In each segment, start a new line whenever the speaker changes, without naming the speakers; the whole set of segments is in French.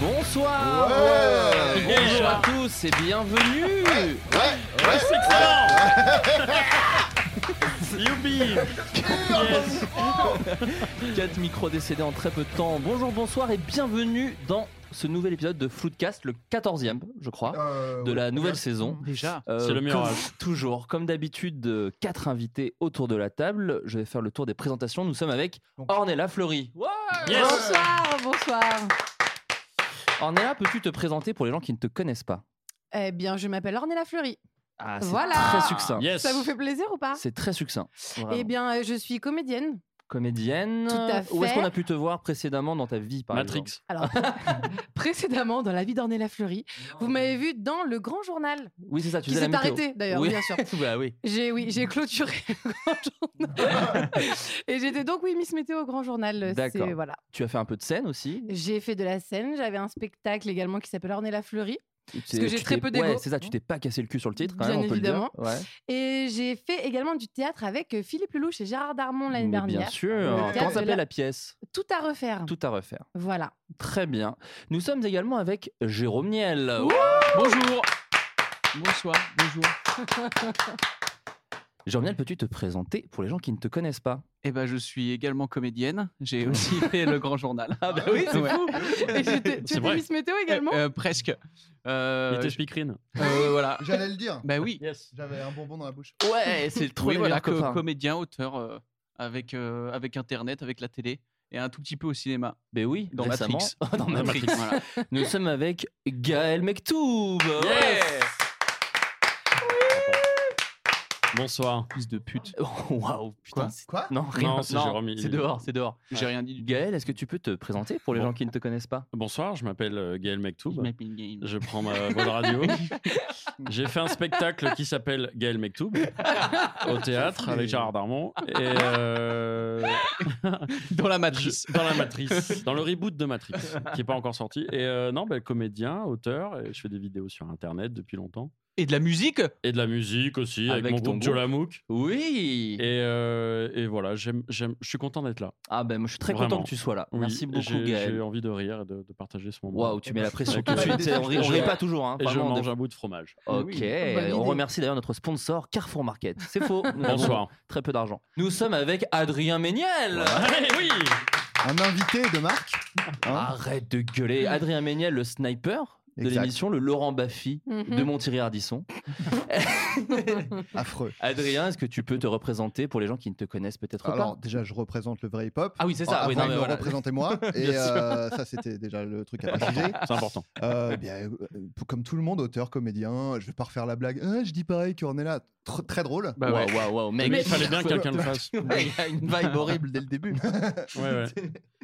Bonsoir Bonjour à tous et bienvenue
어.
Youpi Yes.
어.
Quatre micros décédés en très peu de temps. Bonjour, bonsoir et bienvenue dans ce nouvel épisode de Floodcast, le 14e, je crois, de la nouvelle saison.
Déjà,
Euh,
c'est le meilleur.
comme- toujours, comme d'habitude, euh, quatre invités autour de la table. Je vais faire le tour des présentations. Nous sommes avec Ornella Fleury. Ouais
Bonsoir, bonsoir.
Ornella, peux-tu te présenter pour les gens qui ne te connaissent pas
Eh bien, je m'appelle Ornella Fleury.
Ah, c'est
Voilà.
très succinct.
Yes.
Ça vous fait plaisir ou pas
C'est très succinct. Vraiment.
Eh bien, euh, je suis comédienne.
Comédienne.
Tout à
Où est-ce
fait.
qu'on a pu te voir précédemment dans ta vie, par
Matrix.
exemple
Alors, précédemment, dans la vie d'Ornella Fleury,
Oh.
vous m'avez vu dans le Grand Journal,
Oui, c'est ça. Tu
qui
faisais la
s'est
météo.
arrêté d'ailleurs,
Oui.
bien sûr. Euh,
bah oui.
J'ai oui, j'ai clôturé le Grand Journal. Et j'étais donc oui Miss Météo au Grand Journal.
D'accord.
C'est- Voilà.
Tu as fait un peu de scène aussi.
J'ai fait de la scène. J'avais un spectacle également qui s'appelle Ornella Fleury.
Parce
que j'ai très peu d'égo.
Ouais, c'est ça. Tu t'es pas cassé le cul sur le titre, quand
Bien
même, on peut
évidemment.
le dire. Ouais.
Et j'ai fait également du théâtre avec euh, Philippe Lelouch et Gérard Darmon l'année
Mais
dernière.
bien sûr.
Le
Comment
théâtre de
s'appelait
la-
la pièce
Tout à refaire.
Tout à refaire.
Voilà.
Très bien. Nous sommes également avec Jérôme Niel.
Ouh
Bonjour. Bonsoir. Bonjour.
Jérôme Niel, peux-tu te présenter pour les gens qui ne te connaissent pas
Eh ben, je suis également comédienne. J'ai aussi fait le grand journal.
Ah bah oui, c'est
Ouais.
fou.
Et j'étais- tu
C'est
étais
vrai.
Miss Météo
Eh,
également
Euh, presque. Euh,
Il était
je-
speakerine.
euh, voilà.
J'allais le dire.
Bah oui.
J'avais un bonbon dans la bouche.
Ouais, c'est trop
Oui,
les
voilà,
meilleurs
co-
copains.
comédien, auteur, euh, avec euh, avec internet, avec la télé et un tout petit peu au cinéma.
Ben oui,
Dans
récemment.
Matrix.
Dans Matrix.
voilà.
Nous sommes avec Gaël Mektoub.
Bonsoir.
Fils de pute.
Waouh, putain.
Quoi
c'est-
Quoi
Non, rien.
Non, c'est Jérôme, il-
C'est dehors, c'est dehors.
J'ai rien dit du
Gaël, est-ce que tu peux te présenter pour les
Bon.
gens qui ne te connaissent pas
Bonsoir, je m'appelle euh, Gaël Mektoub.
tout.
Je prends ma voix de Euh, radio. J'ai fait un spectacle qui s'appelle Gaël Mektoub au théâtre avec Gérard Darmon et euh,
Dans la
je-
matrice.
dans la Matrice, dans le reboot de Matrix qui n'est pas encore sorti. Et euh, non, bah, comédien, auteur, et je fais des vidéos sur internet depuis longtemps
Et de la musique.
et de la musique aussi avec,
Avec
mon
ton groupe.
groupe Jolamouk.
Oui
Et, euh, et voilà, j'aime, j'aime, je suis content d'être là.
Ah ben moi je suis très content
Vraiment.
que tu sois là.
Oui,
Merci beaucoup
j'ai, J'ai
Gaël.
envie de rire et de, de partager ce moment.
Waouh, tu mets la pression tout de
Et
suite. On rit on
je-
rit pas toujours. Hein,
Et je
vraiment,
mange
de-
un bout de fromage.
Eh
Ok, on
Bonne idée.
remercie d'ailleurs notre sponsor Carrefour Market. C'est faux. Nous avons
Bonsoir.
Très peu d'argent. Nous sommes avec Adrien Méniel.
oui
Un invité de marque. hein
Arrête de gueuler. Adrien Méniel, le sniper de
Exact.
l'émission, le Laurent Baffy
Mhm.
de Montier Ardisson.
Affreux.
Adrien, est-ce que tu peux te représenter pour les gens qui ne te connaissent peut-être
Alors
pas
déjà, je représente le vrai hip-hop.
Ah oui, c'est ça.
Avant,
oui, non,
il
mais
me
voilà.
représentait moi. Et euh, ça, c'était déjà le truc à préciser.
C'est important.
Euh, bien, euh, comme tout le monde, auteur, comédien, je vais pas refaire la blague. Ah, je dis pareil qu'Ornella. Tr- très drôle.
Bah
Waouh, waouh, waouh, mec.
Mais il fallait bien que quelqu'un le fasse. Ouais,
Il y a une vibe horrible dès le début.
ouais.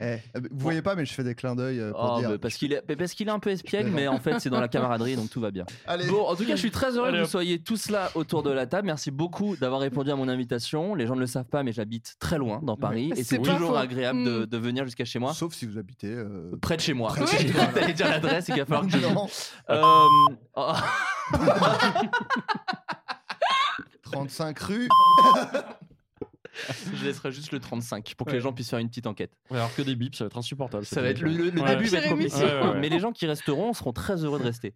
Eh, euh, vous voyez pas, mais je fais des clins d'œil euh, pour
Oh,
dire.
mais parce qu'il est, mais parce qu'il est un peu espiègle, mais en fait, c'est dans la camaraderie, donc tout va bien.
Allez,
Bon, en tout cas, je suis très heureux que
Allez,
vous
hop.
soyez tous là autour de la table. Merci beaucoup d'avoir répondu à mon invitation. Les gens ne le savent pas, mais j'habite très loin dans Paris et
C'est
c'est
pas
toujours
faux.
agréable de,
Mm.
de venir jusqu'à chez moi.
sauf si vous habitez. euh,
Près de chez moi.
Près de chez toi.
T'allais dire l'adresse et qu'il va falloir que je-
non,
Euh, oh,
35 rue.
Je laisserai juste le 35 pour que les gens puissent faire une petite enquête.
Ouais, alors que des bips, ça va être insupportable.
Ça
cette
va être le,
émission.
le- le
Ouais.
début va être
Pire
compliqué.
émission. Ouais, ouais, ouais.
Mais les gens qui resteront seront très heureux de rester.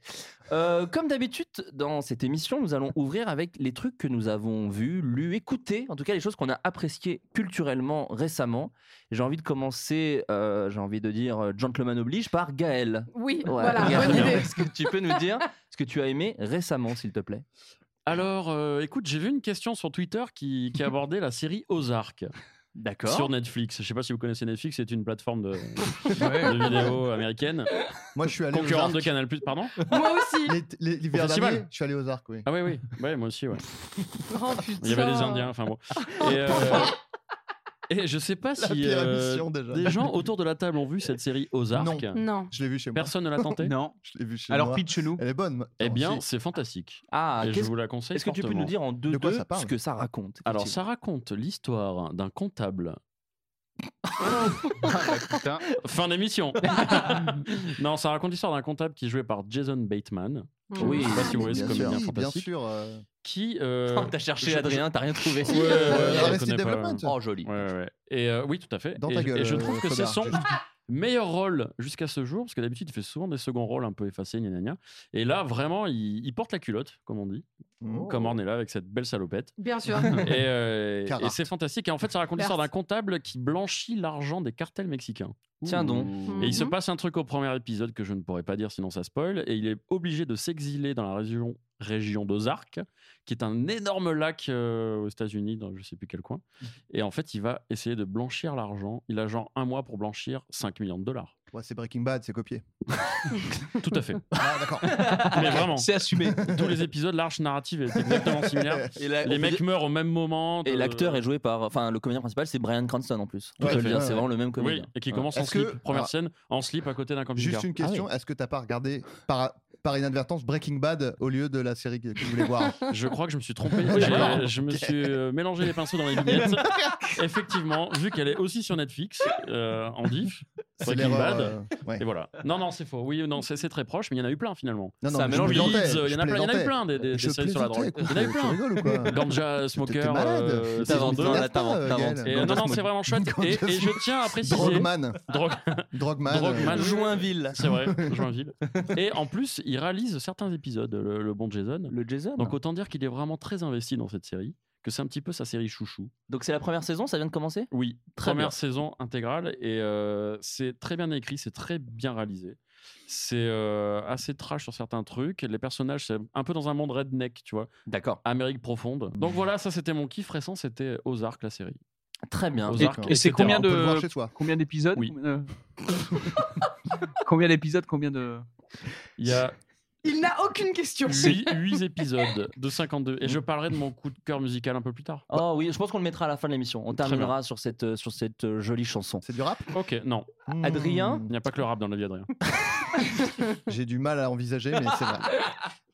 Euh, comme d'habitude, dans cette émission, nous allons ouvrir avec les trucs que nous avons vus, lus, écoutés, en tout cas les choses qu'on a appréciées culturellement récemment. J'ai envie de commencer, euh, j'ai envie de dire euh, Gentleman Oblige par Gaël.
Oui,
Ouais,
voilà,
Gaël,
bonne idée.
Est-ce que tu peux nous dire ce que tu as aimé récemment, s'il te plaît
Alors, euh, écoute, j'ai vu une question sur Twitter qui, qui abordait la série Ozark
D'accord.
sur Netflix. Je sais pas si vous connaissez Netflix, c'est une plateforme de, de vidéos américaine,
Moi, je suis allé aux
concurrente
arcs.
de Canal+. Pardon
Moi aussi.
Les- les- L'hiver
festival.
dernier, je suis allé aux arcs, oui.
Ah oui, oui, ouais, moi aussi, ouais.
Grand putain.
Il y avait des Indiens, enfin bon. Et, euh, et je sais pas
Oh. La
si
pire
euh,
émission, déjà.
des gens autour de la table ont vu cette série Ozark.
Non.
Je l'ai vu chez moi.
Personne ne l'a tenté
Non.
Je l'ai vu chez
Alors
moi.
pitch-nous.
Elle est bonne. moi.
Eh
Attends,
bien,
si.
c'est fantastique.
Ah,
et je
qu'est-ce-
vous la conseille.
est-ce que tu peux nous
fortement.
dire en deux
De quoi
deux
ça parle
ce que ça raconte
Alors, ça raconte l'histoire d'un comptable.
Ah, bah,
putain.
Fin d'émission. non, ça raconte l'histoire d'un comptable qui est joué par Jason Bateman,
Oui.
je sais pas si vous voyez ce
bien
comédien
sûr, bien
fantastique.
sûr. euh,
qui. euh,
Oh, T'as cherché
je-
Adrien, t'as rien trouvé.
Ouais, ouais, ouais, je
Arrested
connais pas.
Development.
Oh joli.
Ouais, ouais, ouais. Et euh, oui, tout à fait.
Dans
et,
ta
je-
gueule,
et je trouve
euh,
que c'est
Faudard,
son
juste.
meilleur rôle jusqu'à ce jour, parce que d'habitude, il fait souvent des seconds rôles un peu effacés, gna gna gna. Et là, vraiment, il, il porte la culotte, comme on dit,
Mm.
comme Ornella avec cette belle salopette.
Bien sûr.
et euh,
Carte.
et c'est fantastique. Et en fait, ça raconte l'histoire d'un
Carte.
comptable qui blanchit l'argent des cartels mexicains.
Tiens donc.
Mmh.
Et il se
Mhm.
passe un truc au premier épisode que je ne pourrais pas dire sinon ça spoil. Et il est obligé de s'exiler dans la région, région d'Ozark, qui est un énorme lac euh, aux États-Unis, dans je sais plus quel coin. Et en fait, il va essayer de blanchir l'argent. Il a genre un mois pour blanchir 5 millions de dollars.
Ouais, c'est Breaking Bad, c'est copié.
Tout à fait.
Ah, d'accord.
Mais vraiment.
C'est assumé.
Tous les épisodes, l'arche narrative est exactement similaire.
Et la-
Les mecs meurent au même moment.
Et
Euh,
l'acteur est joué par, enfin le comédien principal c'est Brian Cranston en plus. On
Ouais,
peut le
ouais,
dire,
ouais.
c'est vraiment le même
Oui,
comédien.
et qui commence en
Est-ce que-
slip. Première
Ah.
scène, en slip à côté d'un camping-car.
Juste une question est-ce que t'as pas regardé par, par inadvertance Breaking Bad au lieu de la série que tu voulais voir
Je crois que je me suis trompé.
Oui,
J'ai-
Ah, d'accord.
je me suis euh, mélangé les pinceaux dans les vignettes. Effectivement, vu qu'elle est aussi sur Netflix, euh, en diff,
C'est
Breaking
l'erreur,
Bad.
euh, ouais.
Et voilà. Non, non, c'est faux. Oui, non, c'est c'est très proche, mais il y en a eu plein finalement.
Non, non,
Ça
mais
mélange
je
Weeds,
plaisantais,
euh, il y en
je
a plein, il y en a
plaisantais.
plein des, des- des
Je
séries sur la drogue.
plaisantais,
Il y en a eu
écoute,
plein.
Tu rigoles ou quoi
Ganja,
T'es
Smoker,
malade.
euh,
T'es
saison
t'inventes,
deux.
là,
t'inventes,
t'inventes,
euh,
t'inventes.
Gaël.
Et euh, non, non, c'est vraiment chouette. Et, et je tiens à préciser.
Drogman.
Drogue-
Drogman.
Drogman.
euh,
Joinville.
C'est vrai, Joinville. Et en plus, il réalise certains épisodes, le- le bon Jason.
Le Jason.
Donc autant dire qu'il est vraiment très investi dans cette série, que c'est un petit peu sa série chouchou.
Donc c'est la première saison, ça vient de commencer
Oui,
Très
première
bien.
saison intégrale et euh, c'est très bien écrit, c'est très bien réalisé. C'est euh, assez trash sur certains trucs. et Les personnages, c'est un peu dans un monde redneck, tu vois,
D'accord.
Amérique profonde. Donc voilà, ça c'était mon kiff récent, c'était Ozark la série.
Très bien.
Aux
Et,
arcs,
et c'est
etc.
combien
On peut le voir
de
chez toi.
combien d'épisodes Euh.
Oui.
Combien de- Combien d'épisodes Combien de
Il y a
Il n'a aucune question.
8, épisodes de 52 et je
Mm.
parlerai de mon coup de cœur musical un peu plus
Ah.
tard.
Oh oui, je pense qu'on le mettra à la fin de l'émission. On
Très
terminera sur cette, euh, sur cette euh, jolie chanson.
C'est du rap
Ok, non,
Adrien
Hmm.
il n'y a pas que le rap dans la vie, Adrien.
J'ai du mal à envisager, mais c'est vrai.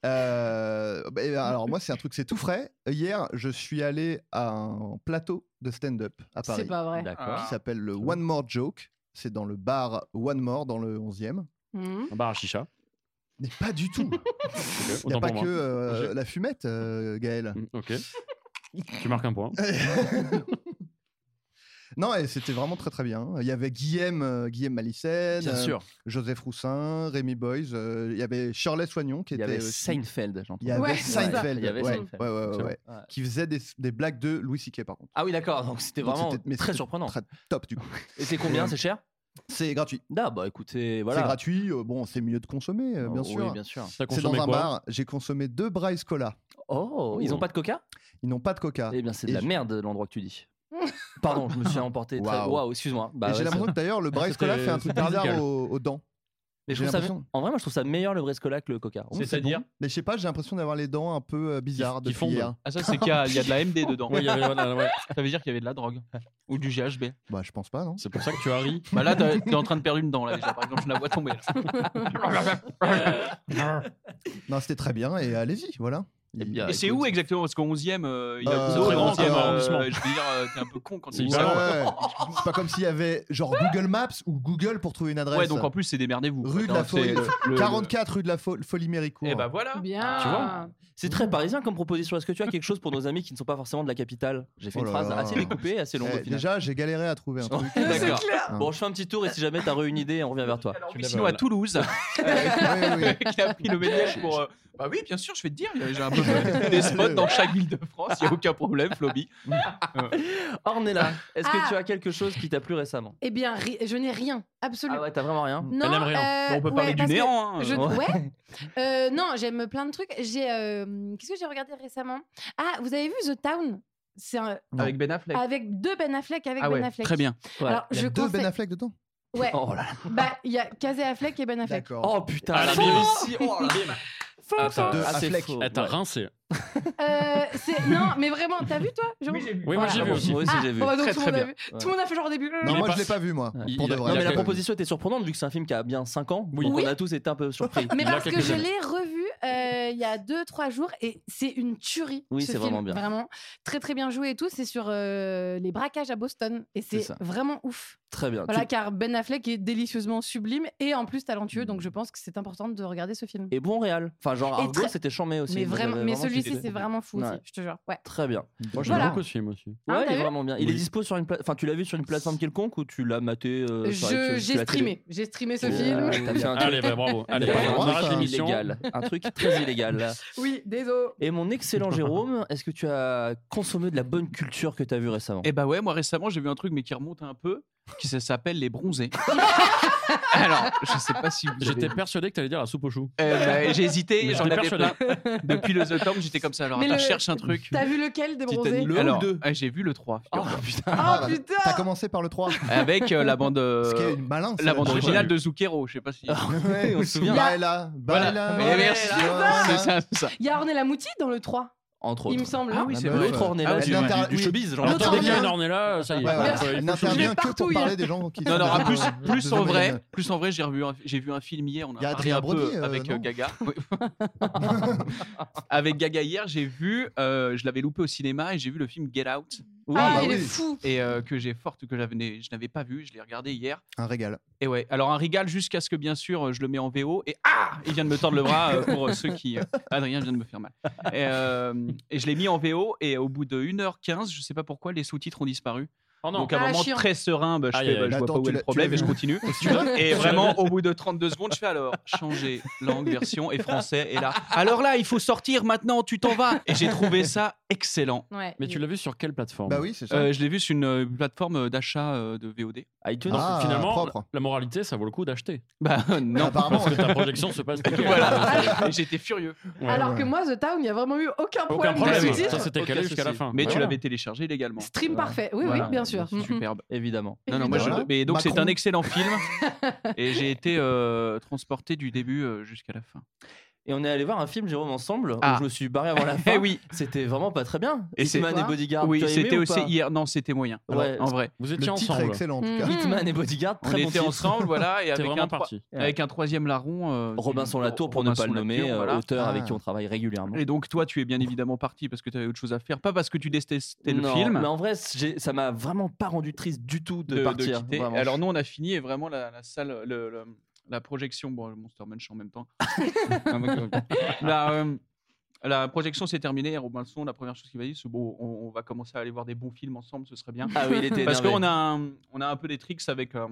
Euh, bah, eh ben, alors moi c'est un truc c'est tout frais. Hier je suis allé à un plateau de stand-up à
C'est
Paris
pas vrai.
D'accord.
Ah.
qui s'appelle le One More Joke. C'est dans le bar One More dans le 11e. Hmm?
Mhm.
Un bar à chicha.
Mais pas du tout.
Ok,
Il n'y a
autant
pas
pour
que
moi.
euh,
J'ai-
la fumette, euh, Gaël.
Mm, Ok. tu marques un point.
non, et c'était vraiment très très bien. Il y avait Guillaume, euh, Guillaume Malicène,
Bien
euh,
sûr.
Joseph Roussin, Rémi Boys. euh, il y avait Shirley Soignon qui
Il y
était.
avait
aussi-
Seinfeld, j'entends.
Il y avait
Ouais, c'est ça.
Seinfeld.
Il y avait
ouais,
Seinfeld.
ouais, ouais, ouais,
C'est
ouais. Qui faisait des, des blagues de Louis C.K. par contre.
Ah oui, d'accord. Donc c'était
Donc,
vraiment
c'était- mais
très
c'était
surprenant.
Très top du coup. Euh,
Et c'est combien C'est cher
C'est gratuit.
Ah bah écoutez, voilà.
C'est gratuit. euh, bon, c'est mieux de consommer, euh, bien
Oh,
sûr.
Oui, bien sûr.
T'as
c'est dans
consommé
un
quoi
bar. J'ai consommé deux Bryce Cola.
Oh, ils ont pas de coca
Ils n'ont pas de coca.
Eh bien, c'est de
Et
la
je-
merde l'endroit que tu dis. Pardon, je me suis emporté. très- Waouh,
Waouh.
excuse-moi. Bah
Et
ouais,
j'ai
ça-
l'impression que d'ailleurs le Bryce
c'était-
Cola fait un truc
c'était
bizarre
radical.
aux, aux dents.
Mais je
J'ai
trouve ça-
l'impression.
En vrai, moi, je trouve ça meilleur le brescola que le coca.
Oh, c'est bon. Mais je sais pas, j'ai l'impression d'avoir les dents un peu euh, bizarres
qui
depuis
fondent.
hier.
Ah ça c'est qu'il y, a il y a de la MD dedans.
Ouais, il y avait- voilà, ouais.
Ça veut dire qu'il y avait de la drogue ou du GHB.
Bah, je pense pas, non
C'est pour ça que tu as ri.
Bah là t'as- t'es en train de perdre une dent là déjà. Par exemple je la vois tomber. là.
Non, c'était très bien et allez-y, voilà.
Eh bien,
Et c'est
écoute,
où exactement Parce qu'en 11ème, euh, il y a
Euh,
plus de
c'est
gens
très
qui,
grand,
euh,
arrondissement.
Je veux dire, euh, t'es un peu con quand tu
C'est
dis
hyper
ça.
Ouais, ouais. C'est pas comme s'il y avait genre Google Maps ou Google pour trouver une adresse.
Ouais, donc en plus, c'est démerdez-vous.
Rue de la Folie. 44 rue de la Fo- Folie Méricourt.
Et bah voilà.
Bien.
Tu vois
C'est très parisien comme proposition. Est-ce que tu as quelque chose pour nos amis qui ne sont pas forcément de la capitale J'ai fait
Oh
une
là
phrase
là.
assez découpée et assez longue
Eh,
au final.
déjà, j'ai galéré à trouver un
Eh,
truc. Hein.
C'est
D'accord.
clair.
Bon, je fais un petit tour et si jamais t'as une idée, on revient vers toi.
Alors, oui,
l'avais,
sinon à
voilà.
Toulouse,
Oui, oui,
qui a pris le ménage pour. euh, Bah oui, bien sûr, je vais te dire, j'ai un peu de- des spots dans chaque ville de France, il n'y a aucun problème, Floby.
Ornella, est-ce
Ah.
que tu as quelque chose qui t'a plu récemment
Eh bien, ri- je n'ai rien, absolument.
Ah ouais, t'as vraiment rien
Non,
n'aime rien.
euh,
on peut
ouais,
parler du
parce que
néant. hein.
je-
Ouais.
ouais. Euh, non, j'aime plein de trucs. J'ai euh, qu'est-ce que j'ai regardé récemment Ah, vous avez vu The Town C'est un-
Avec Ben Affleck.
avec deux Ben Affleck avec
ah ouais,
Ben Affleck.
très bien.
Ouais.
Alors
Il y a
je
deux
conseille.
Ben Affleck dedans.
Ouais.
Oh là là.
Bah il y a Casey Affleck et Ben Affleck.
D'accord.
Oh putain,
Ah, la
faux.
BBC, oh là là.
Faux,
Ah,
faux.
ça-
De
Ah, c'est
Affleck.
faux,
Ah, t'as
ouais.
rincé.
Euh, c'est- non, mais vraiment, t'as vu toi Jérôme
Oui, moi
Voilà.
j'ai vu
Ah,
aussi.
Moi aussi,
Ah,
j'ai vu.
bon, bah, donc,
Très,
tout,
très
le monde a
bien.
vu. tout le monde a fait genre au début.
Non,
Il est
moi
pas-
je l'ai pas vu moi.
Ouais.
Il-
Pour
il
de
a-
vrai.
Non, mais la
quand même-
proposition était surprenante vu que c'est un film qui a bien 5 ans.
Oui.
Donc
Oui.
on a tous été un peu surpris.
Mais
Il y a
parce que
quelques
je
années.
l'ai revu euh, il y a 2-3 jours et c'est une tuerie.
Oui,
ce
c'est
film.
vraiment bien.
Vraiment très très bien joué et tout. C'est sur euh, les braquages à Boston et
C'est
c'est
ça.
vraiment ouf.
Très bien.
Voilà,
Tu-
car Ben Affleck est délicieusement sublime et en plus talentueux, donc je pense que c'est important de regarder ce film.
Et bon réal. Enfin, genre
Et
Argo,
très-
c'était chambé aussi.
mais
Vous
vraiment,
avez
mais
vraiment
celui-ci
kiffé.
c'est vraiment fou aussi,
Ouais.
je te jure. Ouais.
Très bien.
Moi j'aime
Voilà.
beaucoup ce film aussi.
Hein,
Ouais, il
t'as
est
vu
vraiment bien. Il est
Oui.
dispo sur une plateforme. Enfin, tu l'as vu sur une plateforme quelconque ou tu l'as maté euh, sur- sur-
Je-
sur
J'ai
la télé
streamé, j'ai streamé ce
Oh,
film.
t'as fait un truc-
Allez, bah, bravo. Allez,
pas le
on
droit,
arrête
ça.
l'émission.
illégal. Un truc très illégal.
Oui, désolé.
Et mon excellent Jérôme, est-ce que tu as consommé de la bonne culture que tu as vue récemment
Eh bah ouais, moi récemment, j'ai vu un truc, mais qui remonte un peu, qui ça s'appelle Les Bronzés. Alors, je sais pas si vous. avez-
J'étais persuadé que t'allais dire la soupe aux choux.
Euh, bah, j'ai hésité,
Mais
j'en
j'étais
avais
persuadé.
plein. Depuis le The Tom, j'étais comme ça. Alors,
Mais
attends,
le-
je cherche un truc.
T'as vu lequel des bronzés
Le un ou
Alors,
deux
ah, j'ai vu le 3.
Oh putain
Ah
Ah, bah,
putain
T'as commencé par le 3.
Avec euh, la bande. euh,
Ce qui est une malin. c'est
La bande
chose.
originale de Zucchero, je sais pas si.
Ouais,
on se souvient.
Baella,
Voilà.
Baella,
Mais merci.
Baella.
C'est ça, c'est ça.
Il y a Ornella Mouti dans le 3,
Entre
il
autres.
me semble. hein.
Ah oui,
La
bah
c'est
meuf,
vrai.
L'autre Ornella
Ah oui,
du,
c'est
vrai.
du-
Elle
du
inter-
showbiz, genre.
oui.
Alors,
L'autre
t'as des
revient.
gars, on est là, ça y est.
Ouais,
voilà,
ouais.
faut- il faut
Elle
le
intervient
souligner.
Je vais
que pour
partout,
parler des gens qui.
Non, non, en
sont
plus,
dans-
plus
dans
en
le
vrai,
domaine.
plus en vrai, j'ai revu, un- j'ai vu un film hier. On a
Il y a
parlé
Adrien
un peu
Brody, euh,
avec euh,
non
Gaga. Oui. avec Gaga hier, j'ai vu, euh, je l'avais loupé au cinéma et j'ai vu le film Get Out
Oui.
ah,
bah
il est
oui.
fou
et euh, que j'ai forte que j'avais- je n'avais pas vu. Je l'ai regardé hier.
Un régal.
Et ouais, alors un régal jusqu'à ce que bien sûr euh, je le mets en VO et ah, il vient de me tordre le bras euh, pour euh, ceux qui euh, Adrien vient de me faire mal. Et, euh, et je l'ai mis en VO et au bout de 1h15, je sais pas pourquoi les sous-titres ont disparu.
Oh non,
Donc à un
Ah,
moment
chiant.
très serein, bah, je
Aïe,
fais,
aïe,
bah,
aïe.
je
Attends,
vois pas où
tu
est le
l'as-
problème
tu
et
l'as
je
vu Oh,
continue.
Tu l'as-
Et
Tu
vraiment,
l'as
au bout de 32 secondes, je fais alors changer langue version et français. Et là, alors là, il faut sortir maintenant, tu t'en vas. Et j'ai trouvé ça excellent.
ouais,
mais tu l'as vu sur quelle plateforme
Bah oui, c'est ça.
Euh, je l'ai vu sur une euh, plateforme d'achat euh, de VOD.
iTunes.
Donc,
Ah,
finalement,
propre.
la moralité, ça vaut le coup d'acheter.
Bah non.
Apparemment.
Parce que ta projection se passe nickel.
voilà. Et J'étais furieux.
Ouais.
Alors
ouais.
que moi, The Town, il n'y a vraiment eu aucun
Aucun
problème, de
problème.
souci.
Ça
sous-titres.
s'est décalé
Aucun
jusqu'à la
souci.
fin.
Mais tu
Voilà.
l'avais téléchargé légalement.
Stream
Voilà.
parfait, oui,
Voilà.
oui, bien sûr. Mhm.
Superbe.
Évidemment.
Non, non, moi, je...
Évidemment.
Mais donc c'est
Macron.
un excellent film et j'ai été euh, transporté du début euh, jusqu'à la fin.
Et on est allé voir un film, Jérôme, ensemble.
Ah.
Où je me suis barré avant la fin.
Eh oui,
C'était vraiment pas très bien.
Et c'est-
Hitman et Bodyguard.
oui,
tu as aimé
c'était
ou
aussi
pas
hier. Non, c'était moyen.
Ouais.
En vrai,
Vous
Le
étiez
titre est
ensemble.
excellent en tout
Mhm.
Mmh.
cas.
Hitman et Bodyguard,
on
très bon
était
titre.
ensemble, voilà, et
T'es
avec
vraiment
un, troi-
parti.
avec un troisième larron. euh, du-
Robinson Latour, pour
Robinson
ne pas le nommer,
Latour,
euh,
voilà.
auteur
Ah.
avec qui on travaille régulièrement.
Et donc toi, tu es bien évidemment parti parce que tu avais autre chose à faire, pas parce que tu détestais le
Non,
film.
Mais en vrai, j'ai- ça m'a vraiment pas rendu triste du tout de,
de, de
partir.
quitter.
vraiment.
Alors nous, on a fini et vraiment la, la salle, le- le- la projection, bon, le Monster Munch en même temps. la, euh, la projection s'est terminée. Et Robinson, la première chose qu'il m'a dit, c'est bon, on, on va commencer à aller voir des bons films ensemble, ce serait bien.
Ah oui, il était
Parce
énervé.
qu'on a, un- on a un peu des tricks avec. euh,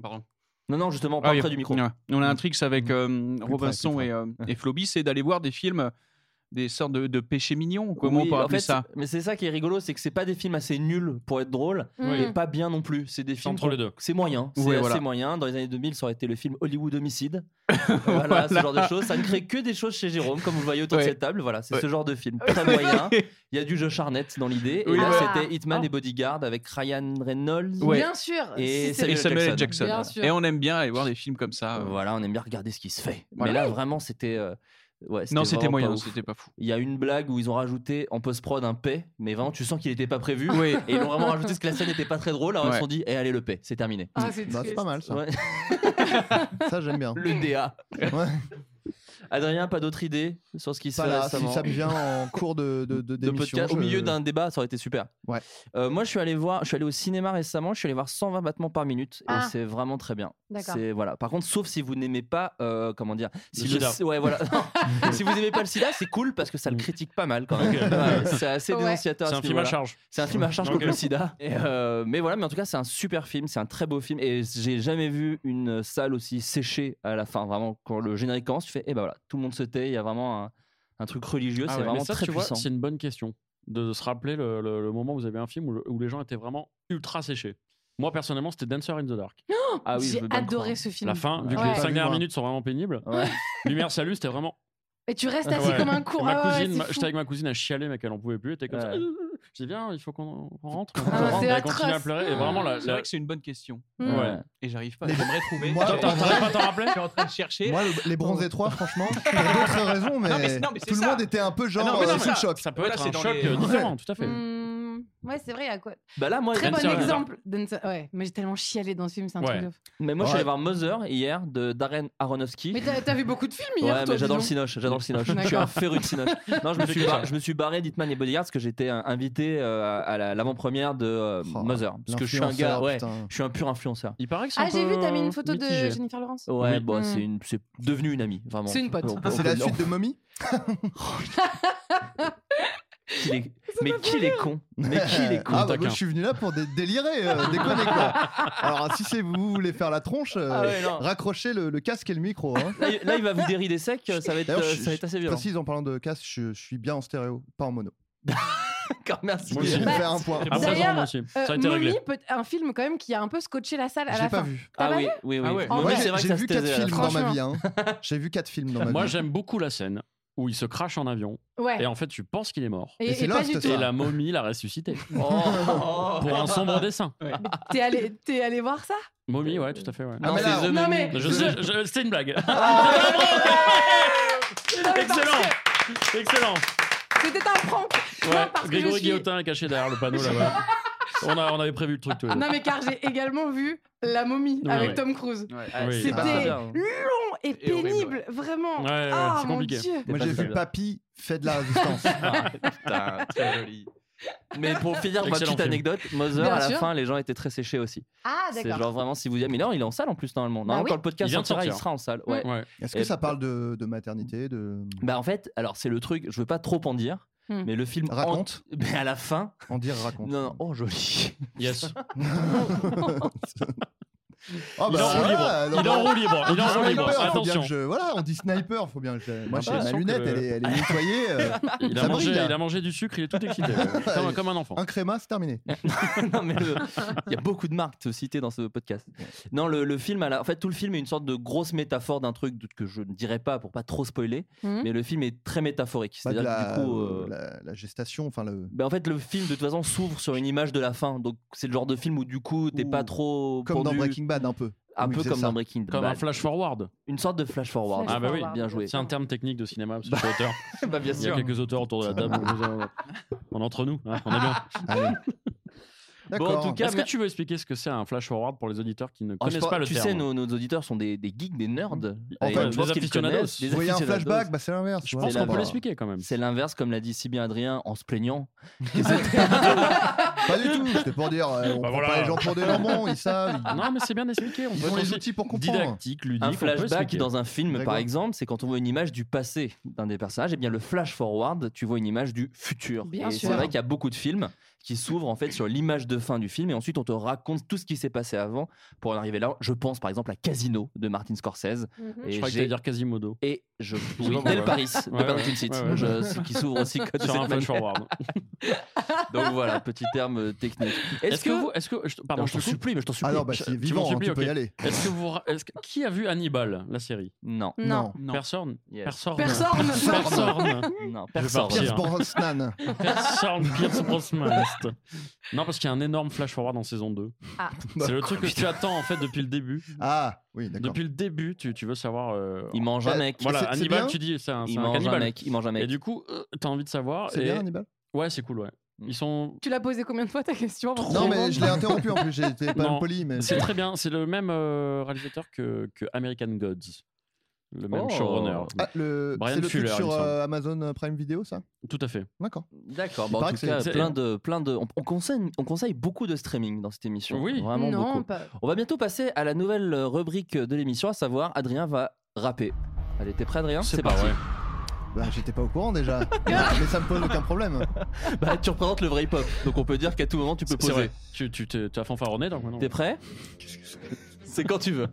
pardon.
Non, non, justement,
Ah
pas
oui,
près du micro.
ouais. On a un tricks avec euh, Robinson
près, plus
et, euh, et Floby, c'est d'aller voir des films, des sortes de, de péchés mignons. Comment
Oui,
on peut
en
appeler
fait,
ça
c'est- Mais c'est ça qui est rigolo, c'est que c'est pas des films assez nuls pour être drôle,
Mhm.
et pas bien non plus. C'est des
C'est
films
entre les deux.
C'est moyen, c'est
Ouais,
assez
voilà.
moyen. Dans les années 2000, ça aurait été le film Hollywood Homicide. Euh, voilà, ce genre de choses. Ça ne crée que des choses chez Jérôme, comme vous le voyez autour
Ouais.
de cette table. Voilà, c'est
Ouais.
ce genre de film. Très moyen. Il y a du jeu charnette dans l'idée.
Oui,
et là,
voilà.
c'était Hitman
Ah.
et Bodyguard avec Ryan Reynolds.
Ouais.
Bien sûr.
Et
si c'est-
Et Samuel L. Jackson.
Jackson.
Bien sûr.
Et on aime bien aller voir des films comme ça.
Euh,
euh,
Voilà, on aime bien regarder ce qui se fait.
Voilà.
Mais là, vraiment, c'était. euh, ouais,
Non,
vraiment
c'était
pas
moyen,
ouf.
c'était pas fou.
Il y a une blague où ils ont rajouté en post-prod un P, mais vraiment, tu sens qu'il n'était pas prévu. Et ils l'ont vraiment rajouté parce que la scène n'était pas très drôle. Alors ils
Ouais.
se sont dit, eh, allez, le P, c'est terminé.
Ah, c'est
Bah,
triste.
c'est pas mal ça.
Ouais,
Ça j'aime bien.
le DA.
Ouais.
Adrien, pas d'autres idées sur ce qui se
Pas
passe
là, si ça me vient en cours de, de, de-
de
d'émission,
podcast. Au
je-
milieu d'un débat, ça aurait été super.
Ouais.
Euh, moi, je suis allé voir, je suis allé au cinéma récemment. Je suis allé voir 120 battements par minute et
Ah.
c'est vraiment très bien.
D'accord.
C'est voilà. Par contre, sauf si vous n'aimez pas, euh, comment dire, si
Le
vous-
sida. Mm.
ouais voilà. Non. si vous n'aimez pas le SIDA, c'est cool parce que ça le critique pas mal quand même.
Ok.
Ouais, c'est assez
Ouais.
dénonciateur.
C'est
à
un
ce
film à
niveau-là.
charge.
C'est un film à charge
Ok.
contre le sida. Et, euh, mais voilà, mais en tout cas, c'est un super film, c'est un très beau film. Et j'ai jamais vu une salle aussi séchée à la fin. Vraiment, quand le générique commence, tu fais, eh ben voilà, tout le monde se tait, il y a vraiment un, un truc religieux,
Ah
c'est
ouais,
vraiment
mais ça,
très
tu vois,
puissant.
C'est une bonne question de se rappeler le, le- le moment où vous avez un film où, le- où les gens étaient vraiment ultra séchés. Moi, personnellement, c'était Dancer in the Dark.
ah oui, je
Oh, J'ai
veux bien le
adoré
croire.
ce film.
La fin, vu que
Ouais. Pas
les cinq
vu,
dernières
moi.
minutes sont vraiment pénibles,
Ouais.
Lumière Salut, c'était vraiment.
Mais tu restes assis
Ouais.
comme un con.
Ma
Ah ouais,
cousine,
c'est
ma-
fou.
j'étais avec ma cousine, elle chialait, mais qu'elle en pouvait plus. Elle était comme ça.
Ouais.
J'ai dit, viens, il faut qu'on on rentre.
Ah,
On rentre.
c'est
elle continue à
atroce.
pleurer. Et vraiment, la,
C'est
la-
vrai que c'est une bonne question.
Mm.
Ouais.
Et j'arrive pas. J'aimerais trouver.
Moi,
J'ai-
Attends, t'arrives pas à t'en rappeler
Je suis en train de chercher.
Moi, le- les bronzés 3, franchement, pour d'autres raisons, mais,
Non, mais c'est- non, mais c'est
tout le
ça.
monde était un peu genre
Ah, non, mais
euh,
non,
sous
mais
le
ça-
choc.
ça peut
Voilà,
être
c'est
un
dans
choc
les-
euh, différent, tout à fait.
Mm. Ouais, c'est vrai. à quoi
Bah là, moi,
Très
Dancer
bon
in the
exemple. Dancer- Ouais, mais j'ai tellement chialé dans ce film, c'est un
Ouais.
truc de fou.
mais moi, je suis
Ouais.
allé voir Mother hier de Darren Aronofsky.
Mais t'as t'as vu beaucoup de films hier,
Ouais,
toi,
mais j'adore le
dis donc.
Cinoche, j'adore le Cinoche. Je suis
D'accord.
un féru de Cinoche. Non, je me suis, bar- je me suis barré d'Hitman et Bodyguard parce que j'étais euh, invité euh, à la- l'avant-première de euh,
Oh,
Mother. Parce que je suis un gars,
L'influenceur,
ouais,
putain.
je suis un pur influenceur.
Il paraît que c'est
Ah,
un
j'ai
peu
vu, t'as mis une photo de
mitigé.
Jennifer Lawrence.
Ouais,
Oui.
bon,
Mm.
c'est une, c'est devenu une amie, vraiment.
C'est une pote.
On- on-
Ah, C'est la
on-
suite de Mommy
qu'il est- Mais qui les con Mais qui les con
Ah bah
taquin.
moi je suis venu là pour dé- délirer, euh, déconner quoi. Alors si c'est vous, vous voulez faire la tronche, euh,
Ah ouais, non.
raccrochez le, le casque et le micro. Hein.
Là, il- là, il va vous dérider sec, ça va être,
D'ailleurs,
euh,
je-
ça va être assez
Je
violent.
précise en parlant de casque, je, je suis bien en stéréo, pas en mono.
D'accord, merci.
Moi aussi.
Je vais
Bah,
faire un point.
À
D'ailleurs,
présent, moi aussi. Ça a
Euh,
été réglé.
Mommy, peut- un film quand même qui a un peu scotché la salle à
J'ai
la
pas
fin.
vu.
T'as
Ah
pas
oui, oui, oui.
Ah ouais.
Moi,
Moi
c'est
j'ai
vrai que
j'ai
ça
vu
se
quatre
taisait, là.
films dans ma
Franchement.
vie. hein. J'ai vu quatre films dans ma
Moi,
vie.
j'aime beaucoup la scène où il se crache en avion
Ouais.
et en fait, tu penses qu'il est mort.
Et
Et,
c'est
et pas
Lost,
du tout.
ça.
Et la momie l'a ressuscité
Oh.
pour un sombre dessin.
T'es allé, t'es allé voir ça
Momie, ouais, tout à fait. Ouais.
Ah,
Non,
mais là,
c'est The
on-
Non,
Mummy.
mais-
Je sais, je- c'était une blague.
Non, mais parce
Excellent,
que
excellent.
C'était un prank.
Ouais,
parce que je
Grégory
suis-
Guillotin est caché derrière le panneau là-bas. on, a- on avait prévu le truc. Tous les deux.
Ah, Non, mais car j'ai également vu La momie
Ouais,
avec
ouais.
Tom Cruise.
Oui.
C'était
bah, très
bien. hein.
long et
Et horrible,
pénible, vraiment.
Ouais, ouais,
Ah,
c'est
mon
compliqué.
Dieu.
Moi
pas
j'ai
très
vu
bien.
Papy fait de la résistance.
Ah, putain, très joli. Mais pour finir ma
Excellent
petite
film.
anecdote, Mother,
Bien
à la
sûr.
fin, les gens étaient très séchés aussi.
Ah,
C'est
d'accord.
genre vraiment si vous dites, mais non, il est en salle en plus normalement.
Bah
Normalement,
oui.
quand le podcast
Il vient de
sortira, il
sortir.
sera en salle. Ouais.
Ouais.
Est-ce que
Et-
ça parle de, de maternité, de
Bah en fait, alors c'est le truc, je veux pas trop en dire,
Hmm.
mais le film en-
raconte,
Mais à la fin,
en dire raconte.
non, non, oh joli.
Oh,
Yes.
Ah,
il est en
bah,
roue libre.
voilà,
il est en roue libre. Il est en roue libre.
Sniper, faut bien
Attention.
que je- voilà, on dit sniper, faut bien que je- Moi,
Ah
j'ai
bah,
ma
sans
lunette,
que-
elle, est, elle est nettoyée. euh,
Il a,
Ça
mangé,
brille, là. Ah, bah
il a mangé du sucre, il est tout excité. comme, un- comme un enfant.
un créma, c'est terminé.
non, mais le- il y a beaucoup de marques citées dans ce podcast. Non, le, le film, à la- en fait, tout le film est une sorte de grosse métaphore d'un truc que je ne dirais pas pour pas trop spoiler,
Mhm.
mais le film est très métaphorique.
Bah, de
C'est-à-dire
la,
que du coup. euh,
la- la gestation, enfin le.
Ben, en fait, le film, de toute façon, s'ouvre sur une image de la fin. Donc, c'est le genre de film où, du coup, t'es
Ouh.
pas trop.
Comme dans
pendu.
Breaking Bad, un peu.
Un
Où il
peu
faisait
comme
ça.
dans Breaking Bad.
Comme un flash forward.
Une sorte de flash forward.
Flash
Ah, bah oui.
forward,
Bien joué.
C'est un terme technique de cinéma parce que je suis auteur.
bah, bien
Il y a quelques auteurs autour de la table. Vous en- On est entre nous. hein, on est bien.
Allez.
Bon, en
D'accord.
tout cas,
Est-ce que tu veux expliquer ce que c'est un flash forward pour les auditeurs qui ne
Ah, je
connaissent
pense-
pas le
tu
terme Mmh.
sais, nos, nos auditeurs sont des, des geeks, des nerds.
En
Et
fait,
je pense
des
qu'ils
aficionados.
connaissent, des
vous voyez un
aficionados.
flashback, bah, c'est l'inverse.
Je
voilà,
pense
c'est
ça
qu'on
va.
peut l'expliquer quand même.
C'est l'inverse, comme l'a dit si bien Adrien, en se plaignant.
Pas du tout. C'était pour dire, euh, on
Bah,
prend
voilà.
pas les gens pour des normands, ils savent. ils-
Non, mais c'est bien expliqué. On
Ils
peut
ont
être
les
aussi
outils pour comprendre.
didactique, ludique.
Un
on peut
flashback
expliquer.
dans un film, par
Grégoire.
exemple, c'est quand on voit une image du passé d'un des personnages. Et bien, le flash forward, tu vois une image du futur.
Bien
et
sûr.
c'est vrai qu'il y a beaucoup de films qui s'ouvrent en fait sur l'image de fin du film, et ensuite on te raconte tout ce qui s'est passé avant pour en arriver là. Je pense par exemple à Casino de Martin Scorsese.
Mhm.
Et
Je crois que
j'ai-
t'allais dire Quasimodo.
Et je oui,
pourquoi.
Del Paris de
Ouais,
Paris
ouais,
Tilsit,
ouais, ouais.
je- ce qui s'ouvre aussi comme
Sur un flash forward.
Donc voilà, petit terme euh, technique.
Est-ce que, vous. Est-ce que, je te- pardon,
Non,
je
je
te
t'en
coupe.
supplie, mais je t'en supplie.
Ah non, bah,
Tu-
c'est
tu
vivant,
m'en
hein,
supplie,
tu peux
ok.
y aller.
Est-ce que vous. Est-ce que- Qui a vu Hannibal, la série
Non,
Non.
Non.
Personne.
Yes.
Personne.
Personne.
Personne.
non,
Je vais
personne.
partir.
Pierce Brosnan.
Personne. Pierce Brosnan. Non, parce qu'il y a un énorme flash forward en saison 2.
Ah.
C'est le truc que tu attends en fait depuis le début.
Ah, oui, d'accord.
Depuis le début, tu, tu veux savoir. euh,
Il mange un
Euh,
mec.
Voilà,
C'est- c'est
Hannibal,
bien
tu dis, c'est un, c'est
Il
un
mange un
cannibale.
mec. Il mange un
Et
mec.
du coup, euh, t'as envie de savoir.
C'est
et-
bien, Hannibal
Ouais, c'est cool, ouais.
Mm.
Ils sont.
Tu l'as posé combien de fois ta question avant
Non,
qu'on
mais
réponde
je l'ai interrompu en plus, j'étais pas
Non,
poli, mais.
C'est très bien. C'est le même euh, réalisateur que, que American Gods. le même
Oh.
showrunner.
Ah, le...
Brian
C'est le truc
Fuller, il me
sur
semble.
euh, Amazon Prime Video, ça
Tout à fait.
D'accord.
D'accord. Bon, en
Il paraît
tout
que
cas,
c'est-
plein de, plein de. On, on conseille, on conseille beaucoup de streaming dans cette émission.
Oui.
Vraiment
non,
beaucoup.
pas.
On va bientôt passer à la nouvelle euh, rubrique de l'émission, à savoir Adrien va rapper. Allez, t'es prêt, Adrien C'est parti.
Bah, j'étais pas au courant déjà. mais ça me pose aucun problème.
Bah, tu représentes le vrai hip-hop, donc on peut dire qu'à tout moment tu peux
C'est
poser.
vrai. Tu, tu, t'es- t'as fanfaronné donc maintenant
T'es prêt C'est quand tu veux.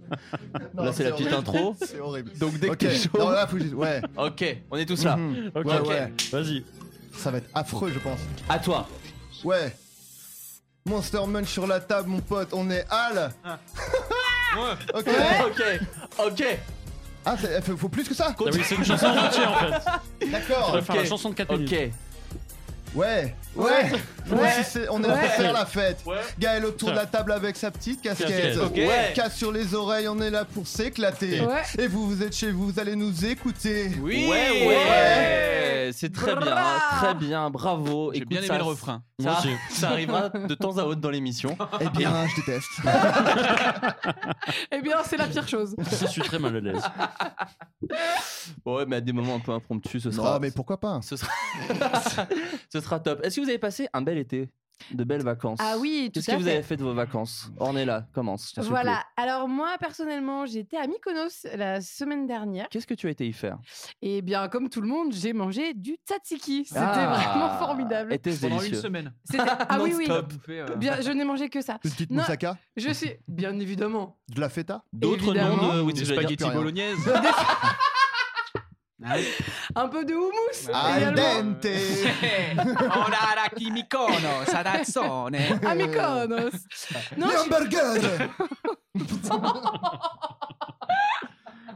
Non,
Là, c'est la petite
horrible.
intro.
C'est horrible.
Donc dès que
Ok.
t'es chaud.
Non, là, faut que je- Ouais.
Ok, on est tous là.
Mhm.
Ok,
Ouais,
ok.
ouais.
Vas-y.
Ça va être affreux, je pense.
À toi.
Ouais. Monster Munch sur la table, mon pote. On est Al.
Ah.
ok.
Ok, ok.
Ah, c'est- faut faut plus que ça.
Ah oui, c'est une chanson en entier en fait. On
D'accord.
va faire la chanson de 4
Ok.
minutes.
Ouais. Ouais. Ouais. C'est- On est là pour faire la fête.
Ouais.
Gaël autour de la table avec sa petite casquette.
Casquette.
Ok.
Ouais.
Casse sur les oreilles, on est là pour s'éclater.
Ouais.
Et vous, vous êtes chez vous, vous allez nous écouter.
Oui.
Ouais, ouais. C'est très bien, hein, très bien, bravo.
J'ai
Écoute,
bien aimé
ça-
le refrain.
Moi
Ça,
aussi.
ça arrivera de temps à autre dans l'émission.
Eh bien, je déteste.
Eh bien, c'est la pire chose.
Je suis très mal à l'aise.
Ouais, mais à des moments un peu impromptus, ce sera.
Non, mais pourquoi pas
ce sera... ce sera top. Est-ce que vous avez passé un bel été De belles vacances
Ah oui, tout
Qu'est-ce
à
que vous
fait.
avez fait de vos vacances Ornella, commence. je t'en supplie.
Voilà. Alors moi personnellement, j'étais à Mykonos la semaine dernière
Qu'est-ce que tu as été y faire
et bien comme tout le monde, j'ai mangé du tzatziki. C'était
Ah.
vraiment formidable.
Était-ce
Pendant une
délicieux
semaine.
C'était- Ah oui oui.
Non-stop. Bouffé, euh,
Bien, je n'ai mangé que ça.
Une petite
Non.
moussaka
Je suis bien évidemment.
De la feta
D'autres
Évidemment.
noms de oui,
des
j'allais dire-
spaghettis
plus rien.
bolognaises. Ah,
Un peu de houmous
Ah,
Al
également.
dente
On a la chimicono, ça dazzone.
À Mykonos.
Eh.
Non,
Les
je-
hamburgers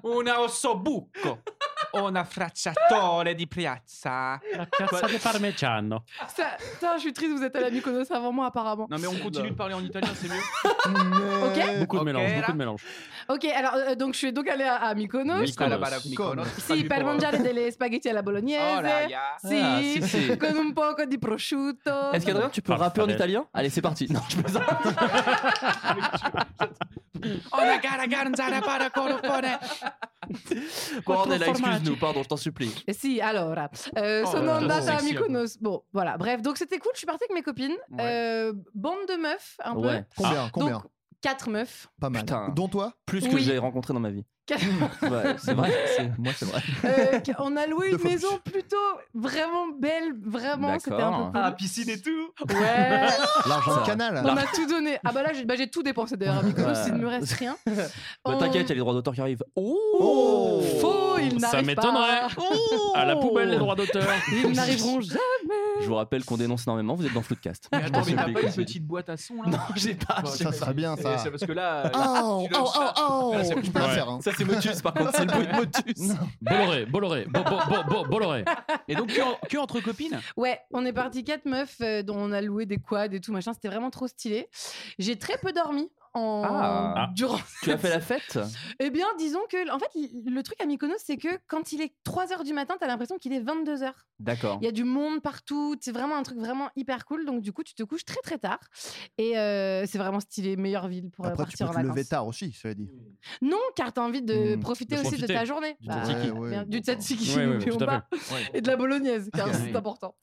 Una ossobuco. Una fracciatore di piazza.
La cazza di parmigiano.
ça- putain, je suis triste, vous êtes allé à Mykonos avant moi apparemment.
Non mais on continue de parler en italien, c'est mieux.
Mais-
Beaucoup de
Ok,
mélange,
là.
beaucoup de mélange.
Ok, alors euh, donc je suis donc allée à, à Mykonos.
Ah,
Mykonos.
Si, per mangiare delle spaghetti alla bolognese.
Oh là, ya.
Si,
Ah, si, si. Ah,
con un poco di prosciutto.
Est-ce qu'Adrien, tu peux
Parfait.
rapper en italien Allez, c'est parti. Non, je plaisante.
Una Oh, gara ganzara para colofone.
Bon,
Contro
Ornella,
formaggi.
excuse-nous, pardon, je t'en supplie.
Eh Sì, allora, eh,
Oh,
sono
là, là.
andata a
Sexy,
Mykonos. Bon, voilà, bref, donc c'était cool, je suis partie avec mes copines.
Ouais.
Euh, bande de meufs, un peu. Ah,
Ouais.
Combien Combien
Donc, quatre meufs.
Pas mal.
Ah, putain.
Dont toi
Plus que
Oui.
j'ai rencontré dans ma vie.
Quatre-
Ouais, c'est vrai. c'est- Moi, c'est vrai.
Euh, on a loué
Deux
une
fois
maison plutôt vraiment belle, vraiment, c'était un
Ah,
peu
D'accord.
piscine et tout.
cool. Ouais,
L'argent
Ça.
de canal
on a tout donné. Ah bah là, j'ai bah, j'ai tout dépensé d'ailleurs à Mykonos,
Ouais.
il ne me reste rien.
Bah,
On-
T'inquiète, il y a les droits d'auteur qui arrivent.
Oh, Faux, il n'arrive
Ça m'étonnerait. Oh.
pas.
À la poubelle les droits d'auteur.
Ils n'arriveront jamais.
Je vous rappelle qu'on dénonce énormément, vous êtes dans Floodcast.
Mais attends, mais
Je t'en
t'as
supplie,
pas une
continue.
petite boîte à son là Non, j'ai pas.
Ça serait bien ça.
C'est parce que là. euh,
Oh,
tu
oh,
lances
oh,
ça.
oh
Là, ça
Je
bouge
peux
pas.
le faire. hein.
Ça, c'est Motus, par contre, c'est le bruit de Motus.
Bolloré, Bolloré, bo, bo, bo, bo- Bolloré.
Et donc que, en- que entre copines.
Ouais, on est parti quatre meufs euh, dont on a loué des quads et tout machin. C'était vraiment trop stylé. J'ai très peu dormi. En...
Ah. Ah.
Durant...
Tu as fait la fête
Eh bien, disons que, en fait, l- le truc à Mykonos, c'est que quand il est 3h du matin, t'as l'impression qu'il est 22h.
D'accord.
Il y a du monde partout, c'est vraiment un truc vraiment hyper cool. Donc, du coup, tu te couches très très tard. Et euh, c'est vraiment stylé, meilleure ville pour euh,
Après, tu
partir
peux
en
te
vacances.
lever tard aussi, ça veut dire.
Non, car t'as envie de
Mm,
profiter
de
aussi de
profiter
ta journée.
Du tzatziki.
Bah, Ouais, ouais.
bien, du tzatziki,
Ouais, ouais,
n'oublions
tout à
pas. Et de la bolognaise, car
Ok.
c'est important.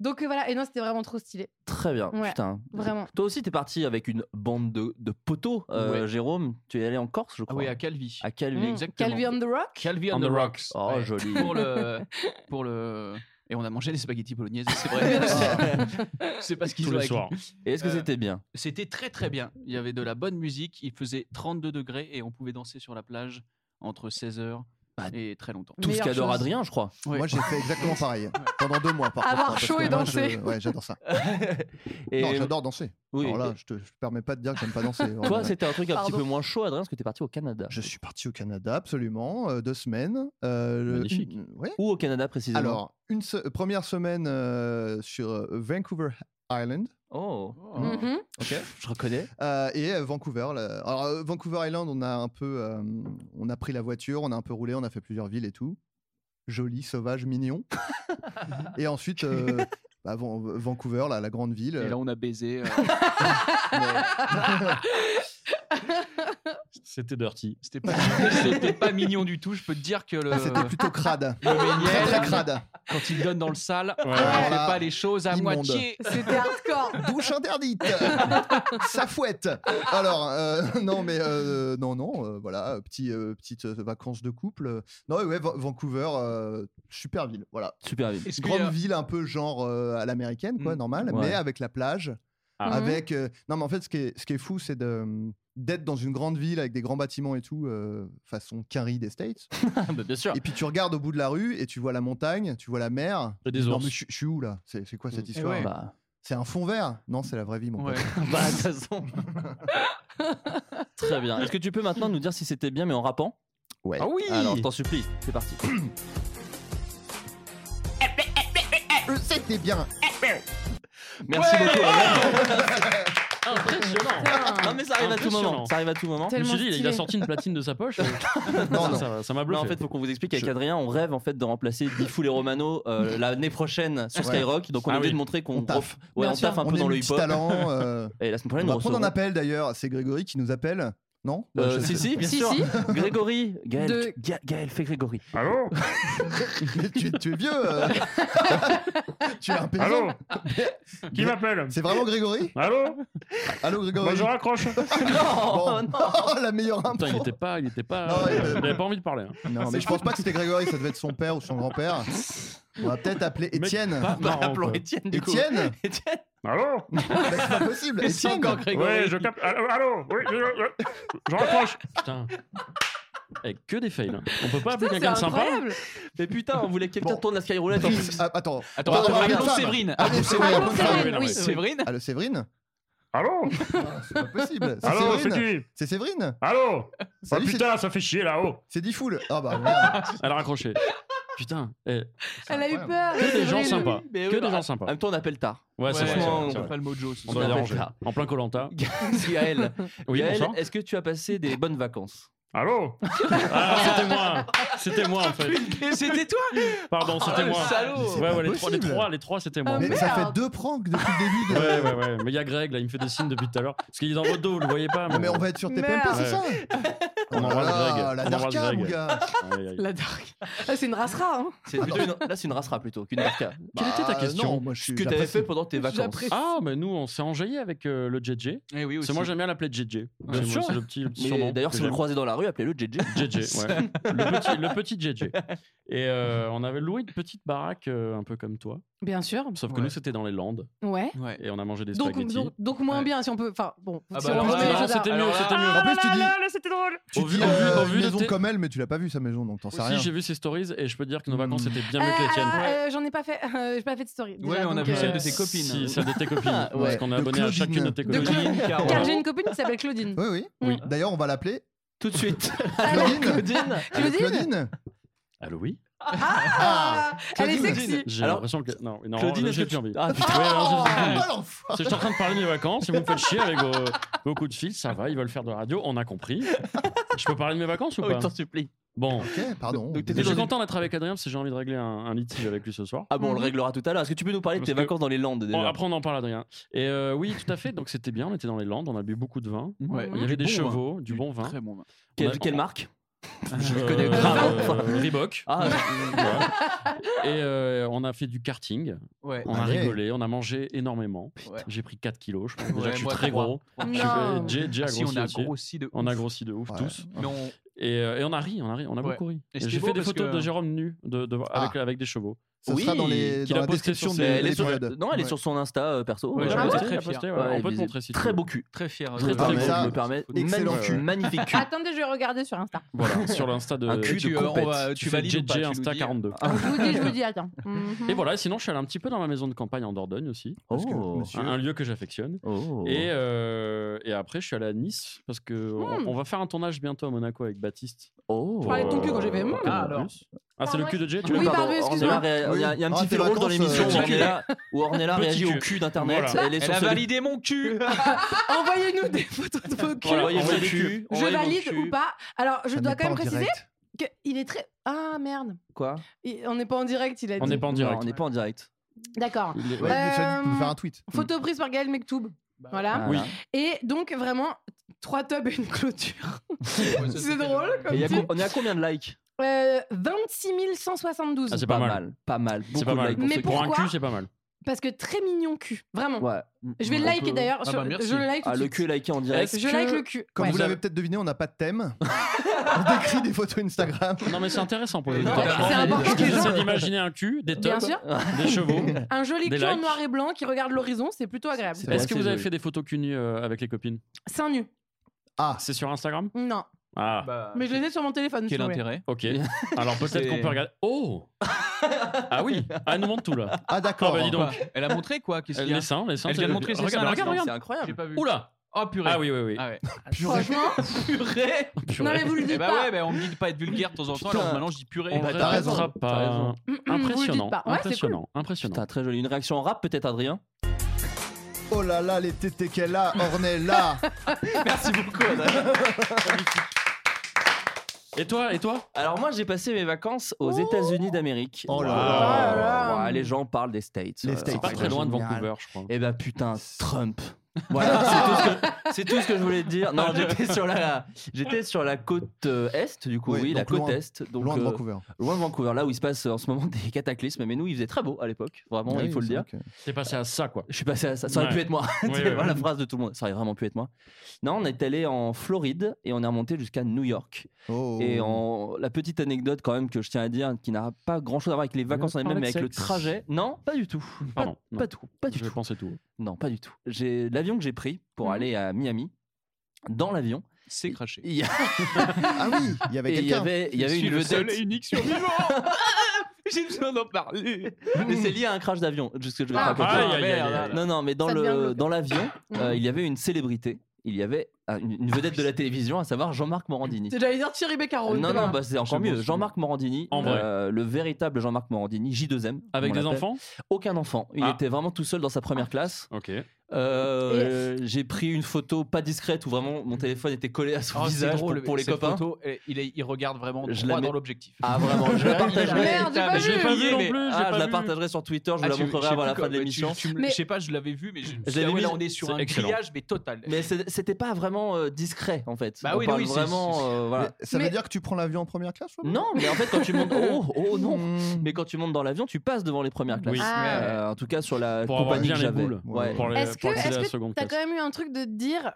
Donc euh, voilà, et non, c'était vraiment trop stylé.
Très bien,
Ouais,
putain.
vraiment.
Toi aussi, t'es parti avec une bande de, de poteaux, euh,
Ouais.
Jérôme. Tu es allé en Corse, je
Ah
crois.
oui, à Calvi.
À Calvi.
Oui,
Mm.
exactement.
Calvi on the Rock
Calvi on,
On
the
the
Rocks.
Rocks.
Oh, joli.
Pour le, pour le. Et on a mangé des spaghettis bolognaises, c'est vrai.
Ah.
c'est pas ce qu'ils
Tous
ont
les
avec-
soirs.
Et est-ce que
Euh,
c'était bien
C'était très très bien. Il y avait de la bonne musique, il faisait 32 degrés et on pouvait danser sur la plage entre 16h
Bah,
et très longtemps.
Tout ce
meilleure
qu'adore
chose.
Adrien, je crois.
Ouais.
Moi, j'ai fait exactement pareil. Pendant deux mois, par contre.
Avoir
hein, parce
chaud
que
et
moi, je-
danser.
Ouais, j'adore ça.
Et
Non, j'adore danser.
oui.
Alors là, je te je te permets pas de dire que j'aime pas danser.
Toi,
Voilà.
c'était un truc un petit
Pardon.
peu moins chaud, Adrien, parce que t'es parti au Canada.
Je suis parti au Canada, absolument, euh, deux semaines. Euh, le-
Magnifique.
une- ouais.
Où au Canada précisément
Alors, une se- première semaine euh, sur euh, Vancouver Island
Oh,
Mhm.
ok, je reconnais.
euh, et euh, Vancouver. là. Alors, euh, Vancouver Island, on a un peu, euh, on a pris la voiture, on a un peu roulé, on a fait plusieurs villes et tout. Joli, sauvage, mignon. et ensuite, euh, bah, Van- Vancouver, là, la grande euh, ville.
Et là, on a baisé. euh,
C'était Dirty.
C'était pas, c'était pas mignon du tout. Je peux te dire que le,
Ah, C'était plutôt crade.
le
Très
Méniel,
très crade.
quand il donne dans le sale,
Ouais.
on fait pas les choses à
Immonde.
moitié.
C'était hardcore.
Douche interdite. Ça fouette. Alors euh, non mais euh, non non euh, voilà euh, petit euh, petite euh, vacances de couple. Non ouais, ouais, Va- Vancouver euh, super ville voilà.
Super vite.
Est-ce qu'il y a-
Grande ville un peu genre euh, à l'américaine quoi
Mm.
normal
Ouais.
mais avec la plage
Mhm.
Ah.
avec euh, non mais en fait ce qui est, ce qui est fou c'est de d'être dans une grande ville avec des grands bâtiments et tout euh, façon Carrie des States
Bah, bien sûr.
et puis tu regardes au bout de la rue et tu vois la montagne tu vois la mer
Et des
non
ours.
mais je je suis où là c'est c'est quoi cette
Eh
histoire
ouais.
Bah,
c'est un fond vert non c'est la vraie vie mon
Ouais.
pote
bah, de toute façon. Très bien. Est-ce que tu peux maintenant nous dire si c'était bien, mais en rappant
ouais
Ah oui
Alors, je t'en supplie, c'est parti.
Euh, c'était bien
Merci
Ouais.
beaucoup. Ah,
Putain.
Non, mais ça arrive à tout
Impressionnant.
moment. Ça arrive à tout moment.
Je me suis
Tellement
dit, il a- il a
stylé.
sorti une platine de sa poche. euh,
non non
Ça ça m'a
Là,
bluffé.
en fait, faut qu'on vous explique avec
Je-
Adrien, on rêve en fait de remplacer Diffoul et Romano euh, l'année prochaine sur
Ouais.
Skyrock. Donc, on est
Ah
obligé
oui.
de montrer qu'on
On taffe.
ref- ouais,
Bien
on
sûr.
taffe un
on
peu
est
dans le hip-hop.
multitalent euh,
Et la semaine
on
prochaine,
va
nous
prendre un
recevrons-
appel d'ailleurs c'est Grégory qui nous appelle non
Euh,
Je-
si, si, bien
Si,
sûr.
si.
Grégory, Gaël,
De-
tu- Ga- Gaël, fais Grégory.
Allô
Mais tu, tu es vieux euh. tu es un paysan Qui
m'appelle
c'est vraiment Grégory
Allô Bah,
allô Grégory
raccroche.
Bon. Oh,
Non, non.
la meilleure impro
Putain, il était pas, il était pas,
Non, il
il,
était-
avait pas envie de parler. hein.
Non, mais je pense pas que c'était Grégory, ça devait être son père ou son grand-père. On va peut-être appeler
Mec,
Étienne.
pas
Bah,
marrant,
appelons
quoi.
Étienne, du coup.
Étienne
Étienne.
Allô
Bah, C'est pas possible.
Mais c'est
Étienne
encore Grégory.
capte.
euh,
Allô, Oui, je, raccroche. Putain. Eh, que des fails. hein. On peut pas appeler
Putain,
quelqu'un de
c'est
sympa
incroyable.
Mais putain, on voulait que quelqu'un
Bon.
tourne la skyroulette en plus.
Ah, Attends.
Attends,
On va
attends,
appeler
appelons
une femme.
Séverine.
Allez,
Appelons
Séverine,
Allons, Ah,
bonne
Séverine,
femme.
oui.
Séverine
Allô, Séverine
Allô
C'est pas possible. C'est
Allô, c'est
Séverine.
qui
C'est Séverine.
Allô Ah
Oh,
Salut, c'est-
putain, ça fait chier là-haut
c'est Diffoul. Ah bah merde.
Elle a raccroché. Putain. eh,
C'est
Elle a eu
incroyable.
peur.
que des gens
Séverine.
sympas.
Mais
que
oui,
des
bah,
gens
En
sympas.
même temps, on appelle tard.
Ouais, c'est
Ouais,
vrai,
franchement,
c'est vrai,
on
c'est
on
vrai.
pas le mojo. ce
On
soir.
doit
appelle
déranger.
tard.
En plein Colanta.
Gaël,
Oui,
Gaël,
bonsoir.
est-ce que tu as passé des bonnes vacances
Allô
Ah, c'était moi. C'était moi en fait.
C'était toi
Pardon,
Oh,
c'était
le
moi.
salaud
Ouais, ouais,
pas
les trois, les
possible.
trois, les trois, c'était moi.
Ah,
Mais ça
Merde.
fait deux pranks depuis le début. de-
Ouais, ouais, ouais. Mais il y a Greg là, il me fait des signes depuis tout à l'heure. Parce qu'il est dans votre dos, vous le voyez pas.
Ah, Mais on va être sur TPMP,
Merde.
c'est ça
On
Oh
embrasse
là
Greg.
là, La
On embrasse
Darka,
Greg.
mon gars.
Aïe, aïe.
La dark. Ah, c'est une race rare. Hein.
C'est plutôt une- Là, c'est une rassera plutôt qu'une arca.
Quelle était
Bah,
ta question
non, moi, je
Ce
suis-
que tu avais
j'apprécie.
fait pendant tes vacances.
J'apprécie.
Ah, mais nous, on s'est enjaillé avec euh, le JJ.
Eh oui, aussi.
C'est moi, j'aime bien l'appeler JJ.
Bien
C'est-
sûr.
Ah, C'est le petit, le petit
Mais
surnom.
D'ailleurs,
que
si vous le
j'aime.
croisez dans la rue, appelez-le JJ.
JJ, ouais. le, petit, le petit JJ. Et euh, on avait loué une petite baraque, euh, un peu comme toi.
Bien sûr.
Sauf que
Ouais.
nous, c'était dans les Landes.
Ouais.
Ouais.
Et on a mangé des
Donc,
spaghettis.
donc, donc moins
Ouais.
bien si on peut. Enfin bon.
Ah
si
bah
on
alors
remet
là,
les
non,
choses à-
c'était mieux, c'était mieux.
En plus, tu dis.
Au
Tu
vu,
dis
au vu-
euh,
au vu
une
de
maison
tes-
comme elle, mais tu l'as pas vu sa maison, donc t'en sais
Si
rien.
j'ai vu ses stories et je peux dire que nos
Hmm.
vacances étaient bien
Euh,
mieux que les tiennes.
alors, euh, J'en ai pas fait. euh, J'ai pas fait de story.
Ouais,
déjà,
on a
donc,
vu
euh,
celle de ses copines.
Si, celle de tes copines. Parce
Ouais.
qu'on est
De
abonné à
Claudine.
chacune de tes
De
copines.
Claudine, Caro.
Car j'ai une copine qui s'appelle Claudine.
Oui, oui.
Oui.
D'ailleurs, on va l'appeler
Tout de suite.
Claudine.
Claudine.
Allô,
Claudine
Allô, oui
Ah, Elle est
Claudine.
sexy.
J'ai
Alors,
l'impression que. Non, non
Claudine,
là,
est-ce
j'ai
que tu-
plus envie.
Ah, putain.
Ouais, alors, j'ai- j'ai-
Ah,
j'ai-
Oh,
l'enfoiré.
Si je suis en train de parler de mes vacances, et vous me faites chier avec vos, vos coups de fil, ça va, ils veulent faire de la radio, on a compris. Je peux parler de mes vacances ou
Oh,
pas
il t'en supplie.
Bon.
Ok, pardon.
Donc,
Mais
t'étais
Je suis
dans une-
content d'être avec Adrien parce que j'ai envie de régler un, un litige avec lui ce soir.
Ah bon,
Mmh.
on le réglera tout à l'heure. Est-ce que tu peux nous parler de
Parce
tes
que-
vacances dans les Landes déjà
Bon, après on en parle Adrien. Et euh, oui, tout à fait, donc c'était bien, on était dans les Landes, on a bu beaucoup de vin.
Ouais.
Il y avait
Du
des
bon vin.
chevaux, du bon vin.
Très bon vin.
Quelle,
on a-
quelle marque
Je
connais grave.
Reebok.
Ah,
Ouais. Et euh, on a fait du karting,
Ouais.
on a
Allez.
rigolé, on a mangé énormément.
Ouais.
J'ai pris 4 kilos, je pense.
Ouais,
Déjà que je suis
moi,
très
trois.
gros.
Trois.
Je suis-
Non.
Jay- Jay a
Si, on
grossi
a
aussi.
grossi de.
On a
ouf.
grossi de ouf
Ouais.
tous.
Mais on-
Et, euh, et on a ri, on a ri, on a
Ouais.
beaucoup ri.
Et
Et
c'était
J'ai
beau
fait des
parce
photos
que-
de Jérôme nu de, de-
Ah.
avec, avec des chevaux.
Ça
Oui,
sera dans, les,
qu'il
dans
a
la
posté
description
sur
de
ses-
elle est sur...
l'épisode.
Non, elle est
Ouais.
sur son Insta euh, perso.
Ouais,
euh,
Il a
j'en
elle
ai
est
posté,
très
il a
fier.
posté, ouais.
Ouais,
on peut
il
te
est
montrer si tu
très
veux.
beau cul.
Très fier.
Très très
Ah,
beau,
mais ça-
je me permets.
Excellent
Magnifique,
cul.
magnifique cul.
Attendez, je vais regarder sur Insta.
Voilà, sur l'Insta de
Un cul
Tu,
de
euh, on
compète.
va-
tu
tu
fais
valides ou pas,
JJ
tu nous
Insta
dis.
42.
Ah
Je vous dis, je vous dis, attends. Mhm.
Et voilà, et sinon je suis allé un petit peu dans ma maison de campagne en Dordogne aussi,
Parce que
Oh.
monsieur-
un, un lieu que j'affectionne.
Oh.
Et, euh, et après je suis allé à Nice parce que on,
Mm.
on va faire un tournage bientôt à Monaco avec Baptiste.
Oh.
parlais de ton cul quand j'ai fait, hmm.
Ah,
Ah, alors.
Ah, c'est le
Pardon,
cul de Jay, tu
Oui,
veux
pardon,
on est
excuse-moi.
là, ré- il y a- il y a un petit
Oui. Ah, tes
fil rouge dans
vacances,
l'émission
euh,
où Ornella- où Ornella
Petit
réagit au
cul.
cul d'internet.
Voilà.
Elle est
Elle
sur
a
ce-
validé mon cul.
Ah, Envoyez-nous des photos de vos culs.
Voilà, envoyez-nous
Envoyez
le
le
cul.
Je
envoyez-nous le
valide
cul.
ou pas. Alors, je
Ça
dois quand
n'est pas
même
en
préciser
direct.
qu'il est très. Ah merde.
Quoi
Il- On n'est pas en direct, il a
On
dit.
n'est pas en
Non,
direct.
On n'est pas en direct.
D'accord.
Il est-
Ouais,
ouais.
ça dit, tu peux
Euh,
faire un tweet.
Photo prise par Gaël Mektoub. Voilà.
Oui.
Et donc, vraiment, trois tubs et une clôture. c'est drôle
Et
comme
il y a
titre.
co- on est à combien de likes
Euh, 26 172.
Ah, c'est pas mal.
Pas mal. Beaucoup
C'est pas
de
mal.
likes pour
Mais
ce-
Pour un
pourquoi
cul, c'est pas mal.
Parce que très mignon cul. Vraiment.
Ouais.
Je vais le
On
liker
peut-
d'ailleurs.
Ah
sur-
bah merci.
je le like. tout
Ah,
de
le
suite.
cul est liké en direct.
Est-ce
Je
que-
like le cul.
Comme
Ouais.
vous l'avez peut-être deviné, on n'a pas de thème. on décrit des photos Instagram.
Non, mais c'est intéressant pour les
Non,
auditeurs.
c'est important que les gens-
J'essaie d'imaginer un cul, des
Bien
tops,
sûr.
des chevaux.
Un joli
Des
cul en
likes.
noir et blanc qui regarde l'horizon, c'est plutôt agréable.
C'est-
Est-ce
Ouais,
que vous avez
joli.
fait des photos cul nu euh, avec les copines
Seins nus.
Ah,
C'est sur Instagram
Non.
Ah,
Bah,
Mais je les ai sur mon téléphone. si
Quel
vous voulez.
intérêt
ok. Alors peut-être
C'est-
qu'on peut regarder. Oh Ah oui Ah, elle nous montre tout là.
ah
Ah
d'accord.
bah dis donc.
Elle a montré quoi Qu'est-ce
Euh,
qu'il y a
Les seins, les seins.
Elle
c'est
vient de
le-
montrer ses
Regarde,
seins, là,
regarde,
c'est
regarde.
J'ai
incroyable.
pas vu.
Oula
Oh purée
Ah oui, oui, oui.
Ah ouais.
Franchement,
Purée
Purée.
non mais vous le
Eh
dites
bah
pas.
ouais, bah on me dit de pas être vulgaire de temps en temps, alors
Putain. Eh ben,
maintenant je dis purée.
On
Bah,
t'as raison,
restera
t'as
pas.
raison.
Mm, mm, Vous le
Impressionnant,
dites pas. Ouais, c'est cool.
impressionnant, impressionnant.
hein. Putain, très jolie. Une réaction en rap peut-être, Adrien
Oh là là, les tétés qu'elle a, Ornella.
Merci beaucoup,
Et toi, et toi
Alors moi, j'ai passé mes vacances aux États-Unis d'Amérique.
Oh là
Wow.
là.
Oh là là.
Ouais, les gens parlent des States.
Les
Euh,
States,
c'est
Pas
c'est
très loin de
génial.
Vancouver, je crois.
Eh ben putain, Trump. Voilà, c'est tout, ce que, c'est tout ce que je voulais te dire. Non, j'étais sur la, j'étais sur la côte euh, est, du coup,
Oui,
oui, la
donc
côte
loin.
est, donc
Loin de
euh,
Vancouver.
loin de Vancouver, là où il se passe euh, en ce moment des cataclysmes. Mais nous, il faisait très beau à l'époque, vraiment,
Ah
il
oui,
faut le
c'est
dire.
vrai que-
T'es passé à ça, quoi.
Je suis passé à ça. Ça aurait
Ouais.
pu être moi.
Oui,
C'est
oui,
vraiment
oui.
la phrase de tout le monde. Ça aurait vraiment pu être moi. Non, on est allé en Floride et on est remonté jusqu'à New York.
Oh.
Et en... la petite anecdote quand même que je tiens à dire, qui n'a pas grand chose à voir avec les vacances,
va
en même
parler de
avec le
sexe.
trajet. Non, pas du tout. Pas-
Pardon.
Pas,
non,
tout. Pas du
je
tout.
pensais tout.
Non, pas du tout. J'ai l'avion que j'ai pris pour
Mhm.
aller à Miami. Dans l'avion,
C'est craché.
il y, a-
Ah oui, il y avait
et il y
quelqu'un.
avait, il y avait une vedette.
unique survivant J'ai besoin d'en parler
Mais c'est lié à un crash d'avion. Juste que je vais
Ah,
raconter.
aïe, aïe,
merde.
aïe, aïe.
Non, non, mais dans
Ça devient Mhm.
le
glauque.
dans l'avion, euh, il y avait une célébrité. Il y avait euh, une, une vedette de la télévision, à savoir Jean-Marc Morandini.
J'allais dire Thierry Beccaro.
Non,
c'est
non,
pas
bah, c'est encore
Je m'en
mieux.
souviens.
Jean-Marc Morandini,
En vrai.
euh, le véritable Jean-Marc Morandini, J2M.
Avec
on
des
l'appelle.
enfants
Aucun enfant. Il
Ah.
était vraiment tout seul dans sa première classe.
Ok.
Euh, J'ai pris une photo pas discrète où vraiment mon téléphone était collé à son
Oh, c'est
visage
drôle,
pour, pour les
cette
copains.
photo, elle- il, est- il regarde vraiment
Je
droit
la mets-
dans l'objectif.
Ah vraiment, je la partagerai.
Merde, j'ai
Ah,
pas
mais je
vu.
l'ai pas vu non
mais-
plus.
J'ai
Ah,
pas
je la
vu.
partagerai sur Twitter, je
Ah,
vous la
tu- je
montrerai
sais
avant la
plus
fin de
quand-
l'émission.
tu- tu me-
Mais-
Je sais pas, je l'avais vu, mais je,
Je l'avais
Ah ouais,
mis-
là, on est sur
c'est
un
excellent.
grillage, mais total.
Mais c'est- c'était pas vraiment euh, discret en fait.
Bah
On
oui,
parle
oui, c'est-
vraiment.
c'est-
euh, voilà.
Ça
Mais-
veut dire que tu prends l'avion en première classe ou-
Non, mais en fait quand tu montes, oh, oh non.
Hmm.
Mm.
Mais quand tu montes dans l'avion, tu passes devant les premières classes.
Oui.
Ah.
Euh, en tout cas sur la
Pour avoir
compagnie
bien
que
les
j'avais.
boules.
Ouais.
Pour, les,
Est-ce que,
pour accéder
est-ce
à la
que
seconde
t'as
classe.
quand même eu un truc de te dire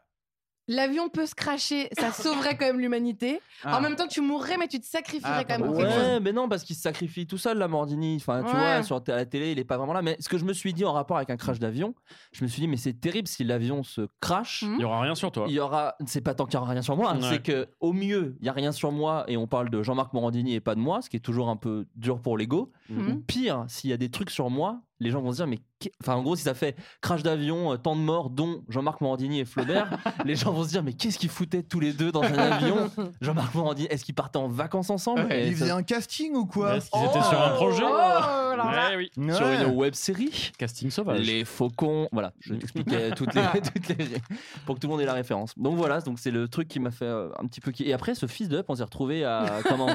l'avion peut se cracher, ça sauverait quand même l'humanité.
Ah.
En même temps, tu mourrais, mais tu te sacrifierais
Ah,
quand même
pardon.
pour quelque chose.
Ouais, mais non, parce qu'il se sacrifie tout seul, la Mordini. Enfin, tu
Ouais.
vois, sur t- à la télé, il est pas vraiment là. Mais ce que je me suis dit en rapport avec un crash d'avion, je me suis dit, mais c'est terrible si l'avion se crash.
Mhm.
Il y aura rien sur toi.
Il y aura, c'est pas tant qu'il y aura rien sur moi, hein.
Ouais.
c'est que au mieux il y a rien sur moi et on parle de Jean-Marc Morandini et pas de moi, ce qui est toujours un peu dur pour l'ego.
Mhm.
Ou pire, s'il y a des trucs sur moi, les gens vont se dire mais, qu'est- enfin en gros si ça fait crash d'avion, euh, tant de morts dont Jean-Marc Morandini et Flaubert, les gens vont se dire mais qu'est-ce qu'ils foutaient tous les deux dans un avion Jean-Marc Morandini, est-ce qu'ils partaient en vacances ensemble Et
Il
ça-
faisait un casting ou quoi
Est-ce qu'ils étaient sur un projet
Oh là là.
oui.
Ouais.
Sur une web série
Casting sauvage.
les faucons. Voilà, je t'expliquais toutes les, toutes les- pour que tout le monde ait la référence. Donc voilà, donc c'est le truc qui m'a fait euh, un petit peu. qui- Et après, ce fils de up, on s'est retrouvé à comment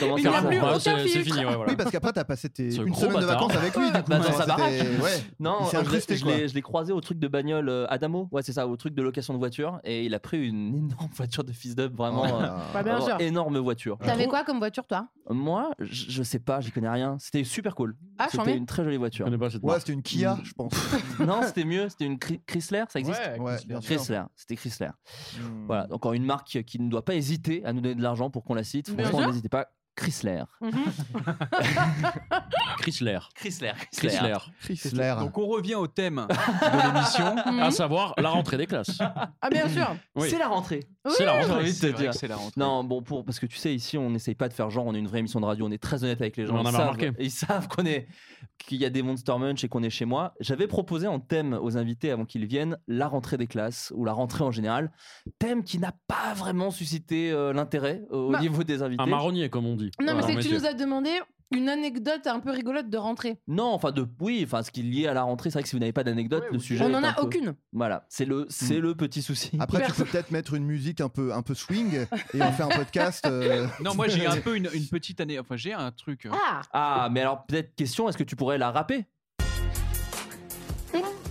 comment
Il
faire
n'a
ça
plus
Bah,
aucun
c'est c'est
filtre.
fini, ouais, voilà.
Oui, parce qu'après, t'as passé tes...
Ce
une
gros
semaine de
bâtard.
vacances avec lui, du coup.
Bah, dans
Enfin,
sa baraque.
c'était- Ouais.
Non,
Il s'est
euh, je l'ai-
incrusté,
je
quoi.
l'ai- je l'ai croisé au truc de bagnole euh, Adamo. Ouais, c'est ça, au truc de location de voiture. Et il a pris une énorme voiture de fils d'up, vraiment.
Oh
euh,
là là.
Bah, bien
vraiment
sûr.
énorme voiture.
T'avais quoi comme voiture, toi
Moi, je je sais pas, j'y connais rien. C'était super cool.
Ah, j'en
c'était
ai.
une très jolie
Je
voiture. Mm.
connais pas cette
Ouais,
marque.
c'était une Kia, je pense.
non, c'était mieux, c'était une Chry- Chrysler, ça existe
Ouais,
Ouais,
Chrysler.
bien sûr. Mm.
Chrysler, c'était Chrysler. Voilà, encore une marque qui ne doit pas hésiter à nous donner de l'argent pour qu'on la cite.
Bien
Franchement,
sûr. Mhm.
n'hésitez pas. Chrysler.
Chrysler.
Chrysler. Chrysler.
Chrysler.
Chrysler.
Donc on revient au thème de l'émission.
À savoir la rentrée des classes.
Ah,
Mmh.
bien sûr.
Oui.
C'est la rentrée.
C'est la
J'ai
rentrée.
envie de te
C'est vrai
dire.
que C'est la rentrée.
Non, bon, pour, parce que tu sais, ici, on n'essaye pas de faire genre, on est une vraie émission de radio, on est très honnête avec les gens.
On en
ils,
a
savent,
remarqué.
ils savent qu'on est, qu'il y a des Monster Munch et qu'on est chez moi. J'avais proposé en thème aux invités avant qu'ils viennent la rentrée des classes ou la rentrée en général. Thème qui n'a pas vraiment suscité euh, l'intérêt euh, au
Bah,
niveau des invités.
Un marronnier, comme on dit.
Non, mais
Voilà,
c'est que tu
messieurs.
nous as demandé une anecdote un peu rigolote de rentrée.
Non, enfin, de, oui, enfin, ce qui est lié à la rentrée, c'est vrai que si vous n'avez pas d'anecdote,
Ouais,
le
ou-
sujet.
On
est
en
un
a
peu-
aucune.
Voilà, c'est le,
Mm.
c'est le petit souci.
Après, tu peux peut-être mettre une musique un peu, un peu swing et on fait un podcast. euh,
Non, moi j'ai un peu une, une petite année. Enfin, j'ai un truc. euh,
Ah
Ah, mais alors peut-être question, est-ce que tu pourrais la rapper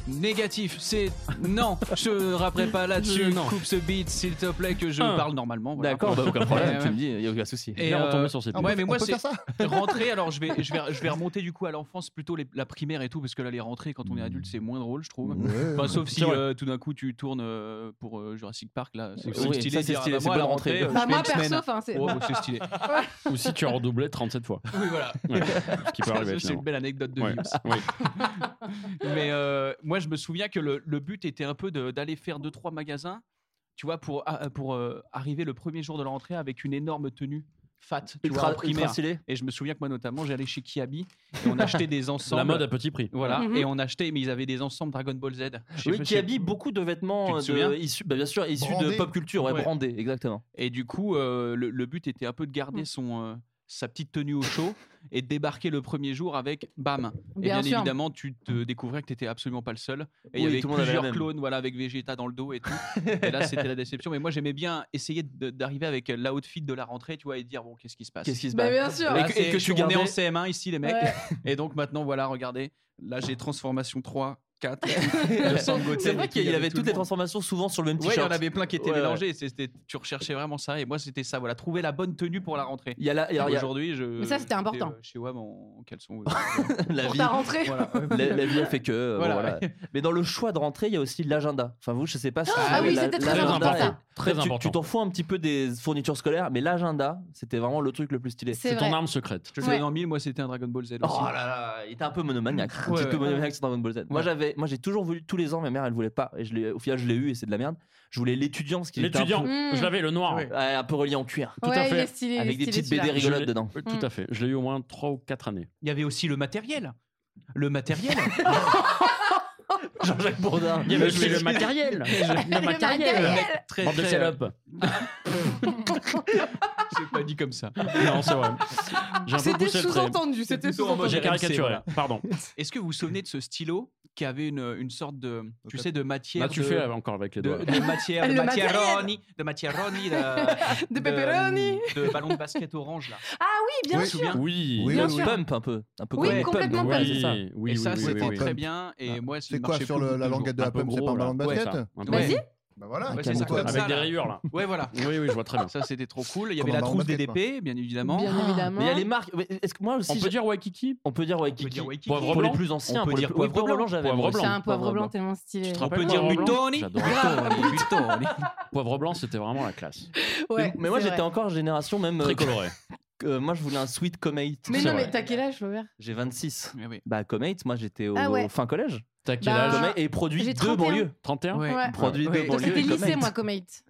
négatif. C'est non, je rapperai pas là-dessus.
Je- non.
Coupe ce beat, s'il te plaît, que je
Un.
parle normalement. voilà.
Ah. D'accord, bah, aucun
Ouais,
problème, tu
ouais.
me dis, il n'y a aucun souci.
Et,
Là, on
euh,
tombait sur ces
ah
pubs.
ouais, mais
On
moi,
peut
c'est
faire ça
rentrée. Alors, je vais, je vais, je vais remonter du coup à l'enfance, plutôt les- la primaire et tout, parce que là, les rentrées quand on est adulte, c'est moins drôle, je trouve. Enfin, sauf si
C'est vrai.
euh, tout d'un coup tu tournes euh, pour euh, Jurassic Park là, c'est c'est
Oui, ça,
stylé.
c'est
de dire,
stylé,
ah, bah,
c'est
moi, à
bonne
la rentrée,
rentrée.
euh,
Bah,
je
moi,
fais une
perso,
semaine.
enfin, c'est.
Oh, c'est stylé.
Ou si tu as redoublé 37 fois.
Oui, voilà.
Ouais, Ce qui peut arriver
C'est une
finalement.
belle anecdote de
Ouais,
vie aussi.
oui.
Mais euh, moi, je me souviens que le, le but était un peu de- d'aller faire deux trois magasins, tu vois, pour ah, pour euh, arriver le premier jour de la rentrée avec une énorme tenue fat, tu vois, en
Ultra,
primaire.
ultra stylé.
Et je me souviens que moi notamment, j'allais chez Kiabi et on achetait des ensembles.
La mode à petit prix.
Voilà.
Mhm.
Et on achetait, mais ils avaient des ensembles Dragon Ball Z. Je sais
Oui,
pas,
qui
c'est-
habille beaucoup de
Tu te
vêtements euh, de-
souviens
issus, bah, bien sûr, issus de
Brandés.
pop culture, ouais,
Ouais.
brandés, exactement.
Et du coup, euh, le, le but était un peu de
Mmh.
garder son euh, sa petite tenue au chaud et de débarquer le premier jour avec bam. Et bien,
Bien sûr.
évidemment, tu te découvrais que tu n'étais absolument pas le seul. Et il y
Oui,
avait
tout le monde avait la
plusieurs
même.
clones voilà, avec Vegeta dans le dos et tout. et là, c'était la déception. Mais moi, j'aimais bien essayer de- d'arriver avec l'outfit de la rentrée, tu vois, et dire bon, qu'est-ce qui se passe
Qu'est-ce qui se
Bah,
passe
bien sûr.
Là,
Et que- et
c'est-
que tu
on est en
gardais-
CM1 ici, les mecs.
Ouais.
Et donc maintenant, voilà, regardez. Là, j'ai transformation 3, 4. le Sangoten
C'est
et
vrai
tout,
qu'il y avait
tout le
toutes les
monde.
transformations souvent sur le même
Ouais, il y
t-shirt.
en avait plein qui étaient
Ouais, ouais.
mélangés. C'était, tu recherchais vraiment ça. Et moi, c'était ça. Voilà, trouver la bonne tenue pour la rentrée.
Il y a la, il y a- Ah, il y a
Aujourd'hui, je.
Mais ça, c'était
j'étais,
important.
euh, Chez WAM en en caleçon.
la
Pour
vie.
ta rentrée.
voilà.
La, la vie a fait que. euh,
Voilà,
bon, voilà. Mais dans le choix de rentrée, il y a aussi l'agenda. Enfin, vous, je sais pas si.
Ah
vous avez
oui,
la-
c'était très
l'agenda
important,
est-
ça.
Très
tu-
important.
Tu t'en fous un petit peu des fournitures scolaires, mais l'agenda, c'était vraiment le truc le plus stylé.
C'est
C'est
vrai.
ton arme secrète.
Je te
Ouais.
l'ai en mille. Moi, c'était un Dragon Ball Z aussi.
Oh là là, il était un peu monomaniaque. Un
Ouais,
petit peu
ouais.
monomaniaque sur Dragon Ball Z. Moi,
Ouais.
j'avais, moi, j'ai toujours voulu tous les ans. Ma mère, elle voulait pas. Et je l'ai- au final, je l'ai eu et c'est de la merde. Je voulais l'étudiant, ce qui était un
L'étudiant,
peu,
Mm.
je l'avais,
Mmh.
le noir.
Ouais.
ouais, un peu relié en cuir,
Tout à
ouais, il
fait.
est stylé. il est
avec des
stylé,
petites BD
celui-là.
Je
rigolotes
l'ai-
dedans.
Tout à fait. Je l'ai eu au moins 3 ou 4 années.
Il y avait aussi le matériel. Le matériel.
Jean-Jacques Bourdin.
Il y avait aussi le matériel. Le
matériel.
matériel.
très,
Bande de
très- euh,
salopes.
J'ai pas dit comme ça.
Non, c'est vrai. J'ai un peu
C'était
poussé le trait.
sous-entendu. C'était
plutôt en mode
sous-entendu.
J'ai caricaturé.
voilà.
Pardon.
Est-ce que vous vous souvenez de ce stylo qui avait une, une sorte de, tu
Ok.
sais, de matière.
Là, tu
de,
fais euh, encore avec les
de,
doigts.
de matière, de
Le matériel.
maccheroni, de maccheroni, de,
De pepperoni.
de, ballon de basket orange là.
Ah Oui, bien
Oui.
sûr.
Oui.
Oui,
Bien
Le
sûr.
pump un peu, un peu
Oui,
comme les
complètement
pumps. c'est
pas,
Oui, oui,
ça.
oui, oui,
et ça,
oui,
c'était
oui, oui.
très
Pump.
bien.
Ah.
Et moi, si
C'est quoi sur le- la languette de
Un
la
peu
pomme C'est
gros,
pas un ballon
là.
de
Ouais,
basket
ça, un peu.
Vas-y.
Bah voilà.
Avec
c'est
des
pour toi.
Comme
Avec
ça,
des
là.
rayures là.
Ouais, voilà.
Oui, oui, je vois très bien.
Ça, c'était trop cool. Il y
Comme
avait la
un baron
trousse
basket,
DDP, bien évidemment.
Bien évidemment.
Mais il y a les marques. mais Est-ce que moi aussi,
On
j'ai-
peut dire Waikiki
on peut dire Waikiki.
dire Waikiki.
Pour
Poivre
les
blanc.
plus anciens,
On peut
pour les
dire
plus-
poivre
oui, poivre
blanc.
blanc, j'avais.
Poivre
moi
blanc.
aussi.
C'est un poivre
Poivre
blanc
blanc.
tellement stylé.
Tu te
On
rappelles
peut dire
Poivre blanc
Butoni.
J'adore.
Grave, Butoni.
Poivre blanc, c'était vraiment la classe.
Ouais,
Mais moi,
c'est
j'étais
vrai.
encore génération même. euh,
Très coloré.
euh, moi, je voulais un sweet Comate.
Mais
C'est
non,
vrai.
mais t'as quel âge, Flaubert
J'ai 26.
Oui, oui.
Bah, Comate, moi, j'étais au
Ah ouais.
fin collège.
T'as quel
Bah,
âge
Comate et produit
j'ai
de
31.
banlieue.
31
Ouais.
Ouais.
Produit
Ouais.
de
Donc
banlieue.
C'était
et
lycée,
Comate.
moi, Comate.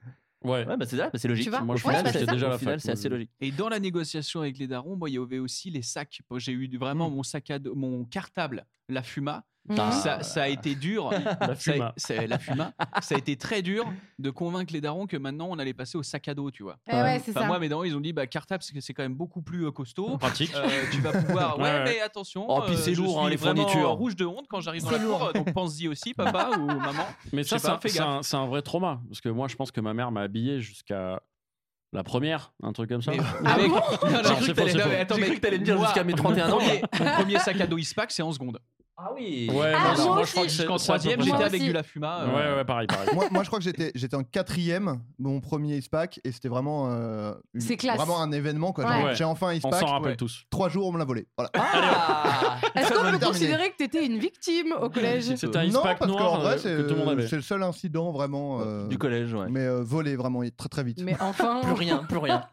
Ouais.
Ouais, bah, c'est ça, bah, c'est logique.
Tu vois
Moi, je
Au
Ouais,
final,
bah,
j'étais
c'est ça.
déjà à la
au final,
fac,
c'est
moi,
assez
je-
logique.
Et dans la négociation avec les darons, moi, il y avait aussi les sacs. Bon, J'ai eu vraiment mon sac à dos, mon cartable, la Fuma.
Ah.
Mhm.
Ça, ça a été dur.
La
Ça a-
fuma.
ça- la Fuma. ça a été très dur de convaincre les darons que maintenant on allait passer au sac à dos, tu vois.
Eh Ouais, c'est
Enfin,
ça.
moi, mes darons, ils ont dit bah, cartable, c'est c'est quand même beaucoup plus euh, costaud.
Pratique.
Euh, tu vas pouvoir. Ouais,
Ouais, ouais.
mais attention.
Oh, puis
euh,
c'est
je
lourd, hein,
suis
les
vraiment
fournitures.
rouge de honte quand j'arrive dans
C'est
la
lourd.
cour. euh, Donc pense-y aussi, papa ou maman.
Mais
Je
ça,
sais pas,
ça,
fais
c'est
gaffe.
un, c'est un vrai trauma. Parce que moi, je pense que ma mère m'a habillé jusqu'à la première, un truc comme ça.
Mais-
Ah
mec,
bon
non, non, j'ai
c'est
cru que
faux,
t'allais-
c'est
non,
faux.
mais attends,
J'ai
mais
cru que t'allais me dire
moi,
jusqu'à mes
mon
31 ans.
premier- Mon premier sac à dos ISPAC, c'est en seconde.
Ah oui.
Ouais,
Ah,
non,
moi
je crois que
aussi.
c'est-
Jusqu'en
c'est à peu
troisième,
près ça.
j'étais
Moi
avec
aussi.
du La Fuma. euh,
Ouais, ouais, pareil, pareil.
moi, moi, je crois que j'étais j'étais en quatrième, mon premier SPAC, et c'était vraiment, euh, une-
C'est classe.
vraiment un événement. quoi.
Ouais.
Genre, J'ai enfin un
On s'en
SPAC,
rappelle
ouais.
tous.
trois jours, on me l'a volé. Voilà.
Ah
Est-ce qu'on peut
terminé.
considérer que t'étais une victime au collège
C'était un
non,
SPAC
parce qu'en
noir
vrai,
euh,
c'est
que tout le monde avait.
c'est le seul incident vraiment. euh,
Du collège, ouais.
mais euh, volé vraiment et très très vite.
Mais enfin.
Plus rien, plus rien.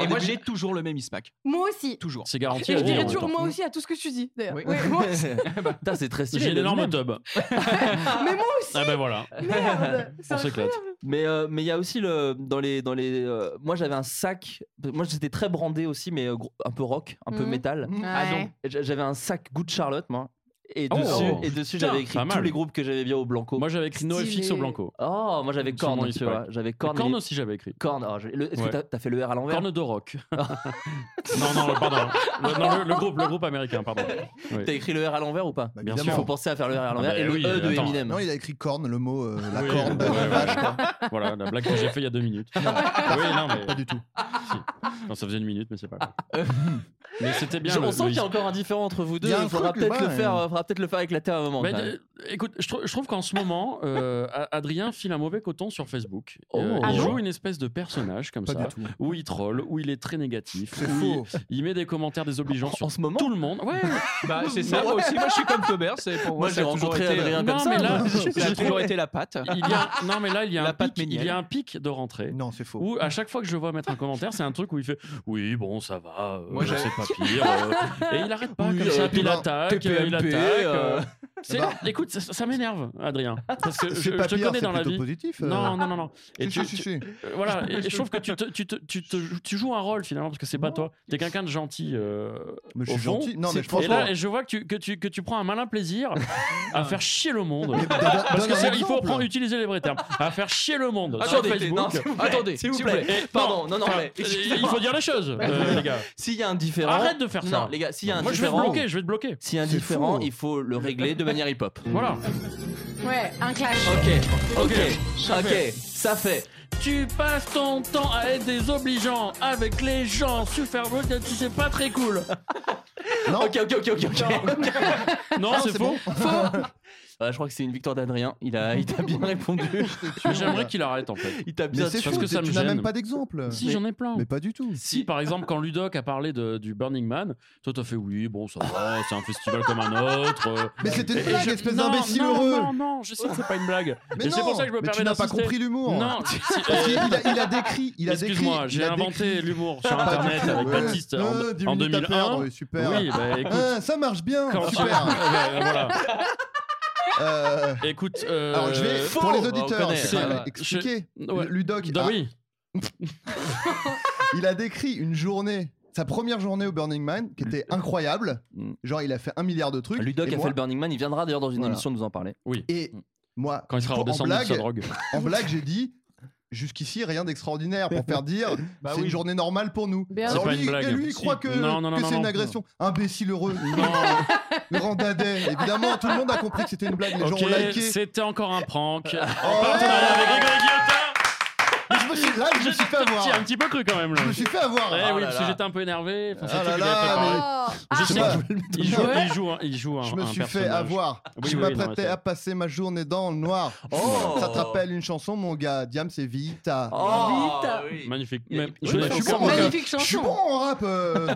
Et moi, j'ai toujours le même ISPAC.
Moi aussi.
Toujours.
C'est
Et
garanti. hein, à
je
vie, en
dirais
même
toujours
temps.
moi aussi à tout ce que tu dis, d'ailleurs.
Oui.
Ouais, moi aussi.
Eh ben,
Putain, c'est très stylé.
J'ai une
le
énorme
même.
tub.
Mais moi aussi,
Ah ben voilà.
merde C'est
On s'éclate.
incroyable.
Mais euh, mais il y a aussi le dans les dans les euh, moi j'avais un sac moi j'étais très brandé aussi mais euh, gros- un peu rock un peu
Mhm.
métal
Ah,
Ouais.
Et j'a- j'avais un sac Good Charlotte moi et
Oh,
dessus et dessus
putain,
j'avais écrit
pas mal.
tous les groupes que j'avais bien au Blanco
Moi, j'avais écrit NoFX
Stylé.
au Blanco.
oh moi j'avais
Sur mon
Corne tu
Eastpak.
vois j'avais Corne
Corne,
et-
aussi, j'avais écrit.
Corne alors, je- le- est-ce
Ouais.
que t'as- t'as fait le R à l'envers
Corne de rock. non, non, pardon. Le, non, le, le groupe, le groupe américain, pardon. Oui.
t'as écrit le R à l'envers ou pas
Bah,
Bien
il
sûr.
faut penser à faire le R à l'envers
bah
et le
oui,
E de
attends.
Eminem
Non, il a écrit corne, le mot, euh, la
Oui,
corne de
ouais,
la
ouais,
vache,
ouais.
quoi.
Voilà, la blague que j'ai fait il y a deux minutes. oui, non, mais
Pas du tout.
si. Non, ça faisait une minute, mais c'est pas grave. mais c'était bien.
Je-
le-
on sent
le-
qu'il y a encore un différent entre vous deux
Il y a un
faudra
truc hein.
peut-être le
là-bas,
faire
ouais.
euh, faudra peut-être le faire éclater à un moment
Mais
quand même.
de- Écoute, je, trou- je trouve qu'en ce moment, euh, A- Adrien file un mauvais coton sur Facebook.
Oh.
Euh,
Ah
il
bon
joue une espèce de personnage comme
Pas
ça,
du tout.
où il troll, où il est très négatif,
C'est
où il,
faux.
il met des commentaires désobligeants sur
en ce moment,
tout le monde. Ouais.
Bah, c'est ça, moi aussi. Moi, je suis comme Tobert. c'est- Pour moi,
moi
ça
j'ai
a toujours
rencontré
été, euh,
Adrien
Non,
comme ça.
mais là,
moi.
je-
Ça a
je-
toujours été la patte.
Il y a, non, mais là, il y a,
La
un
pâte
pic, il y a
Méniel.
un pic de rentrée.
Non, c'est faux.
Où à chaque fois que je vois mettre un commentaire, c'est un truc où il fait Oui, bon, ça va, euh,
Moi, j'ai-
c'est pas pire. euh. et il arrête pas
Oui,
comme
euh,
ça, puis il
Thomas,
attaque,
TPMP,
euh, il attaque. euh.
euh.
C'est-
Bah.
Écoute, ça, ça m'énerve, Adrien. Parce que je,
C'est pas
je te
pire,
connais
c'est
dans la
plutôt
vie.
positif. euh.
Non, non, non, non.
Si,
Et tu,
si,
tu-
si.
euh, voilà, et je trouve que tu, te- tu, te- tu, te- tu joues un rôle finalement, parce que c'est pas toi. T'es quelqu'un de gentil. euh,
Mais je
au
suis
fond.
gentil. Non, mais je
Et
pense
là,
pas.
et je vois que tu, que, tu, que tu prends un malin plaisir à faire chier le monde.
Mais donne-
Parce
donne
que
un
c'est- il faut
exemple.
prendre- utiliser les vrais termes. À faire chier le monde. sur
Attendez,
Facebook.
non, s'il vous plaît,
Attendez,
s'il vous
s'il vous
plaît.
plaît.
Pardon, non, non,
Enfin,
mais
euh, il faut dire les choses, euh, les gars.
s'il y a un différent,
Arrête de faire ça.
Non, les gars, s'il y a un
Moi, je vais te
différent,
bloquer, je vais te bloquer.
s'il y a un
C'est
différent,
faux.
il faut le régler de manière hip-hop.
Voilà.
Ouais, un clash.
Ok, ok, ok, ça fait.
Tu passes ton temps à être désobligeant avec les gens, super beau, tu sais pas très cool.
Non,
Ok, ok, ok, ok, ok.
Non, c'est faux.
Ah, je crois que c'est une victoire d'Adrien. Il a, il t'a bien répondu.
Mais J'aimerais qu'il arrête en fait.
Il t'a bien
mais c'est
parce
faux.
que ça
tu-
me
Tu n'as
gêne.
même pas d'exemple.
Si, j'en ai plein.
Mais pas du tout.
Si, par exemple, quand Ludoc a parlé de- du Burning Man, toi, t'as fait oui, bon, ça va, c'est un festival comme un autre. euh.
Mais c'était une
Et- et
blague,
je-
espèce
Non,
d'imbécile
non,
heureux.
Non, non, je sais que c'est pas une blague.
Mais
Et c'est
non,
pour ça que je me
mais
permets
tu n'as pas
d'insister.
compris l'humour.
Non, si- si-
Parce qu'il-
euh,
il, a, il a décrit. Il a décrit.
excuse-moi,
il
j'ai
a décrit-
inventé l'humour sur
Pas du
Internet
tout,
avec
ouais.
Baptiste en-
Euh, dix
en,
minutes à
2001.
perdre, Super.
Oui, bah écoute.
Hein, ça marche bien.
quand-
Super.
Ouais, voilà.
Euh,
Écoute. euh,
Alors, je vais, pour les
Bah, On
auditeurs,
connaît,
c'est-
ça va.
expliquer.
Je- ouais.
Ludoc,
Bah
a-
oui.
il a décrit une journée, sa première journée au Burning Man, qui était incroyable.
Mm.
Genre, il a fait un milliard de trucs.
Ludoc
et
a
moi-
fait le Burning Man. Il viendra d'ailleurs dans une
Voilà.
émission nous en parler.
Et moi,
Mm. Quand il sera
pour- en
redescendu de sa
blague,
drogue.
en blague, j'ai dit. Jusqu'ici, rien d'extraordinaire pour faire dire
Bah
c'est
oui.
une journée normale pour nous.
Bien.
C'est
Alors
pas
lui,
une blague.
et lui, il croit
Si.
que,
Non, non, non,
que
non,
c'est
non.
une agression. Imbécile heureux.
Non.
Grand dadais. Évidemment, tout le monde a compris que c'était une blague. Les gens ont
Ok,
liké.
c'était encore un prank. Eh
Oh,
En partenariat avec
ouais.
Grégory Guillotin.
Mais je me suis, là, je me suis fait avoir.
J'ai un petit peu cru quand même. Là.
Je me suis fait avoir.
Eh
là.
Oh
oui,
là
parce
là.
que j'étais un peu énervé. Enfin,
Ah
surtout
là
qu'il avait
là,
préparé.
Oh.
Je
Ah,
sais,
bah,
il joue,
Ouais.
il joue, un- il joue un.
Je me
un
suis fait
personnage.
avoir.
Oui,
je
oui, non, mais
m'apprêtais
c'est-
à passer ma journée dans le noir.
Oh.
Ça te rappelle une chanson, mon gars Diam, c'est Vita.
Oh, oui.
Magnifique.
Il-
Mais
il-
je
Oui,
n'ai
je suis
aucun-
bon, moi,
Magnifique
Je suis
chanson.
bon en rap. euh.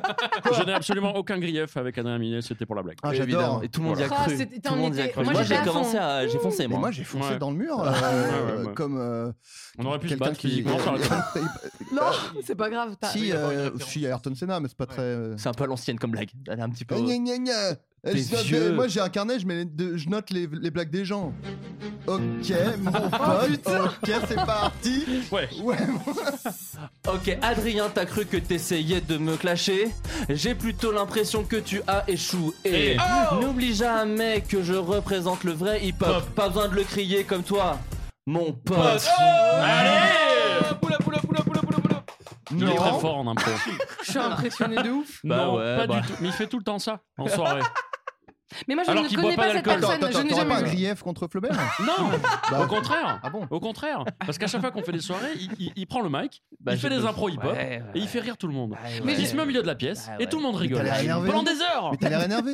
je n'ai absolument aucun grief avec Adrien Minet, c'était pour la blague.
Ah,
Évidemment.
j'adore.
Et tout le monde y a
Voilà.
cru.
Oh, c'était-
Tout le monde y a
t'en
cru.
étais-
Moi,
moi,
j'ai
j'étais à
commencé
fond.
à, j'ai foncé
Mais
moi.
moi, j'ai foncé
Ouais.
dans le mur.
Ouais, ouais, Bah,
euh,
ouais.
Comme. euh,
On aurait pu se
quelqu'un
battre
qui-
physiquement. ça aurait été-
Non, c'est pas grave. t'as-
Si,
y a pas une
euh,
référence.
si, il y a Ayrton Senna, mais c'est pas très. euh,
C'est un peu à l'ancienne comme blague. Elle est un petit peu.
Gna, gna, gna. Euh,
T'es
je-
vieux.
Moi j'ai un carnet, je, mets les deux- je note les, les blagues des gens. Ok, mon
Oh,
pote, ok, c'est parti.
Ouais.
Ok, Adrien, t'as cru que t'essayais de me clasher J'ai plutôt l'impression que tu as échoué.
Eh.
N'oublie jamais que je représente le vrai hip-hop. Pas besoin de le crier comme toi, mon pote.
Allez
Poula, poula, poula, poula, poula, poula.
Il est
Non.
très fort en impro.
Je suis impressionnée de ouf.
Bah
non,
ouais,
pas
bah.
du tout. Mais il fait tout le temps ça en soirée.
Mais moi, je
Alors
ne
qu'il boit
connais
pas
pas cette
d'alcool.
personne. je n'ai
t'auras pas un
jamais vu.
grief contre Flaubert
non,
Bah,
au contraire.
Ah bon
Au contraire, parce qu'à chaque fois qu'on fait des soirées, il, il- il prend le mic,
Bah,
il fait
j'ai
des
besoin-
impros hip-hop
Ouais, ouais.
et il fait rire tout le monde.
Ouais,
Mais
ouais.
il se met au milieu de la pièce
Ah ouais.
et tout le monde rigole
t'as l'air énervé.
pendant des heures.
Mais t'as l'air énervé.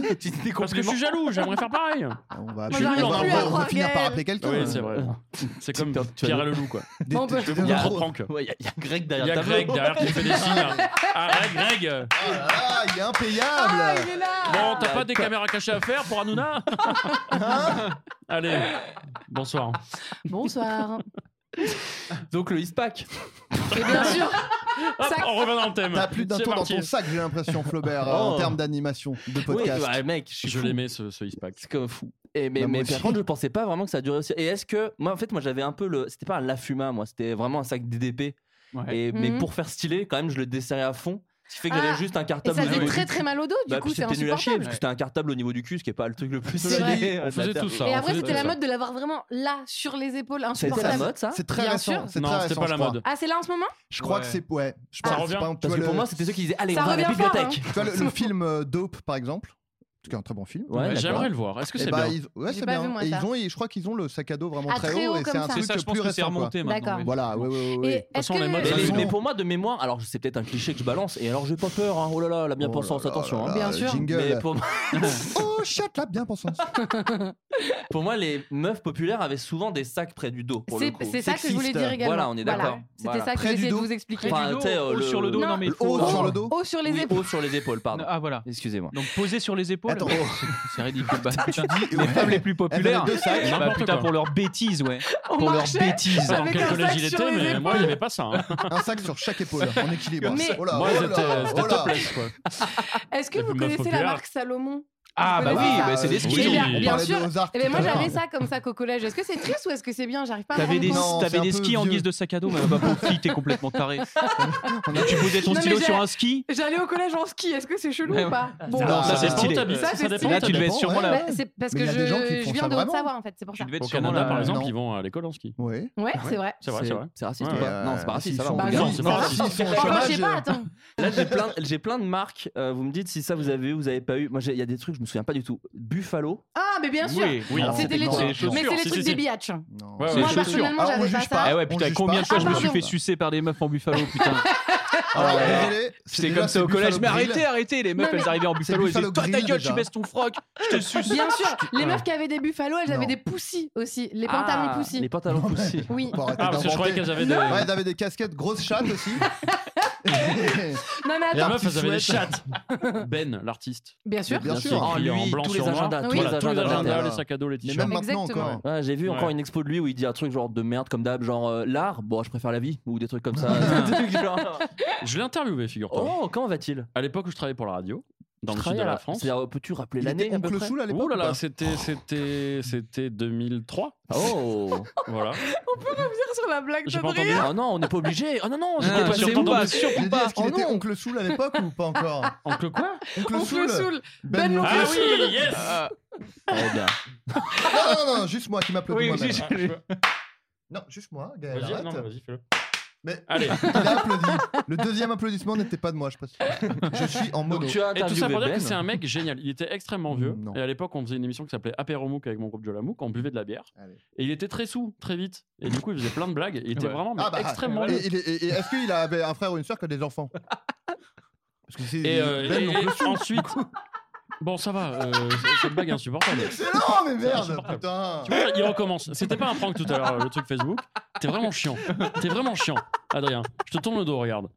Parce que je suis jaloux, j'aimerais faire pareil.
Ah, On va
Moi,
appeler-
j'arrive
on va-
plus
on
à
va- on va
croire
finir par
qu'elle-
appeler quelqu'un.
Oui, c'est vrai. C'est comme
TikTok, tu
Pierre
as-
et Leloup, quoi.
Des-
Bon, bah,
des-
Il y
des-
a trop de prank.
Ouais, y a- y a Greg
Il
derrière
y a
le tableau.
Greg derrière qui fait des signes. Arrête, Ah, Greg
Oh là là, il est
Ah,
impayable.
il est là.
Bon, t'as pas des caméras cachées à faire pour Hanouna
Hein
Allez, bonsoir.
Bonsoir.
Donc le Eastpack.
Et bien sûr.
Hop, on revient dans le thème.
T'as plus d'un
C'est
tour dans
parti.
ton sac, j'ai l'impression, Flaubert, euh,
Oh.
en termes d'animation de podcast.
Oui, ouais, mec, je suis
Je
fou.
l'aimais ce, ce pack
C'est comme fou. Et mais,
Bah, moi
mais
aussi.
par contre, je pensais pas vraiment que ça durait aussi. Et est-ce que moi, en fait, moi, j'avais un peu le. C'était pas un lafuma, moi. C'était vraiment un sac DDP.
Ouais.
Et mais
Mhm.
pour faire stylé, quand même, je le desserrais à fond. Ce qui fait que j'avais
Ah,
juste un
Et
cartable.
ça
au niveau
faisait
du
très
cul.
très mal au dos, du
Bah,
coup,
puis
c'est
c'était nul à chier parce
insupportable.
que c'était un cartable au niveau du cul, ce qui est pas le truc le plus
C'est vrai,
stylé. euh,
on faisait tout ça.
Et
on
après,
faisait
c'était
tout
la
ça.
mode de l'avoir vraiment là, sur les épaules,
C'était la
insupportable.
mode, ça
C'est très
Bien
récent.
sûr.
c'est
Non,
très
c'était
récent,
pas
je
la
crois.
mode.
Ah, c'est là en ce moment
Je crois
Ouais.
que c'est. Ouais. Je
Ça
crois que
revient.
c'est pas. tu
Parce
vois,
que pour
le-
moi, c'était ceux qui disaient Allez,
Ça
on va à la
revient hein. fort,
bibliothèque.
Tu vois, le, le film euh, Dope, par exemple, qui est un très bon film.
Ouais, d'accord.
J'aimerais le voir. Est-ce que
Eh
c'est
bah,
bien
ils- ouais,
J'ai
c'est
pas
bien.
vu, moi,
et
ça.
ils ont, et je crois qu'ils ont le sac à dos vraiment
Ah,
très,
très
haut,
haut
et c'est
comme ça.
un
C'est
truc
ça, je pense
plus
que c'est
récent. quoi.
remonté
D'accord.
maintenant. mais-
Voilà, oui, oui, oui.
Et est-ce
façon, les modes,
Mais,
ça
mais-
Absolument.
mais pour moi, de mémoire, alors c'est peut-être un cliché que je balance, et alors j'ai pas peur, hein. oh là
euh,
là, la bien-pensance, attention. hein.
Bien sûr.
Jingle.
Mais pour moi,
Oh, chat, la bien pensance.
Pour moi, les meufs populaires avaient souvent des sacs près du dos. pour le
C'est
coup.
c'est ça que je voulais
Sexiste.
dire également.
Voilà, on est d'accord.
C'était
Voilà.
ça que
Près du
j'essayais de
dos.
vous expliquer.
Près du
Enfin,
dos,
tu sais, euh,
haut
le-
sur le dos,
non,
non,
mais il
Le
faut-
haut sur le dos
Haut sur les
Oui,
épaules.
haut sur les épaules, pardon.
Ah voilà.
Excusez-moi.
Donc posé sur les épaules.
Attends.
C'est ridicule. Bah, putain,
dis-
les femmes les plus populaires.
deux sacs,
Bah,
n'importe
putain
quoi.
pour leurs bêtises, ouais.
On
pour leurs
marchait
bêtises.
Dans
Avec
quel
un
collège
sac
il
sur
était,
les
mais
épaules.
moi, il n'y avait pas ça. hein.
Un sac sur chaque épaule, en équilibre.
Mais-
Oh là,
Moi,
oh là,
euh,
c'était
oh
c'était
là.
topless, quoi.
Est-ce que
Les
vous
meufs
connaissez la
populaires.
marque Salomon
Ah bah
Vous
oui,
connaissez
bah, c'est des
ça,
Eh
Oui.
skis.
bien,
On
On
bien
parlait
sûr.
de Ozark
Eh bien,
tout
moi
à l'heure.
j'avais ça comme sac au collège. Est-ce que c'est triste ou est-ce que c'est bien J'arrive pas à me
T'avais
rendre
des,
compte.
Non,
t'avais
c'est un
des
peu
skis en
vieux.
guise de sac à dos, mais bah, pour fille, t'es complètement taré. tu posais ton
Non, mais
stylo
j'ai-
sur un ski.
J'allais au collège en ski. Est-ce que c'est chelou
Ouais.
ou pas Bon,
Non,
Ah,
ça, c'est
ça
stylé.
dépend,
Ça,
ça
c'est
dépend,
stylé.
Là, tu
ça
devais être
dépend.
sûrement
bah,
là.
c'est parce
Mais
que
il y a des gens qui
je,
font
je viens
ça
de
vraiment.
Haute-Savoie en fait, c'est pour ça.
Tu devais être
Au
sûrement
Canada,
là.
par
euh,
exemple,
non.
ils vont à l'école en ski.
Ouais.
Ouais, c'est vrai.
C'est vrai, c'est vrai.
C'est raciste
Ouais,
ou pas
ouais.
Non, c'est pas
S'ils
raciste, ça
sont
va.
en
Bah,
Non,
non,
c'est
ça
pas
va.
raciste. Ils sont au
Enfin, je
chômage,
sais pas,
euh,
attends.
Là, j'ai plein, j'ai plein de marques. euh, vous me dites si ça vous avez eu, vous avez pas eu. Moi, j'ai- il y a des trucs, je me souviens pas du tout. Buffalo.
Ah, mais bien sûr.
Oui, oui.
Alors,
C'était les
non,
trucs.
non,
c'est les
Mais c'est les
Si,
trucs
si,
des
si.
biatchs.
Non.
Ouais, ouais.
Moi,
C'est les chaussures.
personnellement,
Alors, on
j'avais pas
juge pas.
Ah
Eh
ça.
ouais,
On
putain,
juge
combien
pas.
de fois
Ah,
je me suis
pardon.
fait sucer par des meufs en Buffalo, putain.
Alors,
Ah ouais.
désolé,
C'était
déjà,
comme ça
c'est
au collège. Mais
Buffalo Grill.
arrêtez, arrêtez, les meufs,
Non, mais-
elles arrivaient en Buffalo, elles
Buffalo
disaient Toi, ta
Grill,
gueule, tu
déjà.
baisses ton froc, je te suce.
Bien sûr, les
Ouais.
meufs qui avaient des buffalo, elles avaient
Non.
des poussis aussi, les
Ah,
pantalons poussis.
Les pantalons poussis.
Oui.
Faut arrêter
Ah, parce que je croyais
d'inventer.
qu'elles avaient
Ouais,
des.
elles avaient des casquettes grosses chattes aussi.
Non mais
Les
attends,
meufs, elles avaient des chattes.
Ben, l'artiste.
bien sûr.
Bien
Merci,
sûr.
écrit
Ah,
en
lui,
blanc
tous
sur
les
noir.
agendas,
Oui.
Tous les
Voilà,
agendas,
tous les
les
agendas.
sacs à dos, les
Mais
t-shirts.
même maintenant
Exactement.
encore.
Ouais, j'ai vu encore
Ouais.
une expo de lui où il dit un truc genre de merde comme d'hab, genre euh, l'art, bon, je préfère la vie, ou des trucs comme ça. Des trucs genre,
Je l'ai interviewé, figure-toi.
oh, comment va-t-il
À l'époque où je travaillais pour la radio, dans le
Je
sud de
travaille à
la France.
C'est-à-dire, peux-tu rappeler
Il
l'année
était
à peu
oncle
près
Choul à l'époque.
Oh là
ou
là,
pas
c'était c'était c'était 2003.
Oh
Voilà.
sur la blague
J'ai pas
d'Adrien.
entendu.
Oh non, on n'est pas obligé Oh non, non, on
Ah,
était pas
surtout
obligé.
Bah,
pas, surtout
J'ai dit,
pas.
est-ce qu'il était oncle Soul à l'époque ou pas encore
Oh Oncle quoi
Oncle
Oncle
Soul
Soul. Ben l'oncle
Ah
Soul.
oui, yes
Ah,
Eh bien.
Non, non, non, juste moi qui m'applaudis
Oui,
moi-même.
oui,
Ah, je veux-
Non, juste moi, Gaël.
Vas-y,
arrête.
non, mais vas-y, fais-le.
Mais
Allez.
il a applaudi. Le deuxième applaudissement n'était pas de moi, je pense. Je suis en mono.
Donc tu as
Et tout ça
interviewé
pour dire
Ben.
que c'est un mec génial. Il était extrêmement vieux.
Mm, non.
Et à l'époque, on faisait une émission qui s'appelait Apéro Mouk avec mon groupe Jolamouk. On buvait de la bière.
Allez.
Et il était très sous, très vite. Et du coup, il faisait plein de blagues. Il était
Ouais.
vraiment mais
Ah bah,
extrêmement
Et,
vieux.
il est- et- et est-ce qu'il avait un frère ou une soeur qui a des enfants Parce que c'est.
Et, euh,
Ben,
et-
donc,
et ensuite. Bon, ça va. euh, cette blague est insupportable.
Excellent, mais merde,
insupportable.
Ah.
putain.
Tu vois, il recommence. C'était pas un prank tout à l'heure, le truc Facebook. T'es vraiment chiant. T'es vraiment chiant, Adrien. Je te tourne le dos, regarde.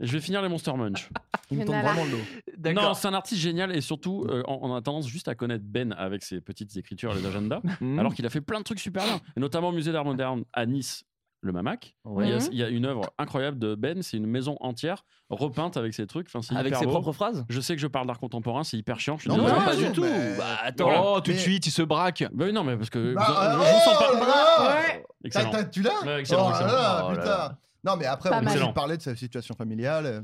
Je vais finir les Monster Munch.
Il me tombe
Nala.
vraiment le dos.
Non, c'est un artiste génial et surtout, euh, on on a tendance juste à connaître Ben avec ses petites écritures et les agendas,
Mhm.
alors qu'il a fait plein de trucs super bien, et notamment au musée d'art moderne à Nice, le Mamac.
Ouais.
Il, y a,
Mhm.
il y a une œuvre incroyable de Ben, c'est une maison entière repeinte avec ses trucs. Enfin, c'est
Avec
hyper
ses
beau.
propres phrases
Je sais que je parle d'art contemporain, c'est hyper chiant. Je suis
Non,
désolé.
mais-
Mmh. pas
non,
du tout
mais-
Bah attends
Oh, tout de
Mais-
suite, il se braque.
Bah oui, non, mais parce que.
Bah,
vous-
euh,
vous- vous en
oh
parlez-
là là
Ouais.
Excellent.
T'as- t'as- Tu l'as
Ouais, excellent,
Oh là
excellent.
là,
Oh là
putain.
là.
Non, mais après,
Pas
on
mal.
peut
Excellent.
parler de sa situation familiale. euh,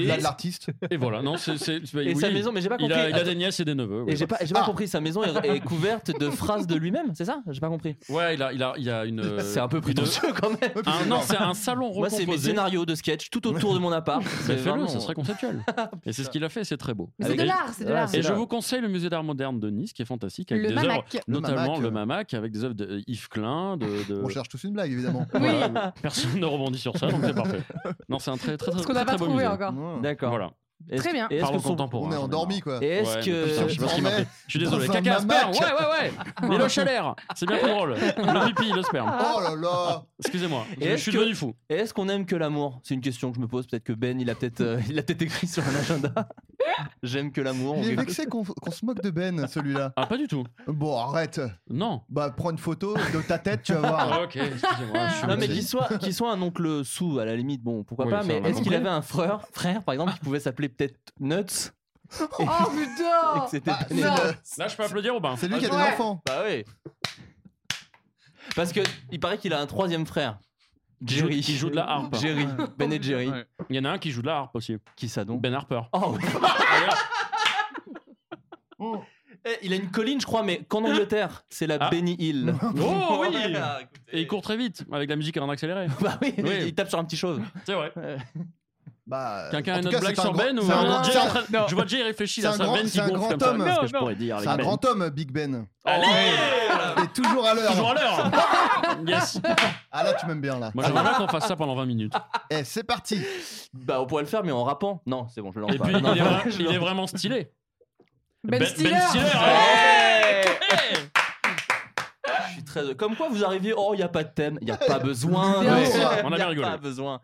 Au-delà
Et-
de l'artiste.
Et voilà, non, c'est. c'est- bah,
Et
oui,
sa maison, mais j'ai pas
Il
compris.
a, il a
Attends,
des nièces et des neveux. oui,
Et j'ai pas,
voilà.
j'ai pas
Ah.
compris, sa maison est, est couverte de phrases de lui-même, c'est ça J'ai pas compris.
Ouais, il a, il a, il a une. euh,
c'est un peu
une-
prétentieux quand même.
Ouais, puis
un-
c'est
Ah, non,
énorme.
c'est un salon
Moi, c'est mes
recomposé.
scénarios de sketch tout autour de mon appart.
Bah,
C'est
Fais-le,
vraiment- Ah,
ça serait conceptuel. et c'est ce qu'il a fait, c'est très beau.
Mais c'est
Et-
de l'art, c'est de
Ouais,
l'art.
c'est
Et je
là.
vous conseille le musée d'art moderne de Nice, qui est fantastique, avec
Le
des œuvres,
mamac.
Le
notamment
Mamac,
le
euh.
Mamac, avec des œuvres de euh, Yves Klein. De, de-
Euh.
On cherche tous une blague, évidemment.
Oui.
Voilà, personne ne rebondit sur ça, donc c'est parfait. Non, c'est un très très très,
Parce qu'on
très,
n'a pas
très beau
trouvé
musée.
encore.
Ouais.
D'accord.
Voilà.
Est-ce-
Très bien.
et Est-ce
Parlons
que son-
contemporain.
On est
j'en ai
endormi, quoi.
et
Ouais,
est-ce
mais putain,
que.
je sais pas ce qu'il
mais-
m'a fait. Je suis désolé.
Dans un
Caca, sperme, ouais,
hamac.
ouais, ouais. Mais le chalère, c'est bien plus drôle. Le pipi, le sperme.
Oh là là
Excusez-moi,
Et
je
est-ce
suis
que-
devenu fou.
Et Est-ce qu'on aime que l'amour C'est une question que je me pose. Peut-être que Ben, il a peut-être euh, il a peut-être écrit sur un agenda. J'aime que l'amour.
Il est
ou quelque-
vexé qu'on qu'on se moque de Ben, celui-là.
Ah, pas du tout.
Bon, arrête.
Non.
Bah, prends une photo de ta tête, tu vas voir.
Ok, excusez-moi. je suis
Non mais
désolé.
qu'il soit, qu'il soit un oncle Euh, sous à la limite, bon pourquoi
Oui,
pas,
ça,
mais
on a
est-ce qu'il
compris.
avait un frère, frère par exemple qui pouvait s'appeler peut-être Nuts
Oh
et que
putain
c'était
Ah,
pas
c'est
né-
le-
Là, je peux applaudir ou pas
c'est lui qui a des
Bah, Ouais.
enfants.
Bah oui. Parce que il paraît qu'il a un troisième frère.
Qui joue-
Jerry. Euh,
qui joue de la harpe.
Jerry. Ben et Jerry.
Ouais.
Il y en a un qui joue de la harpe aussi.
Qui ça donc
Ben Harper.
Oh oui. Eh, Il a une colline je crois, mais qu'en Angleterre, c'est la
Ah.
Benny Hill.
Oh oui
Ouais, bah, écoutez.
Et il court très vite avec la musique en accéléré.
Bah oui,
Oui.
il tape sur un petit chose.
C'est vrai.
Bah,
Quelqu'un
en
a une
tout
autre
cas,
blague
c'est un
sur
grand-
Ben ou
c'est un grand-
Jay
c'est
est
un-
en train-
non.
Je vois Jay réfléchit
c'est
là,
un
sa
grand-
veine qui
c'est un
gonfle
grand
comme ça.
homme.
Qu'est-ce que je
Non,
pourrais dire
C'est
avec
un
Ben
grand homme, Big Ben.
Allez
Et toujours à
Toujours
l'heure.
à l'heure Yes
Ah là, tu m'aimes bien, là.
Moi, j'aimerais bien qu'on fasse ça pendant 20 minutes.
Eh, c'est parti.
Bah on pourrait le faire mais en rappant. Non, c'est bon, je le lance
Et
pas.
puis,
Non,
il est,
non,
vra-
je
il
le-
est vraiment stylé.
Ben Stiller
Ben Stiller,
Ouais.
ouais.
eh.
13. euh, Comme quoi, vous arriviez, oh, il n'y a pas de thème, il n'y a pas besoin.
Bien
Ouais.
sûr.
On a
Y
bien
a
rigolé.
pas besoin.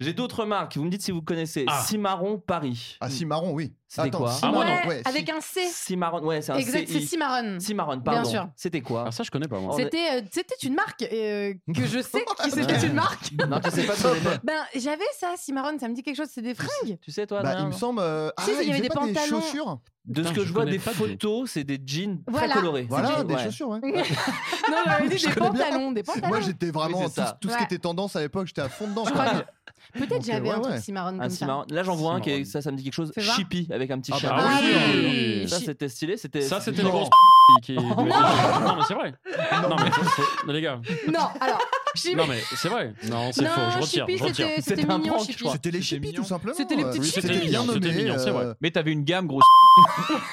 J'ai d'autres marques, vous me dites si vous connaissez.
Ah.
Cimarron Paris.
Ah, Cimarron, oui.
C'était
Attends,
quoi
Cimarron,
Ah, ouais,
ouais,
avec
Ci-
un C.
Cimarron, ouais, c'est un
Exact, c'est
CI.
Cimarron.
Cimarron, pardon.
sûr.
C'était quoi
Ah, ça, je connais pas, moi.
Oh,
C'était euh, c'était une marque euh, que je sais qui c'était
Ouais.
une marque.
Non, tu sais pas toi, Léna
Ben j'avais ça, Cimarron, ça me dit quelque chose, c'est des fringues.
Tu sais, toi,
Bah,
Léna
il me semble. euh,
Si, il
ah,
y
ils
avait
faisaient
des
pas des
pantalons.
chaussures.
De ce
Putain,
que
je
je vois
connais
des
pas du tout.
photos, c'est des jeans
Voilà.
très colorés.
Voilà, des
ouais.
chaussures, ouais.
Non, j'avais dit des
connais bien.
pantalons, des pantalons.
Moi, j'étais vraiment.
Oui,
tout
c'est ça.
tout ce qui
Ouais.
était tendance à l'époque, j'étais à fond dedans.
Je
quoi.
crois Peut-être
Donc,
j'avais
euh,
un
ouais,
truc
ouais.
Cimarron
Un
comme ça.
Cimarron. Là, j'en vois un qui est,
Ah, Cimarron.
ça, ça me dit quelque chose.
Fais voir.
Chippy avec un petit
Ah,
chat.
bah
Ah
oui.
oui.
Ça, c'était stylé. C'était.
Ça, c'était
Non.
les grosses qui. Non, mais c'est vrai. Non, mais c'est- les gars.
Non, alors Chippy.
Non, mais c'est vrai. Non, c'est
Non,
faux. Je retire.
Chippy,
Je retire.
c'était- c'était
C'était un
mignon,
prank, je
Chippy.
crois.
C'était les
C'était
chippies,
mignon.
tout simplement.
C'était les petites
Oui,
chippies.
C'était
C'était
bien
mignon, c'était
nommé.
mignon, c'est vrai.
euh,
Mais t'avais une gamme grosse.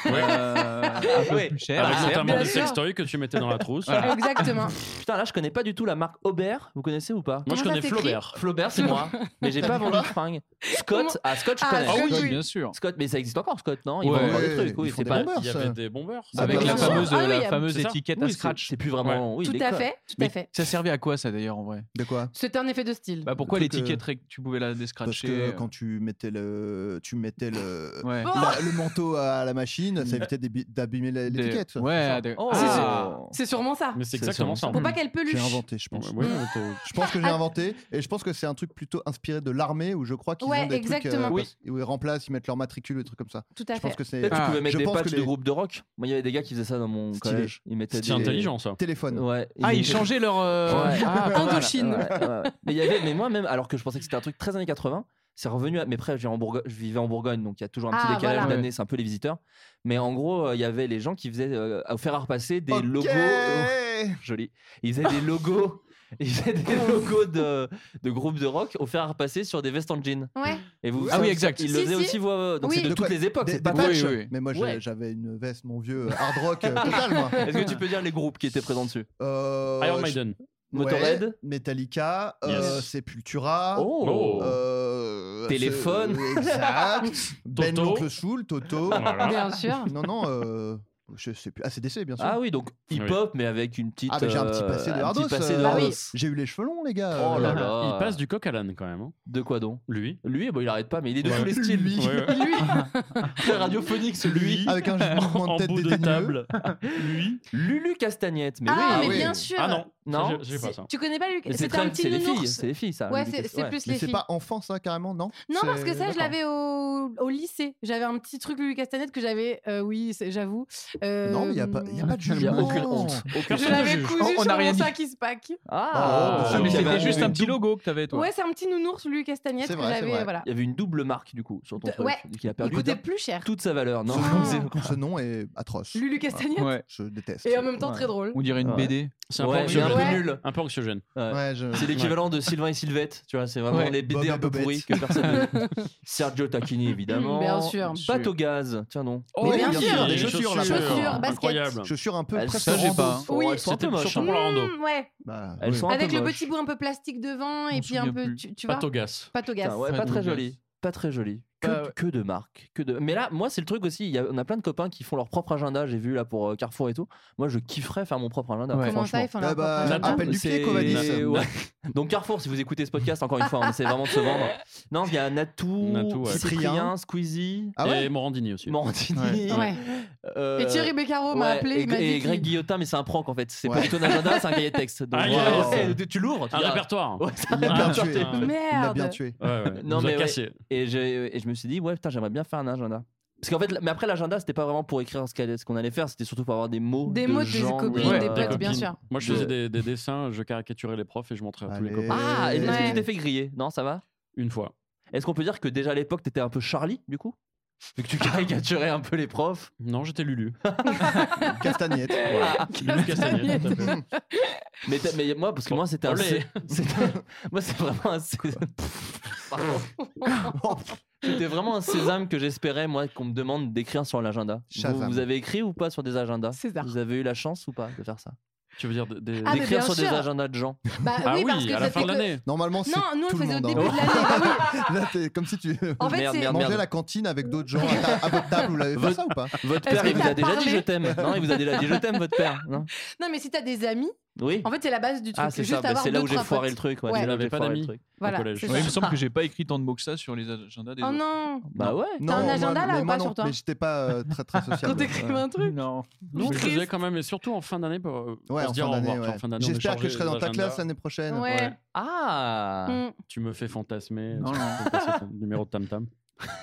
Ouais.
euh, un peu
Ouais.
plus chère.
Avec
Ah,
notamment
bien
des
sûr.
sextoys que tu mettais dans la trousse.
Voilà.
Exactement.
Putain, là, je connais pas du tout la marque Aubert. Vous connaissez ou pas
Moi, je
Comment ça
connais
s'écrit
Flaubert.
Flaubert, c'est moi. Mais j'ai pas vendu de fringues.
Comment-
Scott, ah, Scott, je
Ah,
connais.
Scott.
Ah
oui.
oui, bien sûr.
Scott, mais ça existe encore, Scott, non Ils
Ouais.
vendent encore des
Ouais,
trucs. Oui,
ils font
c'est
des
pas.
bombers.
Il y avait des bombers.
Ah,
Avec
bah,
la
bien sûr.
fameuse,
Ah oui,
la
il y a-
fameuse
c'est ça.
étiquette à
Oui, c'est
scratch.
c'est plus vraiment. Oui,
Tout
les
à
codes.
fait, tout
Mais
à fait.
ça servait à quoi ça d'ailleurs en vrai
De quoi
C'était un effet de style.
Bah pourquoi
Le truc,
l'étiquette ré- tu pouvais la euh
Parce
descratcher
que quand tu mettais le, tu mettais le,
Ouais.
Bon.
la- le manteau à la machine, ça évitait d'ébi- d'abîmer la-
Des-
l'étiquette. ça.
Ouais, des-
Oh.
Ah.
C'est sûrement ça.
Mais c'est
C'est
exactement
ça.
ça.
Pour pas qu'elle peluche. Ah.
J'ai inventé, je pense.
Ouais, mais t'as-
Je pense que j'ai inventé, et je pense que c'est un truc plutôt inspiré de l'armée où je crois qu'ils
Ouais,
ont des trucs
exactement.
euh,
Oui.
parce- où ils remplacent, ils mettent leur matricule, et des trucs comme ça.
Tout à
Je
fait.
pense que c'est
Peut-être tu
Ah,
pouvais
je
mettre des
pense
patchs
que
de
les-
groupe de rock. Moi, il y avait des gars qui faiient ça dans mon
Stylé.
collège. Ils mettaient
C'est
des-
intelligent, ça.
téléphone.
Ouais.
Ah, ils
mettaient-
changeaient leur. euh,
Ouais.
Ah, pas mal.
Indochine.
Ouais, ouais, ouais. Mais il y avait, mais moi même, alors que je pensais que c'était un truc très années 80, c'est revenu. À, mais après, j'ai en Bourgogne- je vivais en Bourgogne, donc il y a toujours un petit
Ah,
décalage
voilà.
d'année. C'est un peu les visiteurs. Mais en gros, euh, il y avait les gens qui faisaient euh, au fer à repasser des
Ok.
logos. joli. Ils faisaient des logos. Ils faisaient des logos de, de groupes de rock au fer à repasser sur des vestes en jean.
Ouais.
Et vous,
Ah oui,
ça-
exact.
Ils le
Si,
faisaient
si.
aussi. voix- donc
Oui.
c'est de,
De
toutes
quoi-
les époques.
Des,
C'est
des
pas
patchs.
patchs.
Oui, oui.
Mais moi j'ai-
Ouais.
j'avais une veste, mon vieux, euh, hard rock euh, total moi.
Est-ce que tu peux dire les groupes qui étaient présents dessus
Euh,
Iron
je-
Maiden.
Motorhead
ouais, Metallica, euh,
Yes.
Sepultura.
Oh.
euh,
Téléphone.
c'est- Exact. ben
Toto.
l'oncle Soul, Toto.
Voilà.
Bien sûr.
Non, non, euh, je sais plus. ACDC, bien sûr.
Ah oui, donc
Oui.
hip-hop, mais avec une petite.
Ah, mais j'ai un petit passé de
euh, un
hardos,
petit passé de
euh,
Bah oui.
hardos.
J'ai eu les cheveux longs, les gars.
Oh là
Euh,
là.
Il passe du coq à l'âne, quand même. hein.
De quoi donc
Lui.
Lui, bon, il arrête pas, mais il est de
Ouais.
tous les styles.
Ouais, ouais.
Lui,
Très radiophonique, celui.
Avec un mouvement
En
de tête
bout de
dédaigneux.
table. Lui.
Lulu Castagnette, mais
ah,
oui.
mais
oui.
bien sûr.
Ah non.
Non.
Ça, j'ai- J'ai pas
C'est-
ça.
Tu connais pas Luc
Mais
C'était
très-
un petit
c'est les filles,
nounours.
c'est les filles, ça.
Ouais,
Lulu
c'est
Cast-
c'est
ouais.
plus
Mais
les
c'est
filles.
pas enfant, ça, carrément, non
Non, parce que ça, je
d'accord.
l'avais au, au lycée. J'avais un petit truc Louis Castanette que j'avais, euh, oui, c'est- j'avoue. euh,
Non, mais il n'y a, pas- y a pas de
Il n'y
jugement.
a aucune honte. Aucune
Je
Personne ne
l'avais
juge.
cousu
On- on
sur
n'a rien
mon
dit.
sac pack.
Ah,
Oh.
ça,
Mais
mais
Il y
c'était
c'était
avait
juste
une
un petit
double-
logo que t'avais toi.
Ouais, c'est un petit nounours Louis Castanette
C'est
que
vrai, c'est
j'avais,
vrai.
voilà.
Il y avait une double marque du coup sur ton
De-
truc.
ouais.
Qui a
Il
perdu
coûtait plus cher.
toute sa valeur. Non,
Ce
c'est-
nom, ce nom est atroce.
Lulu Castagnette.
Ouais.
Je déteste.
Et en même temps,
Ouais.
très drôle.
On dirait une
Ouais.
BD.
C'est un peu
Ouais, mais un
anxiogène.
peu
Ouais.
nul.
Un peu anxiogène.
Ouais, je-
C'est l'équivalent de Sylvain et Sylvette, tu vois, c'est vraiment
Ouais.
les BD
Bob
un
et
peu
Bobette.
pourris que personne ne- Sergio Tacchini, évidemment.
Mm, bien sûr.
Pat au gaz, tiens non.
Mais bien
bien
sûr.
sûr,
Des
des chaussures, là.
Chaussures, baskets.
Incroyable.
Chaussures un peu
Elles
presque
Ça, j'ai
rando.
pas, hein.
Oh,
Oui.
elles sont un peu
C'était
moches.
pour la rando.
Mm, ouais.
Bah,
Elles
oui.
sont un peu
Avec le
moches.
petit bout un peu plastique devant
Je
et
m'en
puis un
souviens
peu,
plus.
tu, tu vois,
Pas au gaz.
pas
Putain, ouais,
Pas
pas
de
très
rougasse.
joli. Pas très joli. Que,
Bah ouais.
que de marques. Que de... Mais là, moi, c'est le truc aussi. il y a- on a plein de copains qui font leur propre agenda. J'ai vu là pour euh, Carrefour et tout. Moi, je kifferais faire mon propre agenda.
Ouais.
Comment
franchement.
ça, ils font
Ah
leur
bah,
propre
Nathan,
agenda.
appelle du pied,
C'est-
Covadis.
ouais. Donc Carrefour, si vous écoutez ce podcast, encore une fois, on essaie vraiment de se vendre. Non, il y a Natou,
Natou, ouais.
hein,
Cyprien, Squeezie,
Ah ouais
Et Morandini aussi.
Morandini.
Ouais.
euh,
Et Thierry Beccaro m'a
ouais,
appelé,
et,
il
et
m'a dit
Greg
qu'il-
Guillotin, mais c'est un prank en fait. C'est
Ouais.
pas du tout un agenda, c'est un cahier de texte. Donc,
Ah,
ouais,
yes.
Eh,
ouais, tu l'ouvres. tu
Un
diras-
répertoire.
Ouais, c'est un
Il l'a
répertoire.
tué.
Ah,
hein.
Putain.
Il l'a
Merde.
bien tué.
Ouais, ouais.
Non,
Vous
mais
a
ouais.
cassé.
Et, j'ai- et je me suis dit, ouais, putain, j'aimerais bien faire un agenda. Parce qu'en fait, mais après l'agenda, c'était pas vraiment pour écrire ce qu'allait- ce qu'on allait faire, c'était surtout pour avoir des mots.
Des
de
mots de tes
gens, euh,
copines, des
Ouais, des
potes, bien
copines.
sûr.
Moi, je faisais des, des dessins, je caricaturais les profs et je montrais à tous les
Allez.
copains.
Ah, est-ce que
Ouais.
tu t'es fait griller Non, ça va
Une fois.
Est-ce qu'on peut dire que déjà à l'époque, t'étais un peu Charlie, du coup Vu que tu caricaturais un peu les profs.
Non, j'étais Lulu.
Castagnette.
Lulu Castagnette. tout à fait.
Mais, t'as- mais moi, parce que moi, c'était un.
Olé.
C- c'était- Moi, c'est vraiment un. C- Pardon. C'était vraiment un sésame que j'espérais, moi, qu'on me demande d'écrire sur l'agenda. Vous,
Shazam.
vous avez écrit ou pas sur des agendas
César.
Vous avez eu la chance ou pas de faire ça
Tu veux dire des- des.
Ah, mais
D'écrire
bien
sur des
sûr.
agendas de gens.
Bah
Ah
oui,
oui,
parce que
à la fin
c'était
de
que-
l'année.
Normalement, c'est.
Non, nous on
tout
le faisait au
monde,
début
hein.
de l'année. Bah oui.
Là, t'es comme si tu
En fait,
Merde,
c'est
merde,
mangeais
merde.
à la cantine avec d'autres gens à, ta- à votre table. Vous l'avez fait
Votre-
ça ou pas
Votre
Est-ce
père,
que
il vous
t'as
a déjà dit
parlé
je t'aime. Non, il vous a déjà dit je t'aime, votre père. Non
Non, mais si t'as des amis,
Oui.
En fait, c'est la base du truc.
Ah, c'est
juste
ça, bah,
avoir
c'est là
deux,
où j'ai
trois
foiré
potes.
le truc. ouais,
Ouais.
c'est là où
J'avais
j'ai
pas
foiré le
d'amis.
truc.
Voilà,
collège.
c'est
Ouais, il euh, me
ça.
semble que j'ai pas écrit tant de mots que ça sur les agendas des
Oh
autres.
non
Bah ouais.
Non,
un
moi-
agenda, là,
mais
ou
moi
pas
non,
sur toi
Mais j'étais pas euh, très très sociable.
Quand t'écrivais
Ouais.
un truc
Non.
Nous, on le
Triste.
faisait quand même, et surtout en fin d'année pour, euh, pour
Ouais,
se
en
dire
fin
au
d'année.
revoir.
ouais.
Genre, en fin d'année, on a
J'espère que
changé
je serai dans ta
d'agenda.
classe l'année prochaine.
Ouais.
Ah
Mm.
Tu me fais fantasmer.
Non,
tu
non.
me fais passer ton numéro de tam-tam.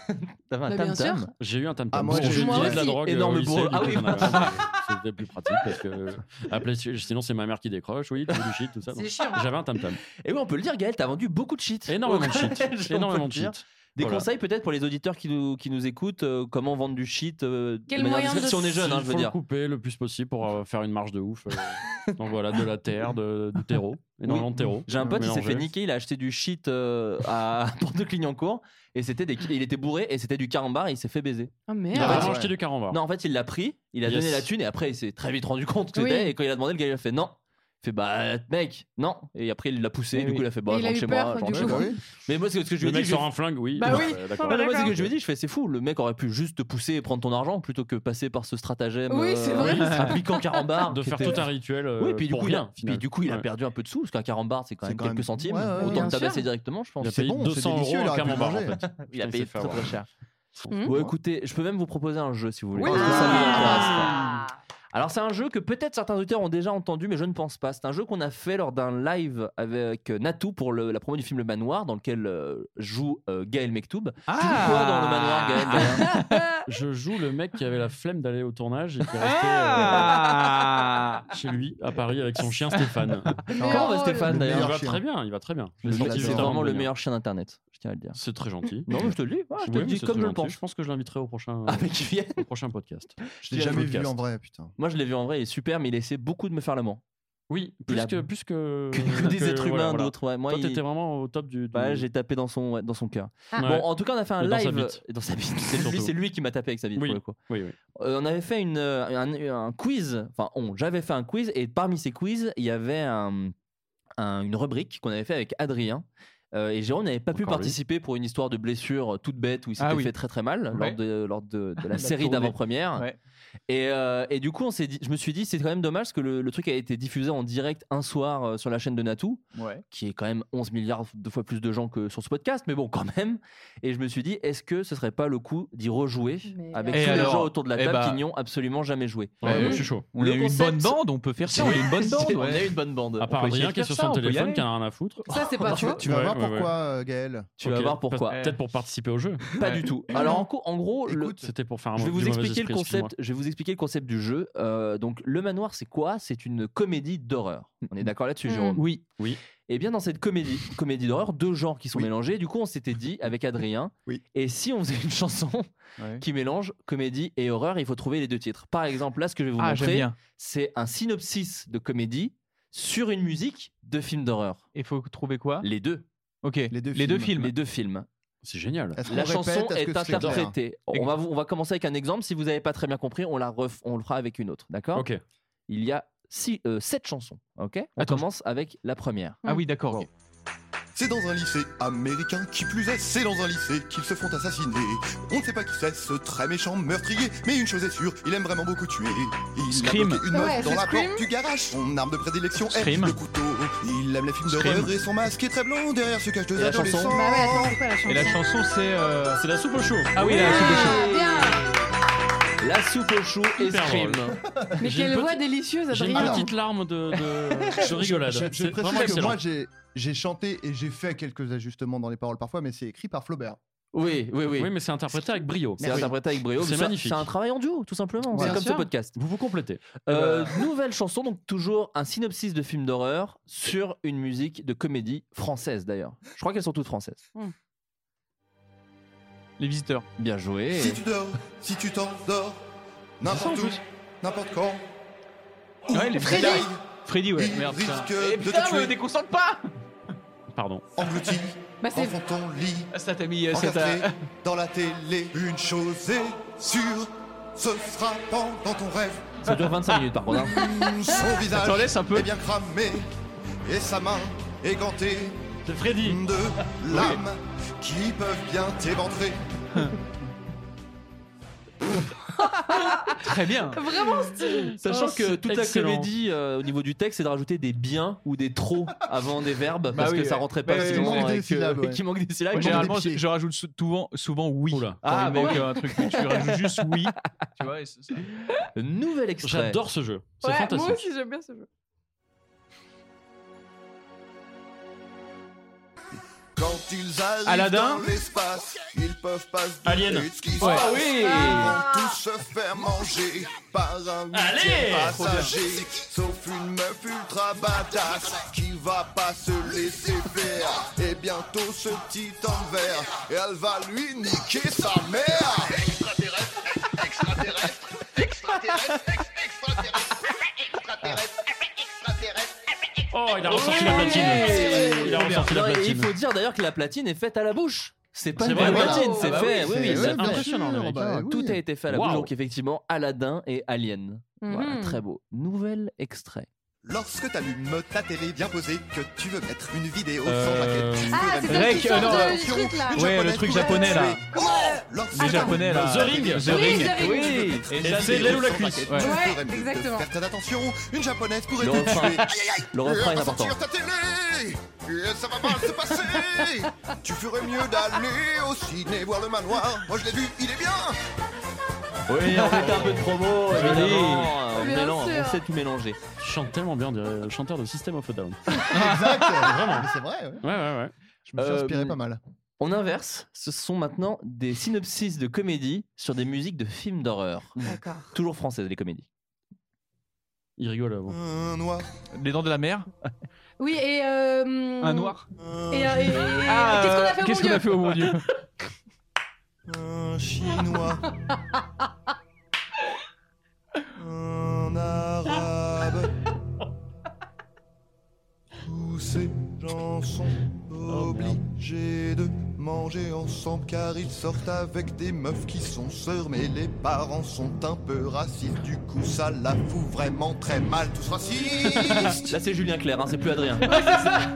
T'avais
Bah,
un
bien
tam-tam.
sûr.
J'ai eu un tam-tam.
Ah, moi,
Bon,
j'ai-
j'ai
moi
utilisé de la
aussi.
drogue. euh,
Énorme
au lycée,
bourreau.
du
Ah
coup,
oui,
j'en avais
pardon.
un, C'était plus pratique parce que. appeler- sinon, c'est ma mère qui décroche, oui, tout du shit, tout ça. donc.
C'est chiant.
J'avais un tam-tam.
Et oui, on peut le dire, Gaël, t'as vendu beaucoup de shit.
Énormément de
Au
shit.
collège,
Énormément
on
de
peut le dire.
shit.
Des
Voilà.
conseils peut-être pour les auditeurs qui nous, qui nous écoutent, euh, comment vendre du shit euh, de
Quel
manière
moyen
discrète,
de-
si on est jeune, hein, je
Il faut
veux
le
dire.
couper le plus possible pour euh, faire une marge de ouf. euh. Donc voilà, de la terre, de, du terreau. Énormément de terreau.
J'ai un pote, il s'est
Mélanger.
fait niquer, il a acheté du shit euh, à Porte de Clignancourt et c'était des... il était bourré et c'était du carambar et il s'est fait baiser. Ah,
Oh
Il a
merde.
vraiment
ouais.
acheté du carambar.
Non, en fait, il l'a pris, il a
Yes.
donné la thune et après, il s'est très vite rendu compte que
Oui.
c'était. Et quand il a demandé, le gars, il a fait non. Il fait bah, mec, non. Et après, il l'a poussé,
Eh
du
oui.
coup, il a fait bah,
Et
je
il a
rentre
eu
chez
peur,
moi. je
du
rentre
coup.
chez
Ouais,
moi.
bah oui.
Mais moi, c'est ce que je lui
Le
ai dit.
mec
je lui ai
sort un flingue, oui.
Bah oui.
Ouais, d'accord.
Non, mais moi, ce que je lui ai
D'accord.
dit, je fais c'est fou, le mec aurait pu juste te pousser et prendre ton argent plutôt que passer par ce stratagème
Oui, c'est vrai.
appliquant carambar.
euh, De
qui
faire
était-
tout un rituel. euh,
Oui, puis du,
pour
coup, il
rien,
a, puis
finalement.
du coup, il a
Ouais.
perdu un peu de sous parce qu'un carambar, c'est quand
C'est
même
quand
quelques
même-
centimes.
Ouais, ouais, ouais,
Autant
bien
de
sûr.
tabasser directement, je pense.
Il a
C'est
payé
bon,
200
c'est délicieux,
euros
il
en
aurait pu
camembert en
manger.
fait.
Il a
Putain, il
payé
s'est fait
très très
avoir.
cher.
Hmm.
Bon, écoutez, je peux même vous proposer un jeu si vous voulez.
Oui.
Parce que ça vous intéresse.
Ah.
Alors c'est un jeu que peut-être certains auditeurs ont déjà entendu, mais je ne pense pas. C'est un jeu qu'on a fait lors d'un live avec euh, Natou pour le- la promo du film Le Manoir, dans lequel euh, joue euh, Gaël Mektoub. Tu joues quoi dans Le Manoir, Gaël d'ailleurs
Je joue le mec qui avait la flemme d'aller au tournage et qui est resté
Ah
euh, chez lui à Paris avec son chien Stéphane.
Comment va
drôle.
euh, Stéphane
Le
Il
d'ailleurs
meilleur
va
chien.
très bien, il va très bien. Je
Le
le
meilleur
motive
C'est
chien.
vraiment
vraiment le
bien.
meilleur chien d'internet, je tiens à le dire.
C'est très gentil.
Non, mais je te le dis, ouais, je te
Oui,
le
mais
dis
c'est
comme
très
je le
gentil.
pense.
Je pense que je l'inviterai au prochain,
Avec Vienne
au prochain podcast.
Je l'ai jamais vu en vrai, putain.
Moi je l'ai vu en vrai, il est super, mais il essaie beaucoup de me faire le ment.
Oui,
Il
plus
a-
que, plus que,
Que des
que-
êtres
voilà,
humains,
voilà.
d'autres. ouais. Moi,
Toi,
il-
t'étais vraiment au top du. du-
Ouais, j'ai tapé dans son, ouais, dans son cœur.
Ah.
Ouais.
Bon, en tout cas, on a fait un
Dans sa
live
bite.
dans sa bite. C'est
Surtout.
lui, c'est lui qui m'a tapé avec sa bite
Oui.
pour le coup.
Oui, oui.
Euh, on avait fait une, euh, un, un quiz, enfin on, j'avais fait un quiz et parmi ces quiz, il y avait un- un- une rubrique qu'on avait fait avec Adrien. Euh, et Jérôme n'avait pas pu
Encore lui.
participer pour une histoire de blessure euh, toute bête où il s'était
Ah oui.
fait très très mal
Ouais.
lors de, lors de, de la,
La
série
tournée.
d'avant-première.
Ouais.
Et, euh, et du coup, on s'est dit, je me suis dit, c'est quand même dommage parce que le, le truc a été diffusé en direct un soir euh, sur la chaîne de Natou
Ouais.
qui est quand même 11 milliards de fois plus de gens que sur ce podcast, mais bon, quand même. Et je me suis dit, est-ce que ce serait pas le coup d'y rejouer
Mais
avec
Et
tous les
alors
gens autour de la
Eh
table
bah.
qui n'y ont absolument jamais joué
Ouais,
Ouais,
oui.
je suis chaud.
On
Le
a eu
concept-
une bonne bande, on peut faire ça. On a eu une bonne bande.
On a
ouais.
eu une bonne bande.
À part
peut
Adrien
essayer
qui est
de
sur
faire ça,
son
on peut y
téléphone,
aller.
qui en a rien à foutre. Ah,
Ça, c'est pas
Tu,
faux.
tu vas
Ouais,
voir
ouais,
pourquoi, euh, Gaël.
Tu vas
Ok.
voir pourquoi.
Ouais.
Peut-être pour participer au jeu.
Pas
Ouais.
du tout.
Non,
Alors
non.
en, gros- en gros, le-
Écoute,
C'était pour faire un
je vais
du
vous
mauvais
expliquer le
esprit, excuse-moi.
concept. Je vais vous expliquer le concept du jeu. Euh, donc le manoir, c'est quoi C'est une comédie d'horreur. On est d'accord là-dessus,
Mm.
Jérôme
Oui.
Et bien dans cette comédie, comédie d'horreur, deux genres qui sont
Oui.
mélangés. Du coup, on s'était dit avec Adrien.
Oui.
Et si on faisait une chanson qui mélange comédie et horreur, il faut trouver les deux titres. Par exemple, là, ce que je vais vous
Ah, j'aime
montrer,
bien.
c'est un synopsis de comédie sur une musique de film d'horreur.
Il faut trouver quoi
Les deux,
Ok.
Les deux
Les deux
films.
films.
les deux films.
C'est génial.
est-ce qu'on
La
répète,
chanson
est-ce
est,
que c'est clair
interprétée. On
Ex-
va, vous- on va commencer avec un exemple. Si vous n'avez pas très bien compris, on, la ref- on le fera avec une autre. D'accord
Ok.
Il y a six, euh, sept chansons. Ok On
Attends,
commence avec la première.
Ah oui, d'accord.
Wow. C'est dans un lycée américain qui plus est, c'est dans un lycée qu'ils se font assassiner. On ne sait pas qui c'est, ce très méchant meurtrier, mais une chose est sûre, il aime vraiment beaucoup tuer. Il
Scream.
a bloqué une
Ouais,
meuf
c'est
dans la
Scream.
porte du garage. Son arme de prédilection est
Scream.
le couteau. Il aime les films
Scream.
d'horreur et son masque est très blanc. Derrière se cachent
Et
deux
la chanson
adolescents.
Bah ouais, attends, c'est quoi la chanson
Et la chanson, c'est. euh,
C'est la soupe au chaud.
Ah oui, la chanson.
Ah, bien.
La soupe au chou et
Hyper
Scream.
Mais
J'ai
quelle
une
voix
petite-
délicieuse,
J'ai une
Adrien.
petite larme de, de, de rigolade.
Je,
C'est vraiment
précise que
excellent.
moi j'ai, chanté et j'ai fait quelques ajustements dans les paroles parfois, mais c'est écrit par Flaubert.
Oui, oui, oui.
Oui, mais c'est interprété avec brio.
c'est interprété avec brio.
C'est
mais ça-
magnifique.
C'est un travail en duo, tout simplement.
Bien
C'est comme
sûr.
ce podcast.
Vous vous complétez.
Euh, nouvelle chanson, donc toujours un synopsis de film d'horreur sur une musique de comédie française d'ailleurs. Je crois qu'elles sont toutes françaises.
Les visiteurs.
Bien
Eh.
joué.
Si tu dors, si tu t'endors, n'importe où, n'importe quand.
Ouais, les
Freddy,
visiteurs. Freddy, ouais.
il
Merde.
risque
putain.
de
Eh, putain,
te
me
tuer.
déconcentre pas
Pardon.
Englouti,
Bah, c'est
enfant ton lit,
Ah, Ça t'a mis. euh, ça
encastré
t'a-
dans la télé. Une chose est sûre, ce frappant dans ton rêve.
Ça dure 25 minutes par contre. hein.
Son
Attends,
visage
Ah. laisse un peu.
est bien cramé et sa main est gantée
C'est Freddy.
de lames qui peuvent bien t'éventrer.
Très bien.
Vraiment stylé.
Sachant
Oh,
que
c'est
toute
excellent.
la comédie euh, au niveau du texte, c'est de rajouter des biens ou des trop avant des verbes parce
Bah oui,
que ça
ouais.
rentrait pas
Ouais,
facilement
ouais, ouais.
avec,
Qui manque des
euh,
syllabes, ouais.
qui manque des syllabes.
Ouais,
qui manque
généralement,
des pieds.
je, je rajoute sou- souvent, souvent oui.
Oula.
Quand
Ah,
il
mais
manque un truc, tu rajoutes juste oui. Tu vois, et c'est ça.
des- Nouvel extrait.
J'adore ce jeu. C'est
Ouais,
fantastique.
moi aussi j'aime bien ce jeu.
Quand ils arrivent
Aladdin
dans l'espace, ils peuvent pas se
Alien.
douter de ce qui se
Ouais.
passe.
Ah oui.
Ils vont tous se faire manger par un huitième passager. Sauf une meuf ultra badass qui va pas se laisser faire. Et bientôt ce petit en vert, elle va lui niquer sa mère. Extraterrestre, extraterrestre, extraterrestre, extraterrestre, extraterrestre, extraterrestre.
Oh, il a ressorti la platine. Il a
Trop bien.
ressorti la
Non, et il
platine.
faut dire d'ailleurs que la platine est faite à la bouche. C'est pas
C'est
une
vrai,
vraie
voilà.
platine,
Oh,
c'est
bah
fait.
oui, c'est-
oui, oui,
ouais,
c'est
bien
impressionnant.
sûr,
les mecs.
bah oui.
Tout a été fait à la
Waouh.
bouche, donc effectivement, Aladdin et Alien. Voilà,
Mhm.
très beau. Nouvel extrait.
Lorsque t'allumes ta télé bien posée, que tu veux mettre une vidéo sans
Euh,
maquette, tu
Ah,
veux
c'est
mettre
Drake,
celle qui
euh,
sort
non,
de-
euh,
du truc là.
une
Ouais,
japonaise
le truc
qui
japonais,
va te
là.
tuer. Oh, lorsque
Les
t'allumes
japonais là.
The Ring.
The
Oui,
Ring.
The Ring.
Oui,
Et
ta
ça,
c'est
c'est
vidéo
l'aile ou la
sans
cuisse.
maquette,
Ouais.
tu
Ouais,
ferais mieux de
exactement.
Faire très attention, une japonaise pourrait
Le
te
refrain.
tuer. Aïe, aïe, aïe.
Le refrain est
Va
important.
sortir ta télé. Euh, Ça va mal se passer. tu ferais mieux d'aller au ciné voir le manoir. Moi je l'ai vu, il est bien.
Oui, on fait un peu de promo,
Joli.
évidemment, euh, on,
Bien
mélange,
sûr.
on sait tout mélanger.
Je chante tellement bien, on dirait le chanteur de System of a Down.
Exact. Vraiment. C'est vrai. ouais.
Ouais, ouais, ouais.
Je me suis
Euh,
inspiré pas mal.
On inverse, ce sont maintenant des synopsis de comédie sur des musiques de films d'horreur.
Mmh.
D'accord.
Toujours françaises, les comédies.
Il rigole avant.
Un noir.
Les dents de la mer.
Oui, et. euh,
Un noir.
un
Et, euh, et- et-
Ah,
qu'est-ce qu'on
euh,
a fait
qu'est-ce
au
qu'on
bon
a
Dieu
fait au bon Dieu
Un chinois. un arabe. Tous ces gens sont obligés de manger ensemble car ils sortent avec des meufs qui sont sœurs mais les parents sont un peu racistes du coup ça la fout vraiment très mal tous racistes
Là, c'est Julien Clerc, hein, c'est plus Adrien.
Tous
Ah,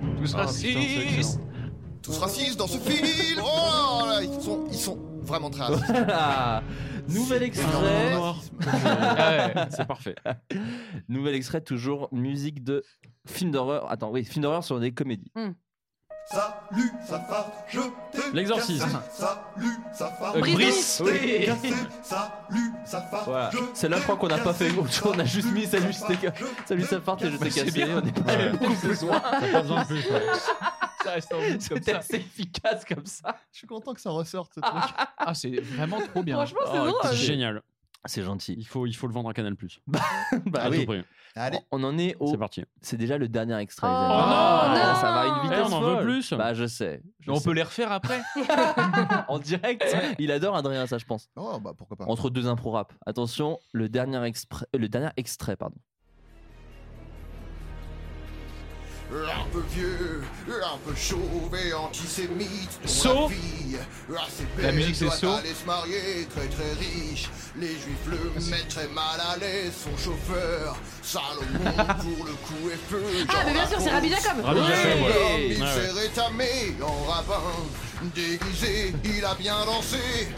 putain, c'est
racistes.
excellent.
tous racistes dans ce film oh là ils sont ils sont vraiment très racistes
Ah, nouvel
Énormément de
extrait.
racisme.
Ah ouais.
C'est parfait.
Nouvel extrait, toujours musique de film d'horreur. Attends, oui, film d'horreur sur des comédies.
Salut, Safar, je t'ai
L'exorcisme.
cassé. Salut, Safar,
Euh,
je
Brice.
t'ai
Oui.
cassé. Salut, Safar,
Voilà.
je
C'est là, je crois
t'ai
qu'on n'a pas
cassé.
fait autre chose, on a juste mis salut,
Safar,
c'était que-
je
Salut,
t'ai
ça part et je t'ai
c'est
cassé.
bien.
On n'est pas allé beaucoup plus loin.
Pas besoin de plus. ouais.
Ça reste en boucle comme
C'était
ça.
assez efficace comme ça.
Je suis content que ça ressorte ce truc.
Ah, c'est vraiment trop bien.
Franchement, c'est
Oh,
drôle.
Génial.
C'est gentil.
Il faut, il faut le vendre à Canal Plus.
Bah
à
oui.
tout prix.
Allez,
On en est au.
C'est parti.
C'est déjà le dernier extrait.
Oh
les amis.
non,
Ah,
non.
Ça va à une
Eh,
vitesse
on en veut
folle.
plus.
Bah je sais. je
Mais on
sais.
peut les refaire après.
en direct. Il adore Adrien, ça je pense.
Oh bah pourquoi pas.
Entre deux impro rap. Attention, le dernier exprès, le dernier extrait, pardon.
un peu vieux, un peu chauve et antisémite. dont
Saut.
La, fille, assez
La
belle,
musique, c'est
doit
Saut.
aller se marier, très très riche. Les juifs
Ah,
le mettent très mal à l'aise, son chauffeur. Salomon pour le coup est feu.
Ah, mais bien
Jean
sûr, c'est
Raconte.
Rabbi Jacob
Rabbi
Oui,
Jacob, ouais.
l'homme, il
Ouais, ouais.
s'est rétamé en rabbin. Déguisé, il a bien dansé.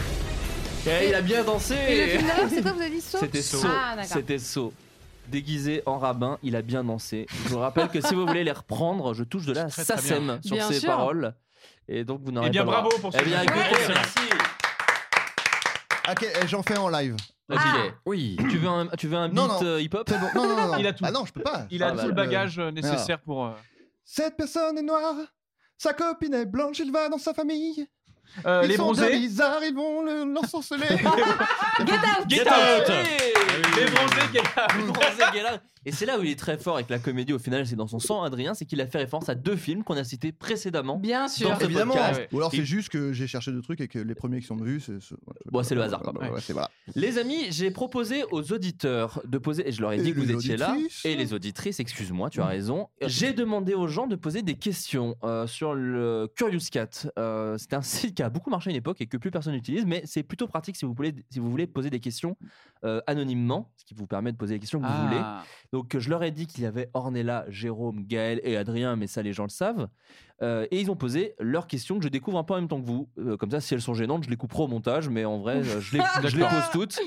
Eh, il a bien
Et le
dansé.
film d'horreur, c'est quoi Vous avez dit saut
C'était saut.
Ah, d'accord.
C'était saut. Déguisé en rabbin, il a bien dansé. Je vous rappelle que si vous voulez les reprendre, je touche de la
Très, très bien.
SACEM sur
Bien
ces
sûr.
paroles. Et donc vous n'aurez
Eh bien,
pas le droit.
bravo pour ce
Eh bien,
jeu.
écoutez,
Excellent.
merci.
Ok, eh, j'en fais en live.
Ok.
Ah.
Oui. Tu veux un, tu veux un beat
Non, non.
euh, hip-hop
C'est bon. Non, non, non, non.
Il a tout.
Ah non, je peux pas.
Il a
Ah,
tout
bah,
le
bah,
bagage euh, nécessaire pour. euh,
Cette personne est noire. Sa copine est blanche, il va dans sa famille.
euh,
ils
les
sont deux
bronzés.
bizarres, ils vont le- l'ensorceler.
Get out
Get
out.
Les bronzés, get out.
Bronzé Guélard. Et c'est là où il est très fort avec la comédie, au final, c'est dans son sang, Adrien, c'est qu'il a fait référence à deux films qu'on a cités précédemment.
Bien sûr.
Dans ce
Évidemment.
podcast.
Ouais.
Ou alors
Et-
c'est juste que j'ai cherché deux trucs et que les premiers qui sont venus, c'est. ce-
Bon, c'est le hasard,
Ouais,
quand
ouais,
même.
ouais, c'est voilà.
Les amis, j'ai proposé aux auditeurs de poser, et je leur ai
Et
dit que vous
les
étiez là,
auditrices.
et les auditrices, excuse-moi,
Mmh.
tu as raison. J'ai demandé aux gens de poser des questions euh, sur le Curious Cat. Euh, c'est un site qui a beaucoup marché à une époque et que plus personne n'utilise, mais c'est plutôt pratique si vous voulez, si vous voulez poser des questions euh, anonymement, ce qui vous permet de poser les questions que vous voulez. Donc euh, je leur ai dit qu'il y avait Ornella, Jérôme, Gaël et Adrien, mais ça les gens le savent. Euh, et ils ont posé leurs questions que je découvre un peu en même temps que vous. Euh, comme ça, si elles sont gênantes, je les couperai au montage, mais en vrai, je, je les, je les pose toutes.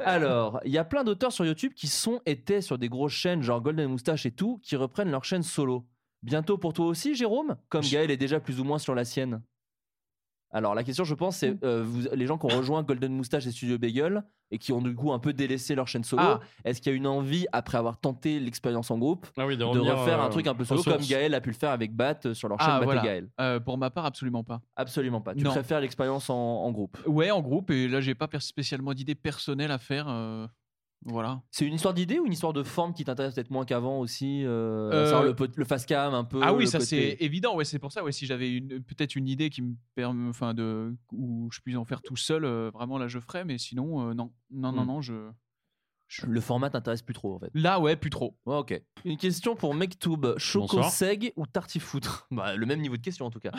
Alors, il y a plein d'auteurs sur YouTube qui sont, étaient sur des grosses chaînes, genre Golden Moustache et tout, qui reprennent leur chaîne solo. Bientôt pour toi aussi, Jérôme Comme Gaël est déjà plus ou moins sur la sienne. Alors, la question, je pense, c'est euh, vous- les gens qui ont rejoint Golden Moustache et Studio Bagel et qui ont du coup un peu délaissé leur chaîne solo,
Ah.
est-ce qu'il y a une envie, après avoir tenté l'expérience en groupe,
Ah oui,
de refaire un truc un peu solo comme Gaël a pu le faire avec Bat euh, sur leur chaîne
Ah,
Bat
voilà.
et Gaël
Euh, pour ma part, absolument pas.
Absolument pas. Tu
Non.
préfères l'expérience en, en groupe.
Ouais, en groupe, et là, j'ai pas per- spécialement d'idées personnelles à faire. euh, Voilà.
C'est une histoire d'idée ou une histoire de forme qui t'intéresse peut-être moins qu'avant aussi euh, à
Euh,
savoir le, pot- le face cam un peu.
Ah oui,
le
ça
côté-
c'est évident. Ouais, c'est pour ça. Ouais, si j'avais une peut-être une idée qui me permet, enfin de où je puisse en faire tout seul, euh, vraiment là je ferais. Mais sinon, euh, non, non, non,
Hmm.
non, je. je-
Le format t'intéresse plus trop en fait.
Là, ouais, plus trop.
Ouais, ok. Une question pour Mektoub Choco
Bonsoir.
Seg ou Tartifoutre bah, Le même niveau de question en tout cas.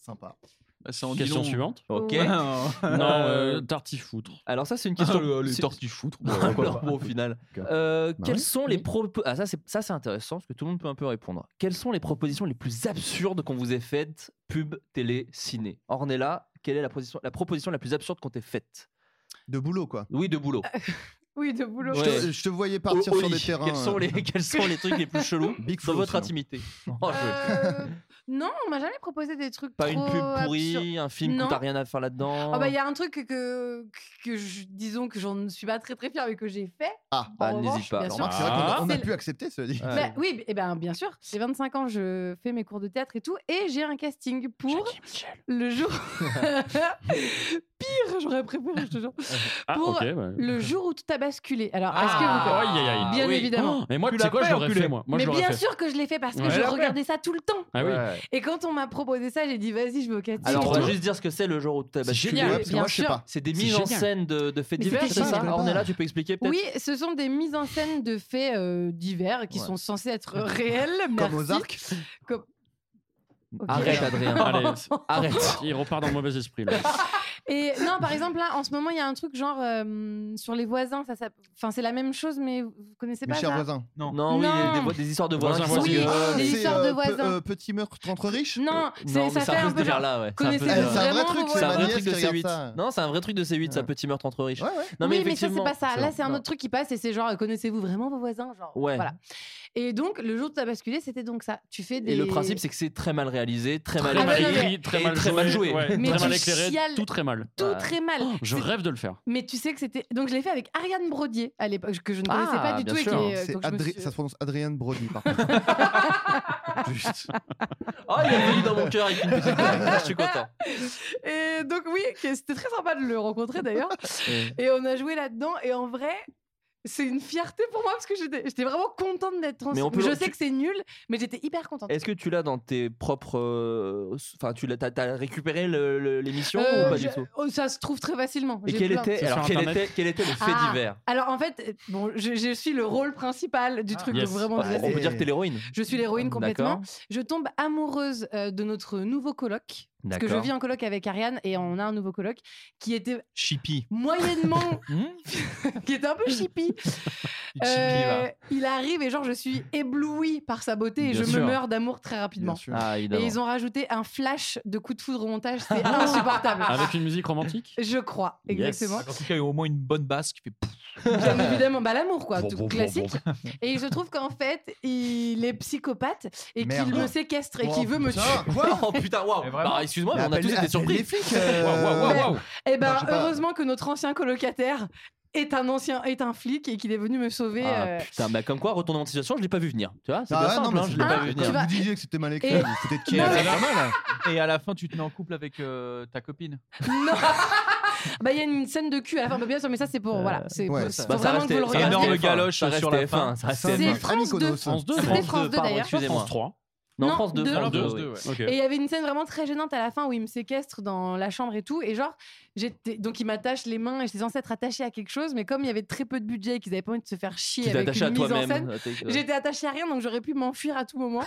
Sympa.
Bah, ça en dit
Question
long.
suivante.
Ok.
Ouais, Ah,
Non,
Euh,
euh, tartifoutre.
Alors ça c'est une question.
le- les
c'est-
tortifoutres.
Alors, bon, au final.
Ok.
Euh,
Bah
quelles
ouais.
sont les propo- ah, ça c'est ça c'est intéressant parce que tout le monde peut un peu répondre. Quelles sont les propositions les plus absurdes qu'on vous ait faites pub, télé, ciné Ornella, quelle est la proposition la proposition la plus absurde qu'on t'ait faite
De boulot, quoi.
Oui, de boulot.
Oui, de Euh, boulot.
Je,
Ouais.
te, je te voyais partir
Au- au
sur
lit.
des terrains.
Quels sont
euh,
les quels sont les trucs les plus chelous
Big
dans
flow,
votre
sinon.
intimité Oh, je-
Euh, non, on m'a jamais proposé des trucs
Pas une
trop
pub pourrie,
absurdes.
un film
Non.
où t'as rien à faire là-dedans.
Oh bah il y a un truc que, que, que je, disons que j'en suis pas très très fière mais que j'ai fait.
Ah,
En
Ah, n'hésite
revanche,
pas.
bien
Alors,
sûr.
Marc, c'est vrai qu'on a- on a,
C'est le-
pu accepter, cela dit.
Ouais.
Bah, oui, et ben bien sûr. J'ai 25 ans, je fais mes cours de théâtre et tout, et j'ai un casting pour le jour. Pire, j'aurais préféré, je te jure.
Ah,
Pour
ok. bah.
Le jour où tout a basculé. Alors, est-ce que vous
Ah,
connaissez
aïe, aïe, aïe.
Bien
oui.
évidemment.
Mais moi,
Tu
tu sais
l'as
quoi,
fait,
je l'aurais
enculé.
fait, moi. Moi, je
Mais
l'aurais
bien
fait.
sûr que je l'ai fait parce que
Ouais.
je
Elle a
regardais ça tout le temps.
Ah oui.
Ouais.
Et quand on m'a proposé ça, j'ai dit vas-y, je vais au casting.
Alors, on va
Ouais.
juste dire ce que c'est le genre où t'as basculé.
génial.
Ouais, parce que
bien
moi, je sais
sûr.
pas.
C'est des
C'est
mises en
génial.
scène de, de faits
Mais
divers,
c'était
c'est
génial, je
ça
connais pas.
Ornella, tu peux expliquer peut-être
Oui, ce sont des mises en scène de faits euh, divers qui
Ouais.
sont censés être réels.
Comme
merci.
aux arcs.
Ok.
Arrête, Adrien.
Allez,
Arrête.
il repart dans le mauvais esprit. Là.
Et non, par exemple, là, en ce moment, il y a un truc genre euh, sur les voisins. Ça, ça- Enfin, c'est la même chose, mais vous connaissez
Mes
pas
chers
ça
voisins.
Non, oui,
Non.
des, des vo- des histoires de voisins
Voisins,
qui sont
voisines.
gueules.
Ah,
des
c'est,
histoires de
euh, pe-
voisins.
euh, petit meurtre entre riches
Non,
Non,
c'est-
mais
ça
c'est
fait
un
un
peu ce
peu genre.
délire-là, ouais.
connaissez-vous
Eh,
délire.
C'est un vrai
Vraiment,
truc,
vous
c'est
C'est un
ma
vrai
nièce
truc
qui
de
regarde
C8.
ça.
Non, c'est un vrai truc de C8, ça,
Ouais.
petit meurtre entre riches.
Ouais, ouais.
Non,
oui, mais ça, c'est
effectivement,
pas ça. Là, c'est un
Non.
autre truc qui passe et c'est genre, euh, connaissez-vous vraiment vos voisins genre,
Ouais.
voilà. Et donc, le jour où tu as basculé, c'était donc ça. Tu fais des.
Et le principe, c'est que c'est très mal réalisé, très mal
Ah,
très mal
mais non,
écrit.
écrit, très
Et
mal
très
joué,
mal joué.
ouais,
Mais
très
tu
mal éclairé,
chiales.
tout très mal.
tout
Ah.
très mal.
Oh, je
C'est-
rêve de le faire.
Mais tu sais que c'était. Donc, je l'ai fait avec Ariane Brodier à l'époque, que je ne
Ah,
connaissais pas du
bien
tout.
sûr.
Et qui est- euh,
C'est
donc je me
Adri-
suis-
Ça se prononce Adrien Brody, par contre. Juste.
Oh, il est venu dans mon cœur avec une petite blague. Je suis content.
Et donc oui, que- c'était très sympa de le rencontrer d'ailleurs. et on a joué là-dedans. Et en vrai, c'est une fierté pour moi parce que j'étais j'étais vraiment contente d'être trans.
Mais on peut-
je
tu-
sais que c'est nul, mais j'étais hyper contente.
Est-ce que tu l'as dans tes propres. euh, Enfin, tu l'as, t'as, t'as récupéré le- le- l'émission
Euh,
ou pas
je-
du tout
oh, ça se trouve très facilement.
Et
J'ai
quel
plein-
était,
C'est
alors,
sur
quel,
Internet.
était, quel était le fait
Ah.
divers
Alors en fait, euh, bon, je, je suis le rôle principal du truc.
yes.
donc vraiment,
Ah, Bah, On
Ouais.
peut dire que t'es l'héroïne.
je suis l'héroïne complètement.
D'accord.
Je tombe amoureuse euh, de notre nouveau coloc. Parce que je
D'accord.
vis en coloc avec Ariane et on a un nouveau coloc qui était
Chippy.
moyennement, qui était un peu chippy.
Chippy, là.
Euh, il arrive et genre je suis éblouie par sa beauté et
Bien
je
sûr.
me meurs d'amour très rapidement.
Bien sûr.
Ah,
Et
évidemment.
ils ont rajouté un flash de coup de foudre au montage, c'est insupportable.
Avec une musique romantique
Je crois,
Yes.
exactement.
En tout cas, il Ah, y a au moins une bonne basse qui fait. pouf.
Bien évidemment, bah l'amour quoi, tout classique. Et il se trouve qu'en fait, il est psychopathe et
Merde.
qu'il me séquestre et
Oh,
qu'il veut me tuer.
putain, Quoi
Oh putain, waouh!
Mais vraiment.
Bah, excuse-moi, mais on a
Appelle-
tous été
appelle
surpris.
les flics, euh,
Oh,
Eh ben,
Non, j'ai pas-
heureusement que notre ancien colocataire est un ancien est un flic et qu'il est venu me sauver.
Ah,
euh,
putain, bah comme quoi, retourner en situation, je l'ai pas vu venir. Tu vois, c'est
Ah
bien
ouais, non,
simple,
mais
hein,
c'est
je l'ai
pas-
pas
Ah,
vu
Quand
tu
venir.
vas-
vous disiez que c'était mal écrit,
Et-
vous peut-être qui
Et,
est
à
pas
la...
hein.
mal.
hein. et à la fin, tu te mets en couple avec euh, ta copine.
Non. bah il y a une scène de cul à la fin, bah, bien sûr, mais ça c'est pour
Euh,
voilà, c'est
ouais,
pour-
ça-
faut
Bah,
vraiment que vous le
ça
énorme
regardiez.
restait F1,
galoche
ça
sur
restait
la
F1, ça restait
C'est
F1.
France
Mykonos.
2.
France 2,
C'est
France
France 2
pardon,
d'ailleurs.
excusez-moi.
France 3.
Non,
Non,
France 2.
deux.
France
Alors,
2,
France
oui.
deux, ouais.
Ok.
Et il y avait une scène vraiment très gênante à la fin où il me séquestre dans la chambre et tout. Et genre, j'étais donc il m'attache les mains et j'étais censée être attachée à quelque chose. Mais comme il y avait très peu de budget et qu'ils avaient pas envie de se faire
Tu
chier
t'es
avec
attaché
une
à
mise en scène,
toi-même. T'as
j'étais attachée à rien donc j'aurais pu m'enfuir à tout moment.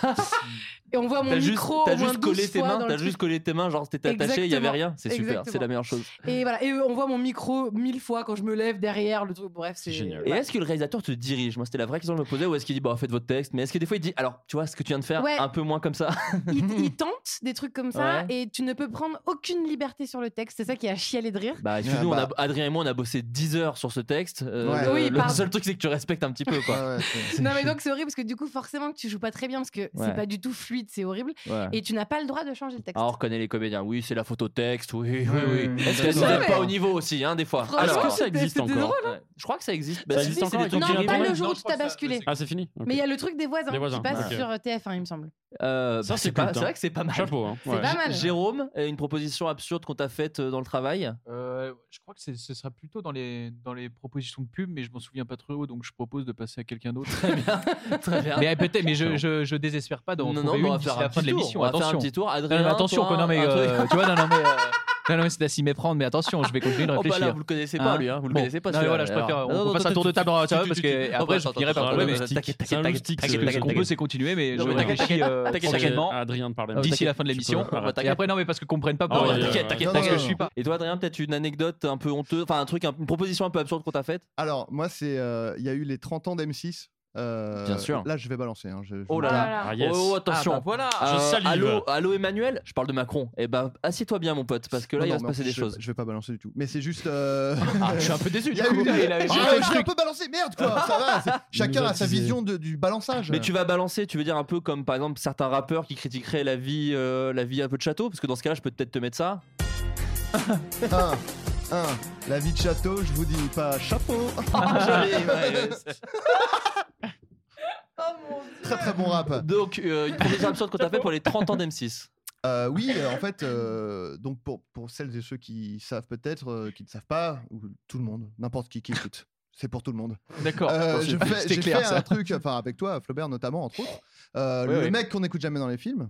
et on voit mon
juste,
micro. au
t'as
moins
juste
12
collé tes
fois
mains,
dans le
t'as juste collé tes mains, genre t'étais attaché, il y avait
Exactement.
rien. C'est super, c'est la
Exactement.
meilleure chose.
truc. Et voilà, et euh, on voit mon micro mille fois quand je me lève derrière le truc. Bref, c'est
Génial.
Et
Ouais.
est-ce que le réalisateur te dirige Moi, c'était la vraie question que je me posais. Ou est-ce qu'il dit, bah, faites votre texte Mais est-ce que des fois, il dit, alors, tu vois, ce que tu viens de faire,
Ouais.
un peu moins comme ça
il, il tente des trucs comme
Ouais.
ça et tu ne peux prendre aucune liberté sur le texte. C'est ça qui a chialé de rire.
Bah, excuse-nous,
Ah, bah.
on a- Adrien et moi, on a bossé 10 heures sur ce texte. Euh,
Ouais.
le-
Oui,
le
pardon.
seul truc, c'est que tu respectes un petit peu, quoi.
Ouais, ouais, c'est-
Non mais donc c'est horrible parce que du coup forcément que tu joues pas très bien parce que
Ouais.
c'est pas du tout fluide, c'est horrible
Ouais.
et tu n'as pas le droit de changer le texte.
Ah, on reconnaît les comédiens. Oui, c'est la photo texte. Oui, oui,
Ouais, ouais,
oui.
ouais.
Est-ce qu'elle
Non,
n'est
mais-
pas au niveau aussi, hein, des fois
Franchement,
Alors, est-ce que ça
c'était- hein.
existe
c'était
encore
Ouais. Je crois que ça existe.
Ça existe
c'est
encore,
des
les
trucs
comédiens
non,
qui
pas
répondent
le jour
Non,
où
je
tu
crois
t'as
que ça-
basculé.
c'est-
Ah, c'est fini Ok.
Mais il y a le truc des voisins,
Des voisins,
qui passe
ok.
sur TF1, il me semble.
Euh,
Ça,
bah,
c'est
pas-
culte,
C'est
hein.
vrai que c'est pas mal.
Chapeau. hein.
C'est
Ouais.
pas mal.
Jérôme, euh, une proposition absurde qu'on t'a faite euh, dans le travail
Euh, je crois que c'est- ce sera plutôt dans les, dans les propositions de pub, mais je m'en souviens pas trop, donc je propose de passer à quelqu'un d'autre.
Très bien.
mais euh, peut-être, mais je, je, je désespère pas d'en
non, non,
trouver
bah,
une
on va
d'ici
faire
la
un
fin de
petit tour.
l'émission.
On va faire un
Attention,
petit tour.
Non,
Adrien,
non, mais attention,
toi,
quoi, non, mais,
un truc-
euh, tu vois, non, non, mais, euh, non, non, mais c'est à s'y méprendre, mais attention, je vais continuer de
Oh bah là,
réfléchir.
vous le connaissez pas,
Hein
lui. Hein. Vous le
Bon.
connaissez pas.
Non, mais
celui-là,
voilà, je préfère-
alors.
on
Non, non,
passe
toi,
un tour de
tu-
table dans la
tu-
table,
tu-
parce
tu-
que
tu-
après,
ouais,
j'en
attends,
finirai
attends,
par
attends,
trouver, mais
ouais, mais T'inquiète,
Ce
C'est
t'inquiète,
un
t'inquiète. t'inquiète,
loustic, ce-
t'inquiète,
qu'on peut, c'est continuer, mais je
Non, mais
vais
t'inquiète,
réfléchir euh,
à
t'inquiète,
tranquillement.
Adrien de parler.
Euh,
D'ici
t'inquiète,
la fin de
tu peux
l'émission.
parler.
Et après, non, mais parce que comprennent pas
Ah ouais,
pourquoi.
t'inquiète, t'inquiète,
Non,
Parce
non,
que
non.
je suis pas.
Et toi, Adrien, peut-être une anecdote un peu honteuse, enfin un truc, un- une proposition un peu absurde qu'on t'a faite
Alors, moi, c'est. euh, Il y a eu les 30 ans d'M6. euh,
Bien sûr.
Là, je vais balancer. hein, je- je-
Oh
Oh
là là.
là là.
Ah, yes.
Oh, oh, attention.
Ah, bah voilà.
Je salive.
allô, allô Emmanuel Je parle de Macron. Eh ben, assieds-toi bien, mon pote, parce que là,
Non,
il va
non,
se
mais
passer
je-
des choses.
Je vais pas balancer du tout. Mais c'est juste. euh,
Ah, je suis un peu déçu.
Il
du
y a
coup.
eu.
Il a-
Ah,
j'ai-
je l'ai un peu balancé, merde quoi, ça va. c'est-
Ah,
Chacun
nous a
a sa
teasé.
vision de- du balançage.
Mais tu vas balancer, tu veux dire un peu comme par exemple certains rappeurs qui critiqueraient la vie, euh, la vie un peu de château, parce que dans ce cas-là, je peux peut-être te mettre ça.
Un, un. La vie de château, je vous dis pas chapeau.
Ah,
Très très bon rap.
Donc, euh, une proposition absurde qu'on t'a faite pour les 30 ans d'M6.
Euh, oui, euh, en fait, euh, donc pour, pour celles et ceux qui savent peut-être, euh, qui ne savent pas, ou tout le monde, n'importe qui qui écoute, c'est pour tout le monde.
D'accord.
Euh,
Bon,
je
c'est-
fais,
C'était
j'ai
clair,
fait un
ça.
truc, enfin avec toi, Flaubert notamment, entre autres, euh,
Ouais,
le
ouais.
mec qu'on n'écoute jamais dans les films.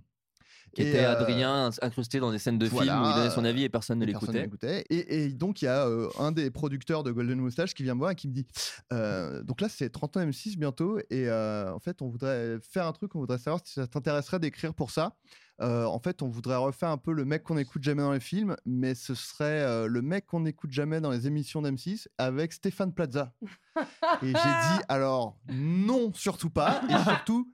Qui
Et,
était
euh,
Adrien incrusté dans des scènes de
voilà,
films où il donnait son avis et personne ne
et personne ne
l'écoutait.
l'écoutait. Et, et donc, il y a euh, un des producteurs de Golden Moustache qui vient me voir et qui me dit euh, Donc là, c'est 30 ans M6 bientôt, et euh, en fait, on voudrait faire un truc, on voudrait savoir si ça t'intéresserait d'écrire pour ça. Euh, en fait, on voudrait refaire un peu le mec qu'on n'écoute jamais dans les films, mais ce serait euh, le mec qu'on n'écoute jamais dans les émissions d'M6 avec Stéphane Plaza. et j'ai dit Alors, non, surtout pas, et surtout.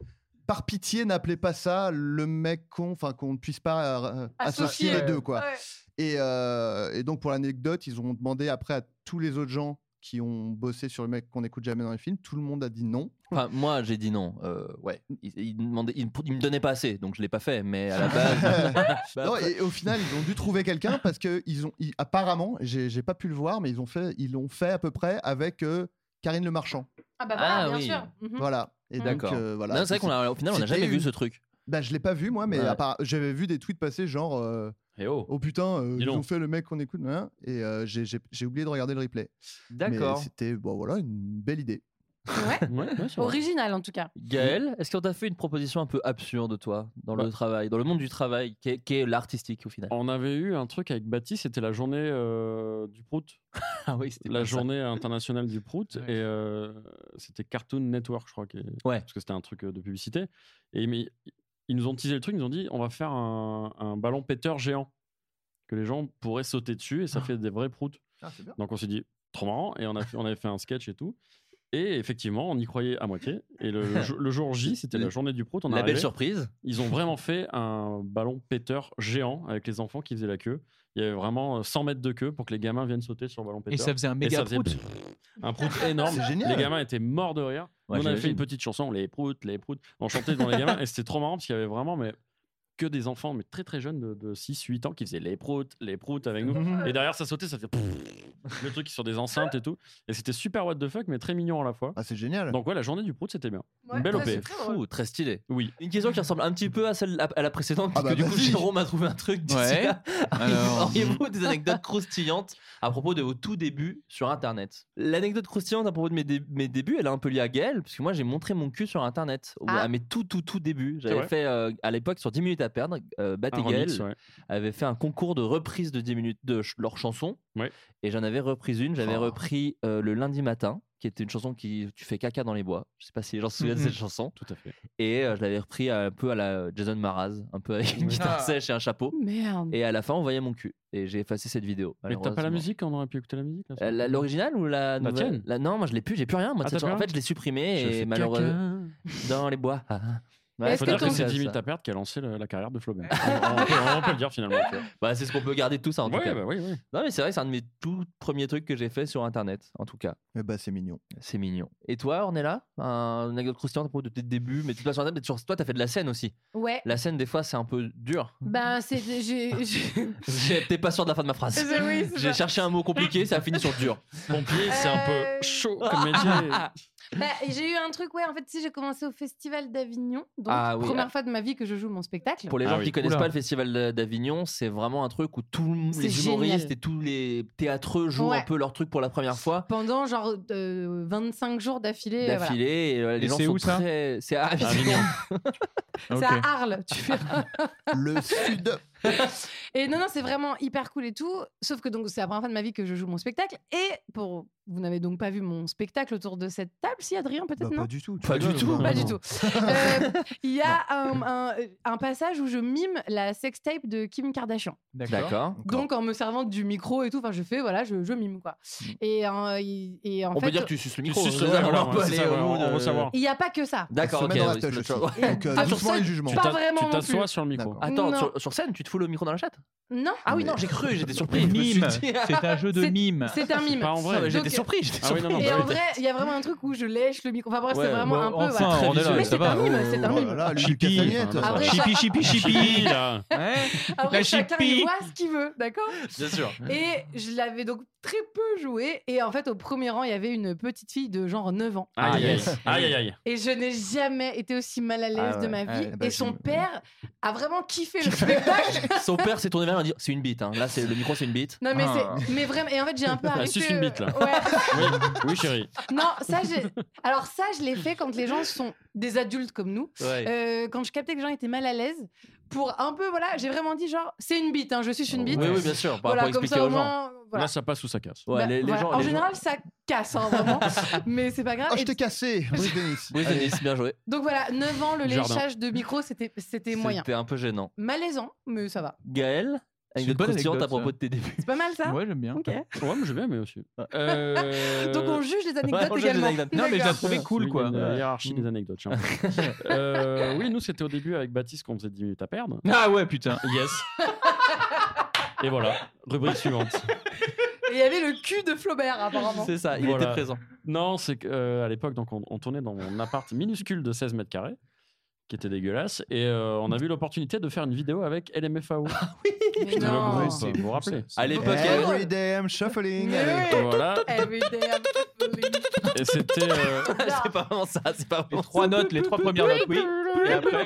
Par pitié, n'appelez pas ça le mec qu'on, enfin qu'on ne puisse pas euh, associer,
Associer.
les deux, quoi.
Ouais.
Et, euh, et donc, pour l'anecdote, ils ont demandé après à tous les autres gens qui ont bossé sur le mec qu'on n'écoute jamais dans les films. Tout le monde a dit non.
Enfin, moi, j'ai dit non. euh, ouais. Il, il me demandait- il me- il me donnait pas assez, donc je l'ai pas fait, mais à la base. bah,
Non,
après-
et au final, ils ont dû trouver quelqu'un parce que ils ont ils- apparemment, j'ai j'ai pas pu le voir, mais ils ont fait, ils l'ont fait à peu près avec euh, Karine Le Marchand.
Ah bah voilà,
Ah
bien
oui.
sûr. Mhm.
Voilà. Et donc,
D'accord.
euh, voilà.
Non, c'est vrai qu'on a- au final, on n'a
C'était
jamais vu
une-
ce truc.
Bah, je l'ai pas vu moi, mais
Ouais.
appara- j'avais vu des tweets passer genre euh,
Eh oh.
oh putain, euh,
Dis
ils
donc.
ont fait le mec qu'on écoute, hein, et euh, j'ai- j'ai j'ai oublié de regarder le replay. Mais
D'accord.
C'était bon voilà une belle idée.
Ouais.
Ouais, ouais, c'est vrai.
Original en tout cas.
Gaël, est-ce qu'on t'a fait une proposition un peu absurde, toi, dans le
Ouais.
travail, dans le monde du travail, qui est, qui est l'artistique au final
Bah. On avait eu un truc avec Baptiste, c'était la journée euh, du Prout,
Ah oui, c'était
la
pas ça.
journée internationale du Prout,
Ouais.
et euh, c'était Cartoon Network, je crois, qui-
Ouais.
parce que c'était un truc euh, de publicité. Et mais, ils nous ont teasé le truc, ils nous ont dit on va faire un, un ballon péteur géant que les gens pourraient sauter dessus et
Ah.
ça fait des vrais Prout.
c'est bien.
Donc on s'est dit trop marrant et on, a fait- on avait fait un sketch et tout. Et effectivement, on y croyait à moitié. Et le, le jour- le jour J, c'était
Mm.
la journée du Prout. On est
La
arrivé.
belle surprise.
Ils ont vraiment fait un ballon péteur géant avec les enfants qui faisaient la queue. Il y avait vraiment euh, 100 mètres de queue pour que les gamins viennent sauter sur le ballon péteur.
Et ça faisait un
Et
méga
ça faisait
prout.
pff, un prout énorme.
C'est génial.
Les gamins étaient morts de rire.
Ouais,
Nous, on avait fait
j'imagine.
une petite chanson, les proutes, les proutes. On chantait devant les gamins et c'était trop marrant parce qu'il y avait vraiment mais, que des enfants, mais très très jeunes, de, 6-8 ans, qui faisaient les proutes, les proutes avec nous. Et derrière, ça sautait, ça faisait pfff, le truc sur des enceintes et tout. Et c'était super what the fuck, mais très mignon à la fois.
Ah, c'est génial.
Donc ouais, la journée du prout, c'était bien.
Ouais,
Une belle
ouais,
OP.
c'est très drôle.
Fou, très stylé.
Oui.
Une question qui ressemble un petit peu à celle à la précédente,
Ah
parce que
bah,
du coup,
vas-y.
Jérôme a trouvé un truc. d'ici
Ouais.
là.
Alors-
Auriez-vous des anecdotes croustillantes à propos de vos tout débuts sur Internet L'anecdote croustillante à propos de mes, dé- mes débuts, elle est un peu liée à Gaël, parce que moi j'ai montré mon cul sur Internet au-
Ah.
à mes tout tout tout débuts. J'avais
vrai
fait euh, à l'époque sur 10 minutes à perdre, euh, Bat
Un
et Gaël
remix, ouais.
avait fait un concours de reprise de 10 minutes de ch- leur chanson.
Ouais.
Et j'en avais repris une. J'avais
Oh.
repris euh, le lundi matin, qui était une chanson qui tu fais caca dans les bois. Je sais pas si les gens se souviennent de cette chanson.
Tout à fait.
Et euh, je l'avais repris un peu à la Jason Maraz, un peu avec une guitare
Ah.
sèche et un chapeau.
Merde.
Et à la fin, on voyait mon cul. Et j'ai effacé cette vidéo.
Mais t'as pas la
malheureusement.
musique On aurait pu écouter la musique là,
Euh, la- L'original ou la
La
nouvelle
tienne.
La- Non, moi je l'ai plus, j'ai plus rien. Moi,
Ah,
cette
t'as
chanson- en
plus
fait, je l'ai supprimée
Je fais
et malheureusement.
caca. Bah,
Dans les bois. Ah, ah.
Mais
Ouais,
est-ce
Faut
que
dire que
ton-
c'est 10 minutes à perdre qui a lancé la, la carrière de Flaubert. on, on peut, on peut le dire finalement. tu vois.
Bah, c'est ce qu'on peut garder de tout ça en tout
Ouais,
cas.
bah oui, oui.
Non, mais c'est vrai, c'est un de mes tout premiers trucs que j'ai fait sur internet, en tout cas.
Eh bah, c'est mignon.
C'est mignon. Et toi, Ornella Un une anecdote croustillante à propos de tes débuts, mais tu pas sur Internet, mais sur- toi, t'as fait de la scène aussi.
Ouais.
La scène, des fois, c'est un peu dur.
Ben, c'est. j'ai- j'ai-
J'étais pas sûr de la fin de ma phrase.
C'est- oui, c'est
J'ai
ça.
cherché un mot compliqué, ça a fini sur dur.
Pompier, c'est un
Euh,
peu chaud comme métier.
Bah, j'ai eu un truc, ouais, en fait, tu sais, j'ai commencé au Festival d'Avignon. Donc,
Ah oui,
première
ah.
fois de ma vie que je joue mon spectacle.
Pour les
Ah
gens
oui.
qui connaissent
Oula.
pas le Festival de- d'Avignon, c'est vraiment un truc où tous
C'est
les humoristes
génial.
et tous les théâtreux jouent
Ouais.
un peu leur truc pour la première fois.
Pendant genre euh, 25 jours d'affilée. euh, voilà.
D'affilée, et, euh, les
Et
gens
c'est
sont
où, ça
très. C'est à Avignon.
Avignon.
C'est
Ok.
à Arles, tu fais.
Le sud.
Et non, non, c'est vraiment hyper cool et tout. Sauf que donc c'est la première fois de ma vie que je joue mon spectacle. Et pour vous n'avez donc pas vu mon spectacle autour de cette table, si Adrien peut-être
Bah,
non
pas du tout. tu
Pas du
rigoles,
tout.
bah,
Pas
non.
du tout. Euh, Il y a un, un- un passage où je mime la sextape de Kim Kardashian.
D'accord.
Donc en me servant du micro et tout, enfin je fais voilà, je, je mime quoi. Et, euh, il- et en
Mm. On
fait, euh,
peut dire que tu suces le micro.
suces le-
on peut
voilà,
aller
c'est ça,
au
voilà,
bout
on
de-
veut savoir.
il n'y a pas que ça.
D'accord,
se
ok.
met dans la
oui,
tête
c'est
aussi.
le-
Et
Donc, euh,
ah, sur
doucement les
scène,
jugements.
Tu
Pas
t'as-
vraiment
Tu
non
t'assois
plus.
sur le micro.
D'accord.
Attends,
Non.
sur, sur scène, tu te fous le micro dans la chatte
Non,
Ah oui,
Mais-
non, j'ai cru, j'étais surpris. je me suis
Mime.
dit-
C'est un jeu de
C'est-
mime.
c'est un mime.
Pas en vrai.
Non, mais J'étais
Donc-
surpris, j'étais
Ah oui,
surpris.
non, non,
Et
bah
en
oui.
vrai, il y a vraiment un truc où je lèche le micro. Enfin bref,
Ouais,
c'est vraiment
bon,
un peu.
enfin,
voilà.
on est là,
Mais
ça
c'est
va.
un mime, c'est un
Oh là
mime.
là, Lucas
Chippy.
Cagnette.
Ah,
Après,
Chippy, chippy, chippy.
Chippy, là.
Ouais.
Après,
La
chacun
chipie.
il voit ce qu'il veut, d'accord
Bien sûr.
Et je l'avais donc très peu joué. Et en fait, au premier rang, il y avait une petite fille de genre 9 ans.
Ah,
Aïe,
Ah,
aïe,
yes.
aïe, aïe, aïe.
Et je n'ai jamais été aussi mal à l'aise
Ah ouais,
de ma vie.
ouais, bah,
et son
j'im-
père a vraiment kiffé le spectacle.
Son père s'est tourné vers lui et a dit C'est une bite. hein. Là, c'est le micro, c'est une bite. Ah,
Non, mais,
Ah.
c'est... mais vraiment. Et en fait, j'ai un peu
Elle
arrêté. euh,
suce une bite, là.
Ouais.
Oui, oui, chérie.
Non, ça, j'ai... Alors, ça, je l'ai fait quand les gens sont des adultes comme nous.
Ouais.
Euh, quand je captais que les gens étaient mal à l'aise, pour un peu, voilà, j'ai vraiment dit genre, c'est une bite, hein, je suis une bite.
Oui, oui, bien sûr. Pour,
voilà,
pour
comme
expliquer
ça, au
aux gens.
moins. Voilà.
Là, ça passe ou ça casse.
Ouais,
Bah,
les, les
voilà.
gens.
en
les gens-
général, ça casse, hein, vraiment. mais c'est pas grave.
Oh, je
Et
t'ai cassé. Brice Denis.
Oui,
Allez.
Denis, bien joué.
donc voilà, 9 ans, le
Jardin.
léchage de micro, c'était, c'était moyen.
C'était un peu gênant.
Malaisant, mais ça va.
Gaël,
C'est une
anecdote
bonne
croustillante à
anecdote,
propos
ça.
de tes débuts.
C'est pas mal ça
Ouais, j'aime bien.
Ok.
Ouais, mais je vais, mais aussi. Euh,
Donc on juge les
Ouais,
anecdotes
on juge les
également.
anecdotes.
Non, mais je la
D'accord.
trouvais cool,
Il y a
quoi.
une, euh, hiérarchie des anecdotes. j'ai l'impression. Euh, oui, nous, c'était au début avec Baptiste qu'on faisait 10 minutes à perdre.
Ah ouais, putain.
Yes. Et voilà, rubrique suivante.
Et il y avait le cul de Flaubert, apparemment.
C'est ça, il
Voilà.
était présent.
Non, c'est qu'à l'époque, donc on, on tournait dans mon appart minuscule de 16 mètres carrés, qui était dégueulasse, et euh, on a eu l'opportunité de faire une vidéo avec LMFAO.
Mais
Le
non. Eh
groupe, vous vous rappelez
Ah À l'époque,
Ouais.
Every day I'm shuffling.
Mais
Allez.
ouais.
Voilà,
Everyday I'm feeling
et c'était. euh,
c'est pas vraiment ça, c'est pas
Les
vraiment.
trois notes, les trois premières notes, oui. Et après,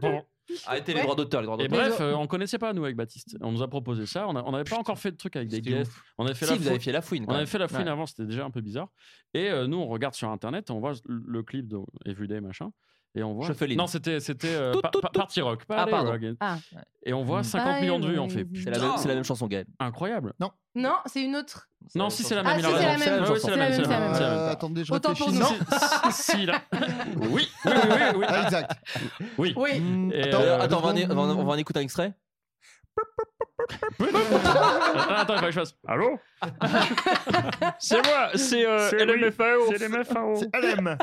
bon,
Arrêtez les droits d'auteur, les droits
Et
d'auteur.
bref, euh, on connaissait pas nous avec Baptiste. On nous a proposé ça. On a- on n'avait pas encore fait de truc avec des
C'était
guests. On avait fait
Si,
la
vous
fou-
avez fait la fouine.
On
quand
avait
même.
fait la fouine
Ouais.
avant, c'était déjà un peu bizarre. Et euh, nous, on regarde sur internet, on voit le- le clip de Everyday machin, et on voit.
Shuffling.
Non, c'était c'était euh,
Tout,
pa-
tout,
pa-
tout.
Party Rock.
Ah,
Party
pardon.
Rock.
Ah.
Et on voit
Mm.
50 millions de vues. On fait
Party
C'est la, même, c'est la même chanson, Gaël.
incroyable.
Non, c'est une autre.
Non, si c'est la
Ah, si,
même. il a
c'est
raison.
la même.
Ouais, ouais, c'est la même. C'est la même. c'est la
Euh,
même.
Attendez, je
Autant pour
réfléchis.
nous.
Non.
Si, si, là. Oui, oui, oui, oui,
Ah, exact.
oui. oui.
Oui.
Hmm,
Et,
attends,
euh,
Attends, on va, en,
deux
on va en- on
secondes.
va en écouter un extrait
Attends, Ah, attends, il faut que je fasse.
Allô
C'est moi, c'est euh,
C'est oui,
LMFAO.
C'est les meufs à eau.
C'est LM.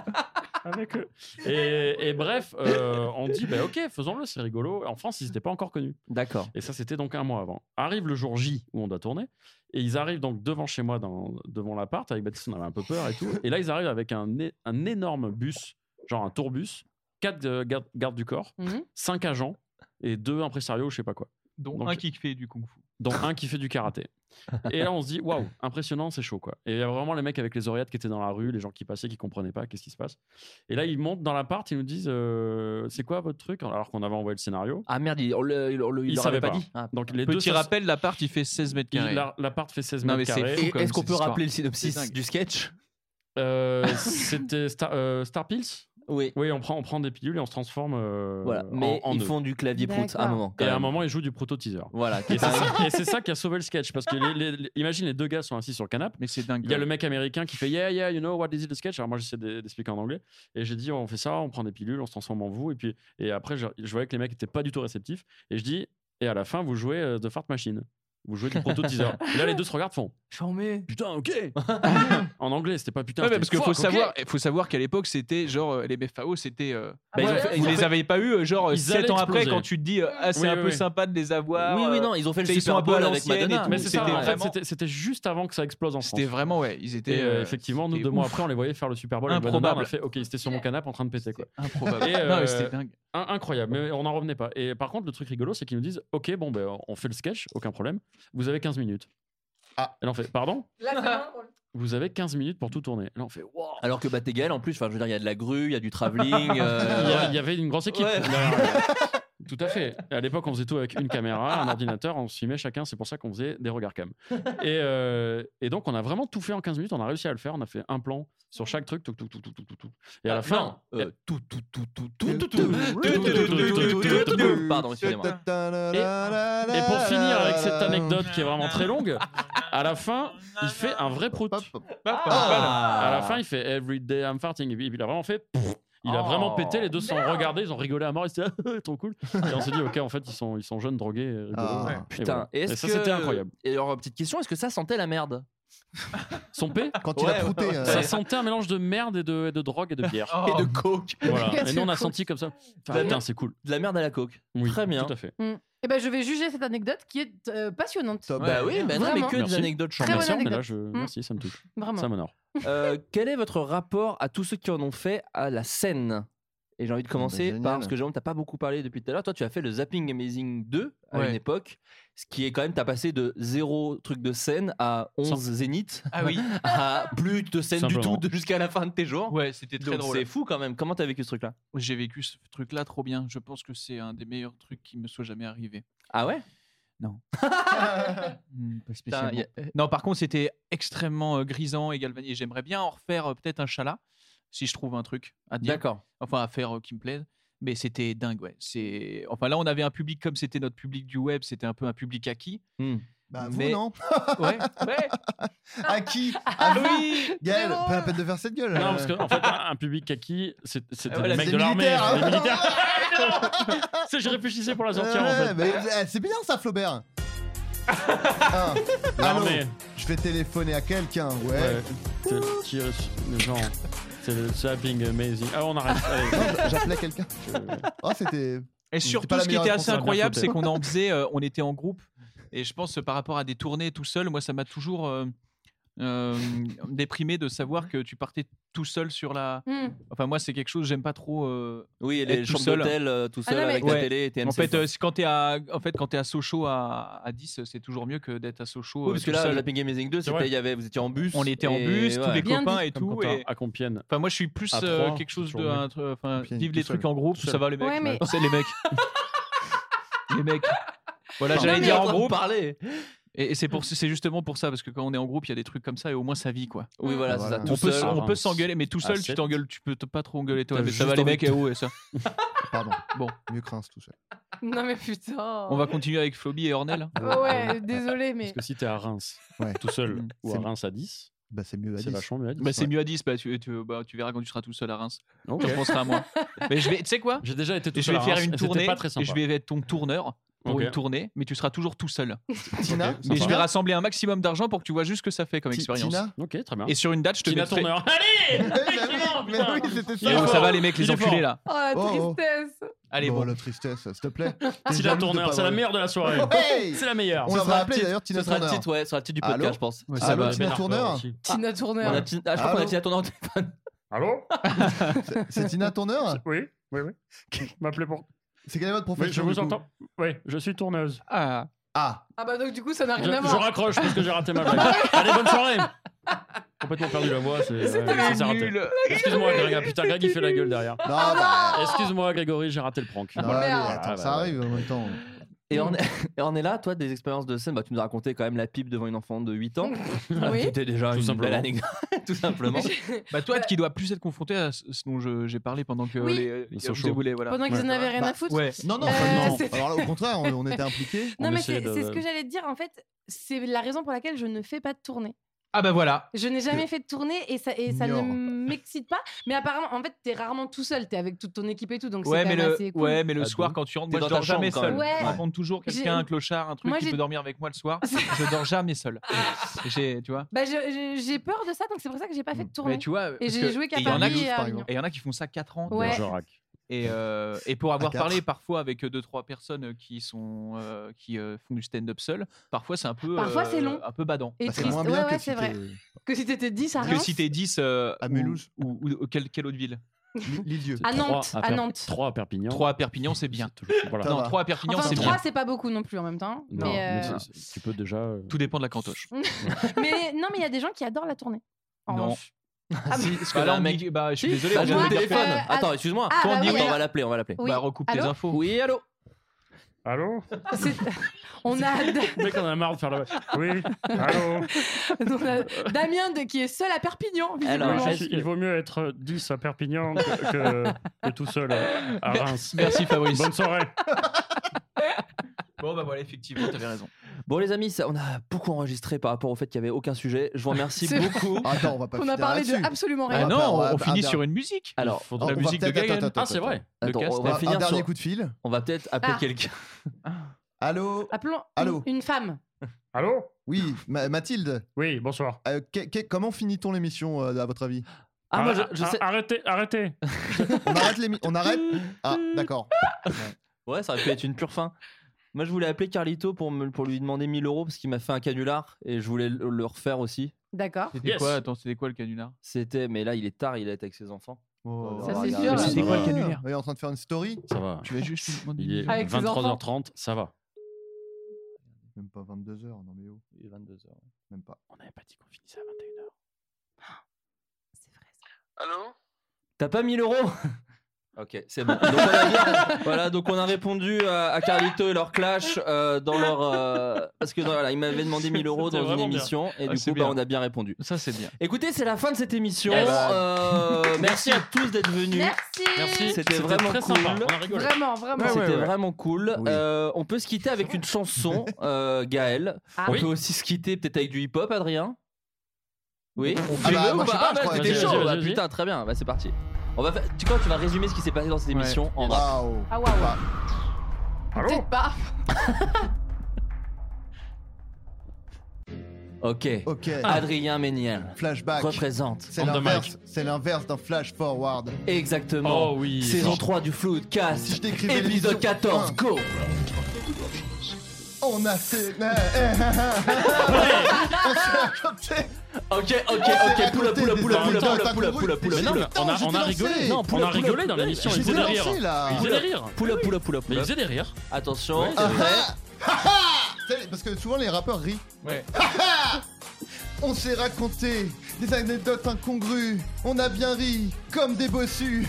Avec eux.
Et, et bref, euh, on dit, bah, ok, faisons-le, c'est rigolo. En France, ils n'étaient pas encore connus.
D'accord.
Et ça, c'était donc un mois avant. Arrive le jour J où on doit tourner. Et ils arrivent donc devant chez moi, dans, devant l'appart. Avec Baptiste, on avait un peu peur et tout. Et là, ils arrivent avec un, é- un
Hmm.
énorme bus, genre un tourbus, quatre euh, gardes gardes du corps,
Mhm.
cinq agents, et deux impresarios, je sais pas quoi.
dont
Donc-
un qui fait du kung-fu.
dont un qui fait du karaté. Et là, on se dit, waouh, impressionnant, c'est chaud, quoi. Et il y a vraiment les mecs avec les oreillettes qui étaient dans la rue, les gens qui passaient, qui comprenaient pas, qu'est-ce qui se passe. Et là, ils montent dans l'appart, ils nous disent, euh, c'est quoi votre truc Alors qu'on avait envoyé le scénario.
Ah merde, il, on le- il- on le- il
Ils
leur
savaient
avait pas,
pas.
dit. Ah,
Donc, les deux,
Petit
ça-
rappel, l'appart il fait 16 mètres
il-
carrés.
la- l'appart fait 16
Non, mais
mètres
c'est
carrés.
fou. comme
Est-ce qu'on
cette
peut
histoire.
rappeler le
C'est
synopsis
dingue.
du sketch
Euh, C'était Star, euh, Star Pills
Oui.
Oui, on prend, on prend des pilules et on se transforme euh,
Voilà.
en-
Mais
en,
ils
eux.
font du clavier Ah, prout à un
D'accord.
moment. quand
Et à un
même.
moment, ils jouent du proto-teaser.
Voilà. qui
Et
est
c'est
un-
ça, et c'est ça qui a sauvé le sketch. Parce que, les- les- les- imagine, les deux gars sont assis sur le canapé.
Mais c'est dingue.
Il y a le mec américain qui fait Yeah, yeah, you know, what is it, the sketch Alors moi, j'essaie d'e- d'expliquer en anglais. Et j'ai dit, on fait ça, on prend des pilules, on se transforme en vous. Et puis et après, je, je voyais que les mecs étaient pas du tout réceptifs. Et je dis, et à la fin, vous jouez euh, The Fart Machine. Vous jouez du proto-teaser. et là, les deux se regardent, font
J'en mets.
Putain, ok En anglais, c'était pas putain.
Ouais, mais
c'était
parce qu'il
fuck,
faut
ok.
savoir, faut savoir qu'à l'époque c'était genre euh, les BFAO c'était euh,
Bah, ils ont
ouais,
fait-
vous
ils ont
les
fait-
avez pas eu euh, genre
Ils
7 ans
allaient
après
exploser.
quand tu te dis euh, ah c'est
Oui,
un
oui,
peu
oui.
sympa de les avoir.
Oui, oui,
euh,
non, ils ont fait le
ils sont
Super
un peu
Bowl
à
avec
l'ancienne et
Madonna.
tout,
Mais c'est ça,
C'était
en fait,
vraiment-
c'était- c'était juste avant que ça explose en France.
C'était vraiment ouais, ils étaient
Et euh,
euh,
effectivement, nous,
c'était
deux mois
ouf.
après, on les voyait faire le Super Bowl. avec Madonna,
Improbable.
on a fait, ok, ils étaient sur mon canapé en train de péter. Quoi.
improbable.
Et, euh,
Non, mais c'était dingue.
Un- Incroyable, mais on n'en revenait pas. Et par contre, le truc rigolo, c'est qu'ils nous disent Ok, bon, ben, on fait le sketch, aucun problème. Vous avez 15 minutes.
Ah.
Et là, on fait Pardon
Là, c'est vraiment drôle.
Vous avez 15 minutes pour tout tourner. Là, on fait Wow
Alors que Batégal, en plus, enfin, je veux dire, il y a de la grue, il y a du travelling. euh,
il, y a- il y avait une grosse équipe.
Ouais.
Là, tout à fait. À l'époque, on faisait tout avec une caméra, un ordinateur, on se filmait chacun. C'est pour ça qu'on faisait des regards cam. Et, euh, et donc, on a vraiment tout fait en 15 minutes. On a réussi à le faire. On a fait un plan sur chaque truc. Tout, tout, tout, tout, tout, tout. Et à la
Ah,
fin.
non, euh, tout, tout, tout, tout, tout, tout, tout.
Et
Pardon, excusez-moi.
et pour finir avec cette anecdote qui est vraiment très longue, à la fin, il fait un vrai prout.
Hop, hop.
À la fin, il fait Every day I'm farting. Et puis il a vraiment fait. Pfff Il a
Oh.
vraiment pété, les deux se sont
Non.
regardés, ils ont rigolé à mort, ils étaient trop cool. Et on s'est dit, ok, en fait, ils sont, ils sont jeunes, drogués. et rigolos.
Ah.
Et
Ouais.
Putain,
voilà.
est-ce
Et ça,
que-
c'était incroyable.
Et alors, petite question, est-ce que ça sentait la merde
Son P,
Quand il
Ouais,
a prouté.
ouais, ouais.
euh,
ça sentait un mélange de merde et de, et de drogue et de bière.
Et de coke
Voilà. Et nous, on a
C'est cool.
senti comme ça.
Bah,
Putain, c'est cool.
De la merde à la coke.
Oui,
Très bien.
Tout à fait.
Eh ben, je vais juger cette anecdote qui est euh, passionnante.
Top.
Bah oui, mais non, mais
Vraiment.
que des
Merci.
anecdotes
Très
charmantes.
bonne
Merci, mais là,
anecdote. Mm.
je... Merci, ça me touche.
Vraiment.
Ça m'honore.
Euh, quel est votre rapport à tous ceux qui en ont fait à la scène Et j'ai
Mmh, bah,
envie de commencer
génial.
par parce que Jérôme, t'as pas beaucoup parlé depuis tout à l'heure. Toi, tu as fait le Zapping Amazing 2 à
Ouais.
une époque, ce qui est quand même, t'as passé de zéro truc de scène à 11 zéniths
Ah oui,
à plus de scène du tout
Simplement.
de- jusqu'à la fin de tes jours.
ouais, c'était très
Donc
drôle.
c'est fou quand même. Comment t'as vécu ce truc-là
J'ai vécu ce truc-là trop bien. Je pense que c'est un des meilleurs trucs qui me soit jamais arrivé.
Ah ouais
Hmm, pas
Putain,
spécialement.
y a-
Non, par contre, c'était extrêmement euh, grisant et galvanisé. J'aimerais bien en refaire euh, peut-être un chala, si je trouve un truc à dire.
D'accord.
Enfin, à faire euh, qui me plaise. Mais c'était dingue, ouais. C'est... Enfin, là, on avait un public comme c'était notre public du web, c'était un peu un public acquis.
Hmm.
Bah, vous,
Mais-
non
Ouais, ouais.
À qui À vous
oui
Gaël,
Zéro.
pas la peine de faire cette gueule.
Non,
euh.
parce qu'en fait, un un public kaki, c'est-
Ah
c'était
Voilà,
les mecs
c'est
de l'armée,
militaire, hein.
les militaires. C'est- je réfléchissais pour la sortir en
Ouais,
fait.
mais, euh, c'est bien ça, Flaubert. Ah, allô,
L'armée.
je vais téléphoner à quelqu'un, ouais.
Ouais. C'est- qui- le genre, c'est le zapping amazing. Ah, on arrête. allez.
Non, j'a- J'appelais quelqu'un. Oh, c'était.
Et
C'est
surtout,
pas la
ce qui
meilleure
était assez
réponse,
on a bien
incroyable,
foutu.
c'est qu'on en faisait, euh, on était en groupe. Et je pense, euh, par rapport à des tournées tout seul, moi, ça m'a toujours euh, euh, déprimé de savoir que tu partais tout seul sur la.
Hmm.
Enfin, moi, c'est quelque chose, j'aime pas trop. euh,
Oui, et les
Être tout
chambres
seul.
d'hôtel euh, tout
Ah
seul
non, mais-
avec la
Ouais.
télé et TMC.
En fait, euh, c'est quand t'es à, en fait, quand t'es à Sochaux à, à 10, c'est toujours mieux que d'être à Sochaux.
Oui,
euh,
parce que
tout
là,
seul.
le Zapping Amazing 2,
C'est vrai.
c'était, il y avait, vous étiez en bus.
on était en
et
bus, tous
ouais.
les
Bien
copains
dit.
et
Comme quand
tout.
t'as-
et-
à Compiègne.
Enfin, moi, je suis plus
À
euh,
trois,
quelque chose
c'est
de,
toujours mieux.
un tru- enfin,
Puis,
vivre
tout
les
seul.
trucs en groupe,
Tout
ça
seul.
va les mecs.
Ouais, mais-
C'est les mecs. les mecs. Voilà,
Pardon,
j'allais
mais
dire
on
en
doit
groupe.
parler.
Et, et c'est pour, c'est justement pour ça, parce que quand on est en groupe, il y a des trucs comme ça, et au moins ça vit, quoi.
Oui,
Ah,
voilà, c'est ça.
Voilà.
Tout
On peut,
seul.
s- on peut
Vince.
s'engueuler, mais tout
À
seul, tu
sept.
t'engueules, tu peux t- pas trop engueuler toi.
T'as
Mais ça
juste
va les
envie
mecs, et ouais, ça.
Pardon,
Bon,
mieux crince tout seul.
Non, mais putain.
on va continuer avec Floby et Ornel.
Ouais, désolé, mais.
Parce que si t'es à Reims
Ouais.
tout seul
Mm.
ou à
C'est-
Reims à 10,
Bah, c'est mieux à
c'est
10.
vachement mieux à 10.
Bah, c'est
Ouais.
mieux à 10, bah, tu, tu- bah, tu verras quand tu seras tout seul à Reims.
Ok.
Tu penseras à moi. Mais je vais, tu sais quoi
J'ai déjà été tout
Et je
seul
vais
à
faire
Reims,
une
et c'était
tournée
pas très
et
sympa.
je vais être ton tourneur pour
Ok.
une tournée, mais tu seras toujours tout seul.
Tina,
Ok,
Mais je vais
sympa.
rassembler un maximum d'argent pour que tu vois juste ce que ça fait comme
Ti-
expérience.
Tina
Ok, très bien.
Et sur une date, je te
Tina
mettrai.
Turner. Allez
Mais oui, mais oui, c'était
Il est
Yo,
ça.
fort.
ça va les mecs,
Il
les
est fort.
enculés là.
Oh la
Oh, oh.
tristesse.
Allez,
bon,
bon.
la tristesse, s'il te plaît. T'es
Tina
jalouse de
Turner,
pas
c'est la
vrai.
meilleure de la soirée.
Hey
C'est la meilleure.
On
Ça
l'a
sera le
appelé
titre-
d'ailleurs Tina
Ce sera le
Turner.
titre, ouais, ce sera le titre du
Allô
podcast, je pense. bah,
Ouais,
Ah,
ça
Allô,
va.
Tina Turner
Tina
On
Turner.
a Tina- ah, je crois qu'on a
Allô
Tina Turner au téléphone.
Allô
C'est Tina Turner
Oui, oui, oui. M'appelez pour.
C'est quelle est votre
Oui, je
profession
vous
du coup
entends. Oui, je suis tourneuse.
Ah,
Ah,
Ah bah donc du coup ça n'a
Je,
rien à
je
voir.
raccroche parce que j'ai raté ma blague. Allez, bonne soirée Complètement perdu la voix, c'est
C'était
ouais,
la
c'est raté.
nul.
Excuse-moi, Greg. Ah, Putain, Greg, il fait la gueule derrière.
non, bah,
Excuse-moi, Grégory, j'ai raté le prank.
non,
Voilà.
mais
merde.
attends,
Ah, bah,
ça arrive en même temps.
Et
Mm.
on, est, et on est là, toi, des expériences de scène. Bah, tu nous as raconté quand même la pipe devant une enfant de 8 ans.
Oui.
C'était déjà
Tout
une
simplement.
belle anecdote. Tout simplement.
Bah toi qui dois plus être confronté à ce ce dont je- j'ai parlé pendant que
Oui.
les,
Ils
les
sont chauds.
déroulaient, voilà. Bah,
Pendant qu'ils en avaient rien à foutre.
Ouais.
Bah, Non, non,
Euh,
enfin, non.
c'est-
Alors là, au contraire, on, on était impliqués.
Non
On
mais
essaie
c'est
de-
c'est ce que j'allais te dire en fait. C'est la raison pour laquelle je ne fais pas de tournée.
Ah bah voilà.
Je n'ai jamais fait de tournée et ça, et ça ne
Ignore.
m'excite pas. Mais apparemment, en fait, t'es rarement tout seul. T'es avec toute ton équipe et tout, donc
Ouais
c'est
mais,
quand même
le,
assez cool.
ouais, mais le
Ah,
soir,
donc,
quand tu rentres,
t'es
moi je
dans ta
dors jamais
chambre, quand
seul.
même. Ouais.
Je rencontre toujours quelqu'un,
J'ai-
un clochard, un truc
Moi,
qui
j'ai-
peut dormir avec moi le soir. je dors jamais seul. J'ai, tu vois.
Bah, je- je- j'ai peur de ça, donc c'est pour ça que j'ai pas fait de tournée.
Mm. Mais tu vois. euh,
et
parce
j'ai
que-
joué qu'à
et il y en a
Paris
qui-
et à
par
Avignon.
Et il y en a qui font ça 4 ans.
Ouais.
Bergerac.
Et, euh, et pour avoir
quatre.
parlé parfois avec euh, deux trois personnes qui sont euh, qui euh, font du stand-up seul, parfois c'est un peu
Parfois,
euh,
c'est long.
un peu badant.
Et
Bah, c'est
triste.
moins
Ouais,
bien
ouais,
que si
c'est vrai.
t'es-
Que si t'étais 10 à
Parce que
Reims.
si t'es 10 euh,
À
ou-
Mulhouse.
ou, ou- ou quelle, quelle autre ville
Li- Lisieux.
À Nantes,
Trois
à
Per-
Nantes.
Trois à Perpignan.
3 à Perpignan, c'est bien.
C'est toujours- voilà.
Ça
Non,
va.
3 à Perpignan,
Enfin,
c'est
3,
bien.
c'est pas beaucoup non plus en même temps.
Non,
mais,
mais
euh,
c'est- c'est- tu peux déjà. euh,
Tout dépend de la cantoche.
mais non, mais il y a des gens qui adorent la tournée. En
Non.
revanche. Ah
Si, parce que
Bah,
là,
là,
on
mec-
dit- bah, je suis
Si,
désolé,
bah,
on
j'ai
vient de
le
dire
téléphone.
que- euh,
Attends, excuse-moi.
Ah,
Quand on
bah
dit
oui,
oui, on va
alors-
l'appeler, on va l'appeler.
Oui.
Bah, recoupe tes
Allô
infos.
Oui, allô
Allô
C'est- On a, Da-
Le mec, on en a marre de faire la.
Oui Allô
on a Damien de- qui est seul à Perpignan, visiblement.
Alors,
Oui, je
est-ce
suis-
que-
Il vaut mieux être 10 à Perpignan que, que- que tout seul euh, à Reims.
Merci Fabrice.
Bonne soirée.
Bon, bah voilà, effectivement, t'avais raison.
Bon, les amis, ça, on a beaucoup enregistré par rapport au fait qu'il n'y avait aucun sujet. Je vous remercie
C'est-
beaucoup.
Attends, on va pas
On a
finir
parlé
là-dessus.
de absolument
Ah
rien.
bah,
non,
ouais,
on
bah,
finit
ah,
sur une musique.
Alors,
Faudrait-
La
on va
musique de
peut-être-
Gaël.
attends, attends,
Ah, c'est vrai.
Le
Attends,
cast.
on
Un-
va
un
finir
dernier
sur.
coup de fil.
On va peut-être appeler
Ah.
quelqu'un.
Allô
Appelons
Allô
une, une femme.
Allô
Oui, Ma- Mathilde,
Oui, bonsoir.
euh, que- que- comment finit-on l'émission euh, à votre avis
Ah, moi, je,
Arr-
je
arr-
sais.
Arrêtez, arrêtez.
On arrête l'émi- On arrête Ah, d'accord.
Ouais, ça aurait pu être une pure fin. Moi, je voulais appeler Carlito pour, me, pour lui demander 1000 euros parce qu'il m'a fait un canular et je voulais le, le refaire aussi.
D'accord.
C'était
Yes.
quoi Attends, c'était quoi le canular
C'était, mais là, il est tard, il est avec ses enfants.
Ça,
Oh,
c'est
regarde.
sûr.
Mais
c'était
ça
quoi
Ah.
va.
le canular
On est en train de faire une story
Ça va.
Tu vas juste lui demander.
Il est
Avec ses enfants.
23h30, ça va.
Même pas 22h, non mais oh,
22 heures.
même pas.
On n'avait pas dit qu'on finissait à 21h.
C'est vrai, ça.
Allô
T'as pas 1000 euros Ok, c'est bon. Donc, on a bien- voilà, donc on a répondu à, à Carlito et leur clash euh, dans leur. euh, parce que voilà, ils m'avaient demandé 1000 euros
C'était
dans une
vraiment bien.
émission et
Ah,
du
c'est
coup, bah,
bien.
on a bien répondu.
Ça, c'est bien.
Écoutez, c'est la fin de cette émission.
Yes.
Euh, merci à tous d'être venus.
Merci.
Merci,
C'était vraiment
très
cool.
sympa. On a rigolé.
Vraiment, vraiment.
C'était
ouais, ouais.
vraiment cool.
Oui.
Euh, on peut se quitter avec une chanson, euh, Gaël.
Ah.
On
Oui.
peut aussi se quitter peut-être avec du hip-hop, Adrien. Oui.
Ah
Tu
bah,
veux
moi,
ou
je sais
pas
pas, je
Ah bah,
crois.
C'était
Vas-y,
chaud.
vas-y,
Bah,
vas-y.
putain, très bien. Bah, c'est parti. On va. faire- Tu sais quoi Tu vas résumer ce qui s'est passé dans cette émission en rap.
Waouh
Ah, waouh. Ah,
Bah,
Allô
Peut-être pas.
Ok.
Ok,
Adrien Méniel
flashback.
représente
C'est
On the
l'inverse, c'est l'inverse d'un flash forward.
exactement.
Oh oui.
Saison 3 du Floodcast.
Si je décrivais
Épisode
l'émission
14.
un.
Go.
On a fait. On s'est raconté.
Ok, ok,
s'est
ok, poula,
raconté
poula, poula, poula, poula,
des histoires, t'as
poula,
compris
poula, poula,
Mais
Non, mais
poula,
Putain,
on a, on a
j'étais
rigolé.
lancé.
Non, on
Poula,
a rigolé
poula,
dans l'émission. Ils
J'étais
faisaient des rires.
lancé là.
Ils faisaient des rires.
poula, poula, poula, Ah,
Mais ils
poula.
faisaient des rires.
Attention,
Ouais,
c'est
c'est
vrai.
T'sais, Parce que souvent les rappeurs rient.
Ouais.
On s'est raconté des anecdotes incongrues. On a bien ri comme des bossus.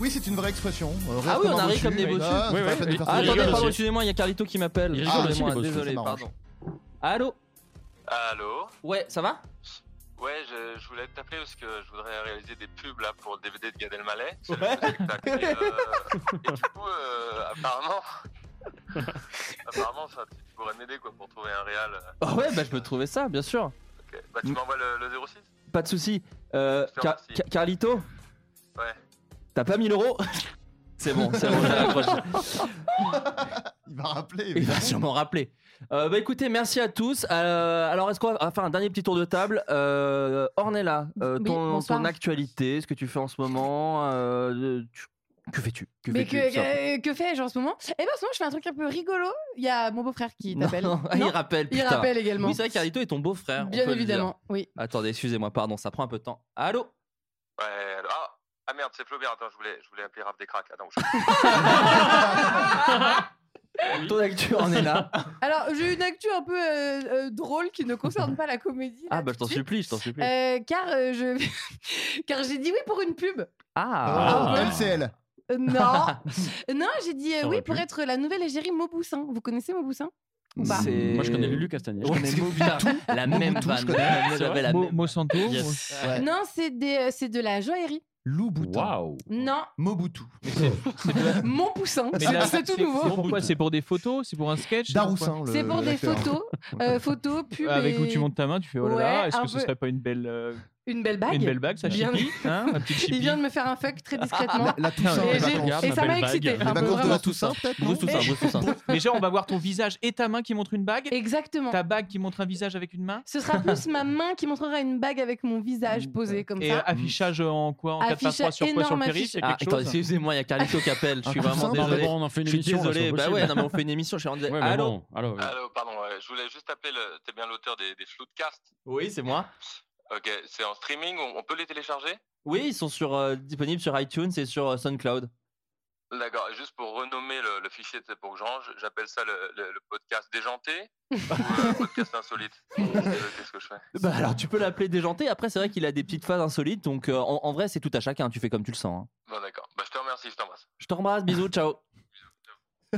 Oui, c'est une vraie expression. euh, rire
Ah oui,
comme
on
un
a ri
bossu.
comme des
Ah,
bossus.
c'est
Oui,
pas la
oui,
peine de
oui.
Ah,
faire ça.
Il
attendez,
rigole
pardon,
aussi.
excusez-moi, il y a Carlito qui m'appelle. Ah,
Il rigole aussi,
Excusez-moi,
les bosses,
désolé,
c'est marrant.
pardon. Allô
Allô
Ouais, ça va
Ouais, je, je voulais t'appeler parce que je voudrais réaliser des pubs là pour le DVD de Gad Elmaleh. C'est le spectacle. Et, euh, et du coup, euh, apparemment, apparemment, ça, tu pourrais m'aider quoi pour trouver un réal. euh.
Ah Ouais, bah je peux trouver ça, bien sûr.
Ok. Bah, tu m'envoies le, le 06
Pas de soucis. Euh,
Je te
Ca-
remercie.
Ca- Carlito
Ouais.
T'as pas 1000 euros C'est bon, c'est bon, j'ai raccroché.
Il va rappeler.
Il va sûrement rappeler. Euh, bah écoutez, merci à tous. Euh, alors, est-ce qu'on va faire un dernier petit tour de table Euh, Ornella, euh,
Oui,
ton,
bonsoir.
ton actualité, ce que tu fais en ce moment, euh, tu- que fais-tu Que
Mais
fais-tu,
que,
surtout
que, que fais-je en ce moment Eh ben, en ce moment, je fais un truc un peu rigolo. Il y a mon beau-frère qui
Non,
t'appelle.
non,
Non
Ah, il rappelle,
Il
putain.
rappelle également.
Oui, c'est vrai, Carlito est ton beau-frère. on
Bien
peut le dire.
évidemment, oui.
Attendez, excusez-moi, pardon, ça prend un peu de temps. Allô
Ouais, alors- ah, Ah merde, c'est Flaubert. Attends, je voulais, je voulais appeler Raph des cracks. Attends, je...
Ton actu en est là.
Alors, j'ai une actu un peu euh, euh, drôle qui ne concerne pas la comédie. là,
Ah bah je
tout
t'en
de suite.
supplie, je t'en supplie.
Euh, car euh, je car j'ai dit oui pour une pub.
Ah,
ouais.
LCL.
Euh, non, non, j'ai dit euh,
Ça
oui
aurait
pour
pu.
être la nouvelle égérie Mauboussin. Vous connaissez Mauboussin ou pas
bah, C'est-
Moi, je connais Lulu Castagnier.
Je connais Mobutu, la même
Mobutu, je
vanne.
connais.
Elle avait la
Mo-
même-
Monsanto,
Yes.
Ouais.
Non, c'est des euh, c'est de la joaillerie.
Lou Boutin.
Waouh.
Non,
Mobutu.
mon poussin.
Mais
C'est-
là,
C'est tout
c'est-
nouveau.
C'est pourquoi C'est pour des photos C'est pour un sketch c'est pour quoi
Daroussin. le-
C'est pour des
l'acteur.
photos, euh, photos, pubs.
Avec
et
où tu montes ta main, tu fais oh là là,
Ouais,
est-ce
un
que ce
peu.
serait pas une belle, euh,
une belle bague.
une belle bague, ça
Bien.
chipie hein, Ma petite
Il
chipie.
vient de me faire un fuck très discrètement.
Ah, La Toussaint,
Et
les
j'ai-
vacances.
et ça
ma
m'a
belle
excité.
bague.
Les
un peu,
vacances de
vraiment.
la Toussaint, peut-être non
Bruce Toussaint, Bruce Toussaint.
Mais genre, on va voir ton visage et ta main qui montre une bague.
Exactement.
Ta bague qui montre un visage avec une main.
Ce sera plus ma main qui montrera une bague avec mon
Mm,
visage posé comme
Et
ça.
affichage en quoi En 4 x 3
Affichage,
sur quoi Sur
énorme
le périph' Il y
Ah,
a quelque
attends,
chose
excusez-moi, il y a Carlito qui appelle. Je suis
Un
vraiment
coussin,
désolé.
on en fait une
Je suis
émission. là,
désolé.
c'est
Bah
impossible.
ouais, non mais on fait une émission. Je suis en direct.
Ouais, mais
Allô.
bon, allô.
Allô, pardon, ouais, je voulais juste t'appeler, le- t'es bien l'auteur des, des Floodcasts
Oui, c'est moi.
Ok, c'est en streaming, on, on peut les télécharger
Oui, ils sont sur euh, disponibles sur iTunes et sur euh, SoundCloud.
D'accord, et juste pour renommer le, le fichier, c'est pour que je range, j'appelle ça le, le- le podcast déjanté ou euh, podcast insolite Euh, Qu'est-ce que je fais
Bah alors tu peux l'appeler déjanté. Après c'est vrai qu'il a des petites phases insolites. Donc euh, en, en vrai c'est tout à chacun. Tu fais comme tu le sens. hein.
Bon, d'accord, bah, je te remercie, je t'embrasse.
Je t'embrasse. Bisous. Ciao.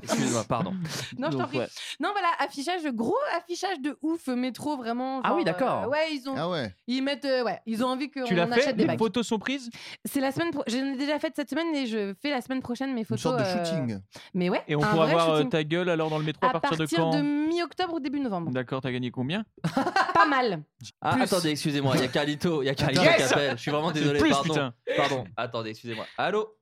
Excuse-moi. Pardon.
Non, je t'en
Donc,
prie.
ouais.
Non, voilà, affichage, gros affichage de ouf, euh, métro, vraiment.
Ah
genre,
oui, d'accord.
euh, ouais, ils ont,
Ah ouais.
ils mettent, euh, ouais, ils ont envie
Tu
qu'on
l'as fait
achète des
Les
bagues.
photos sont prises
C'est la semaine, pro- j'en ai déjà fait cette semaine et je fais la semaine prochaine mes
Une
photos.
sorte de
euh,
shooting.
Mais ouais.
Et on
un
pourra
vrai
voir euh,
shooting.
ta gueule alors dans le métro à, partir, de quand
de mi-octobre ou début novembre.
D'accord, t'as gagné combien
Pas mal.
Ah,
Plus.
attendez, excusez-moi, il y a Carlito, il y a Carlito
Yes
qui appelle. Je suis vraiment désolé,
Plus,
pardon.
putain.
Pardon, attendez, excusez-moi. Allô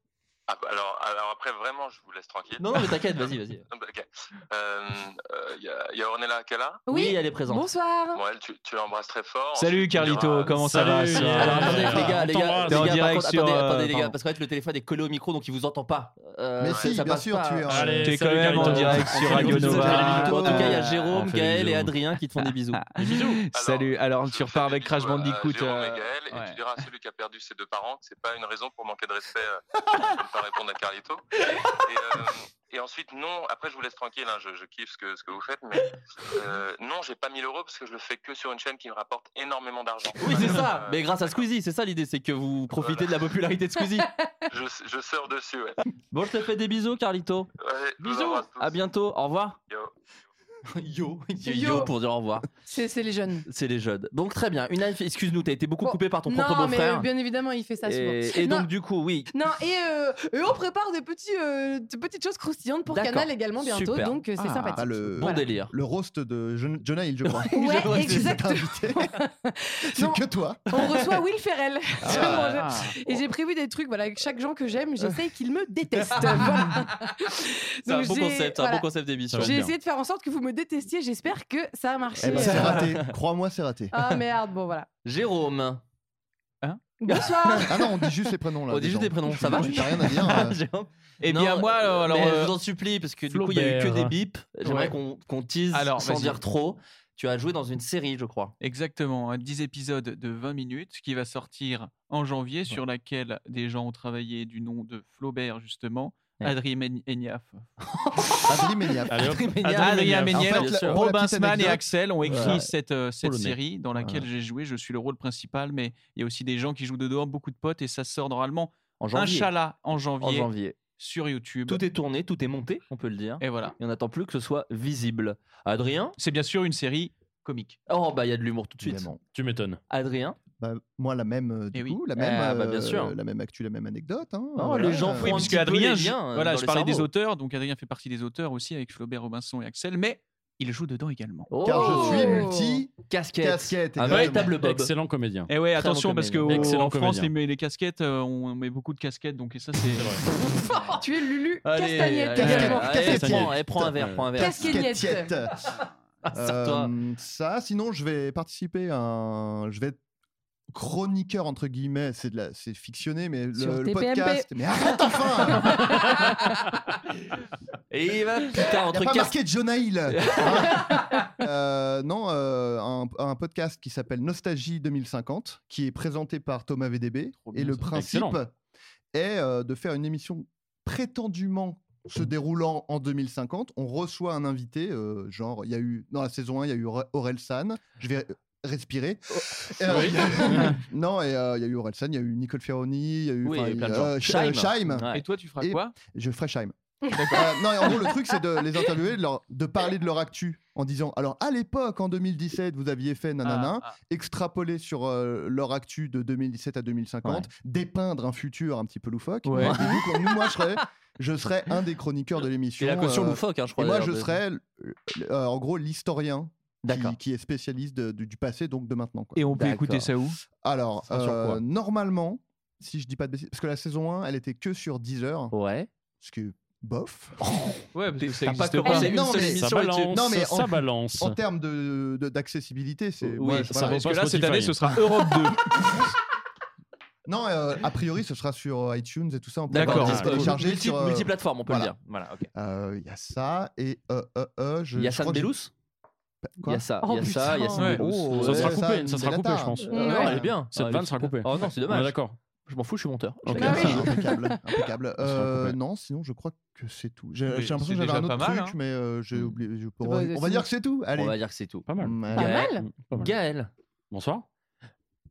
Ah, bah, alors, alors après, vraiment, je vous laisse tranquille.
Non, non, mais t'inquiète, vas-y, vas-y.
Non, bah, ok. Euh, euh, y, a- y a Ornella Cala
Oui, elle est présente.
Bonsoir.
Bon, elle, tu, tu l'embrasses très fort.
Salut
ensuite, tu lui diras-
Carlito, comment ça va
Salut.
ça va
Alors attendez,
Ah,
les gars,
on
les gars,
t'embrasse.
les
T'es en
gars, par
direct
contre,
sur,
attendez,
euh,
attendez, les gars,
pardon.
parce qu'en fait, le téléphone est collé au micro, donc il vous entend pas. Euh,
Mais si,
ça
bien
passe
sûr,
pas.
tu es un-
Allez,
T'es quand
salut,
même en
Carlito.
direct
On
sur
fait des
Radio
bisous,
Nova. Ah,
salut,
Bon, en tout cas, il y a
On
Jérôme,
fait des
Gaël et
bisous.
Adrien qui te font des bisous.
Alors,
Salut, alors
je
tu
fais
repars
des
avec
bisous
Crash
à
Bandicoot.
Jérôme et
euh,
Gaël, et
ouais.
tu diras à celui qui a perdu ses deux parents que c'est pas une raison pour manquer de respect euh, de ne pas répondre à Carlito. Et, euh, et ensuite, non, après je vous laisse tranquille, hein, je, je kiffe ce que, ce que vous faites, mais euh, non, j'ai pas 1000 euros parce que je le fais que sur une chaîne qui me rapporte énormément d'argent.
Oui, c'est ça.
Euh,
Mais grâce à Squeezie, c'est ça l'idée, c'est que vous profitez de la popularité de Squeezie.
Je, je sors dessus, ouais.
Bon, je te fais des bisous, Carlito.
Allez, je vous
Bisous.
embrasse tous.
À bientôt. Au revoir.
Yo.
Yo, yo,
Yo.
pour dire au revoir.
C'est c'est les jeunes.
C'est les jeunes. Donc très bien. Une affi- excuse-nous, t'as été beaucoup
Bon,
coupé par ton propre
Non, mais
beau-frère.
bien évidemment, il fait ça souvent.
Et, et
Non,
donc du coup, oui.
Non, et, euh, et on prépare des, petits, euh, des petites choses croustillantes pour
D'accord.
Canal également bientôt,
Super.
donc euh, c'est
Ah,
sympathique.
Ah, le,
Bon délire.
le roast de Jon- Jonah Hill, je crois.
Ouais,
Je vois, c'est-
exactement.
C'est
Non.
que toi.
On reçoit Will Ferrell. sur mon jeu.
Ah.
Et j'ai prévu des trucs, voilà, avec chaque gens que j'aime, j'essaye qu'ils me détestent. Voilà.
C'est un
Donc,
bon
j'ai-
concept, c'est un
voilà.
bon concept d'émission.
J'ai essayé de faire en sorte que vous me détestiez, j'espère que ça a marché.
Eh ben, c'est raté. Crois-moi, c'est raté.
Ah merde, bon voilà.
Jérôme.
Hein
Bonsoir.
Ah non, on dit juste les prénoms là.
On dit Oh, juste
gens.
des prénoms,
Je-
ça va
J'ai rien à dire. euh.
Jérôme.
Eh
Non,
bien, moi, alors. alors,
mais
euh,
je vous en supplie, parce que du coup, il y a eu que des
Flaubert.
bips. J'aimerais
Ouais.
qu'on qu'on tease
Alors,
sans
vas-y.
dire trop. Tu as joué dans une série, je crois.
Exactement, hein, 10 épisodes de 20 minutes qui va sortir en janvier, sur laquelle des gens ont travaillé du nom de Flaubert, justement,
Ouais.
Adrien Men- Enyaf,
Adrien Méniaf.
Allez, hop.
Adrien
Adrien
Méniaf.
Méniel,
En fait,
bien sûr.
la- pour la
Robin
petite
Sman et
anecdote,
Axel ont écrit
voilà.
cette, euh, cette
Polonais.
série dans laquelle j'ai joué. Je suis le rôle principal, mais il y a aussi des gens qui jouent de dehors, beaucoup de potes, et ça sort normalement,
En janvier.
Inch'Allah, en
En
janvier,
janvier.
sur YouTube.
Tout est tourné, tout est monté, on peut le dire.
Et voilà.
Et on n'attend plus que ce soit visible. Adrien
C'est bien sûr une série comique.
Oh, bah, il y a de l'humour tout de suite.
évidemment.
Tu m'étonnes.
Adrien
Bah, moi, la même, euh, du
Eh oui.
coup, la même, euh,
bah, bien sûr.
la même actu, la même anecdote. hein.
Oh,
Voilà.
les gens
Euh,
font
Oui,
un
parce
petit peu
qu'Adrien,
les
je,
liens, euh,
voilà,
dans
je
le
parlais des
cerveau.
auteurs, donc Adrien fait partie des auteurs aussi avec Flaubert, Robinson et Axel, mais il joue dedans également.
Car je suis
Oh.
multi-casquette.
Casquette. Ah, Un
exactement.
véritable Bob.
Excellent comédien.
Et Eh ouais,
Très bon
attention, parce
comédien.
qu'en
Excellent
France,
comédien.
les, les casquettes, euh, on met beaucoup de casquettes, donc et ça, c'est.
tu es Lulu
Allez,
Castagnette
allez,
également.
allez,
Castagnette.
prends, allez, prends un verre, prends un verre.
Casquette.
Ah, Sors-toi.
Euh, ça, sinon, je vais participer à un. Je vais être chroniqueur, entre guillemets. C'est de la... c'est fictionné, mais le,
Sur
le
TPMP.
podcast. Mais arrête enfin
Et il va, putain,
Il
entre
a pas
casquette.
marqué Jonah Hill Hein Euh, Non, euh, un, un podcast qui s'appelle Nostalgie 2050, qui est présenté par Thomas VDB.
bien,
Et le
ça.
principe
Excellent.
est euh, de faire une émission prétendument se déroulant en 2050. On reçoit un invité, euh, genre, il y a eu, dans la saison 1, il y a eu Aurel San. Je vais euh, respirer. Et, euh,
Oh, Oui.
il y a eu- non, et euh, il y a eu Aurel San, il y a eu Nicole Ferroni, il y a eu
Oui,
enfin,
il y a plein de gens.
euh, Sh- euh,
Scheim.
Scheim.
Ouais.
Et toi, tu feras
Et-
quoi
Je ferai Scheim.
D'accord.
Euh, non, et en gros, le truc, c'est de les interviewer, de, leur- de parler de leur actu en disant alors, à l'époque, en 2017, vous aviez fait nanana,
Ah, ah.
extrapoler sur euh, leur actu de 2017 à 2050, dépeindre un futur un petit peu loufoque.
Ouais.
Et du coup, moi, je serais, je serais un des chroniqueurs de l'émission.
Et la caution
euh,
loufoque, hein, je
et
crois.
moi,
d'ailleurs,
je
de-
serais, l- l- euh, en gros, l'historien.
D'accord.
Qui, qui est spécialiste de- du, du passé, donc de maintenant. quoi.
Et on peut
D'accord.
écouter ça où
Alors,
Ça sera sur
euh,
quoi
normalement, si je dis pas de bêtises, parce que la saison 1, elle était que sur 10 heures,
Ouais.
ce qui est bof.
Ouais, parce que ça
T'as pas
existe
commencé
pas.
Mais
une
non,
seule
mais-
Ça
émission là-dessus.
balance.
Non, mais
ça
en-
balance.
En termes de- de- d'accessibilité, c'est.
Oui,
moi, je-
ça
voilà.
vaut
Parce
pas
que là, cette
Spotify.
année, ce sera Europe 2.
Non, euh, a priori, ce sera sur euh, iTunes et tout ça. on peut
D'accord.
pas
Ah,
le télécharger
multi,
sur, euh,
multiplateforme, on peut
voilà.
le dire. Voilà, ok.
euh, Il y a ça et euh, euh, euh, je.
Il y a
je
San
crois que j'ai- Bah,
Belous Il
Quoi
y a ça,
Oh,
il y a ça, il y a
putain.
San
Ouais.
Belous.
Oh,
Ça
ouais,
sera coupé,
une
ça sera coupé,
data.
je pense.
Euh,
Ouais.
Ah,
Non,
ouais.
elle est bien.
Ah,
Cette
elle
vanne
est
sera coupée.
Oh non, c'est
On est
dommage.
d'accord.
Je m'en fous, je suis monteur. Je
Ok.
la garde,
Ah oui.
ça.
impeccable, impeccable.
sera
Euh,
coupé.
non, sinon je crois que c'est tout. J'ai
Oui,
j'ai l'impression
c'est
que j'avais
déjà
un autre
pas mal, hein. Mm.
truc, mais euh, j'ai oublié. je-
C'est pas
on, va- on va
possible.
dire que c'est tout. Allez. Mm,
On va dire que c'est tout.
Pas mal.
Ouais.
Bah, Pas
Gaël.
mal.
Pas mal.
Gaël,
Bonsoir.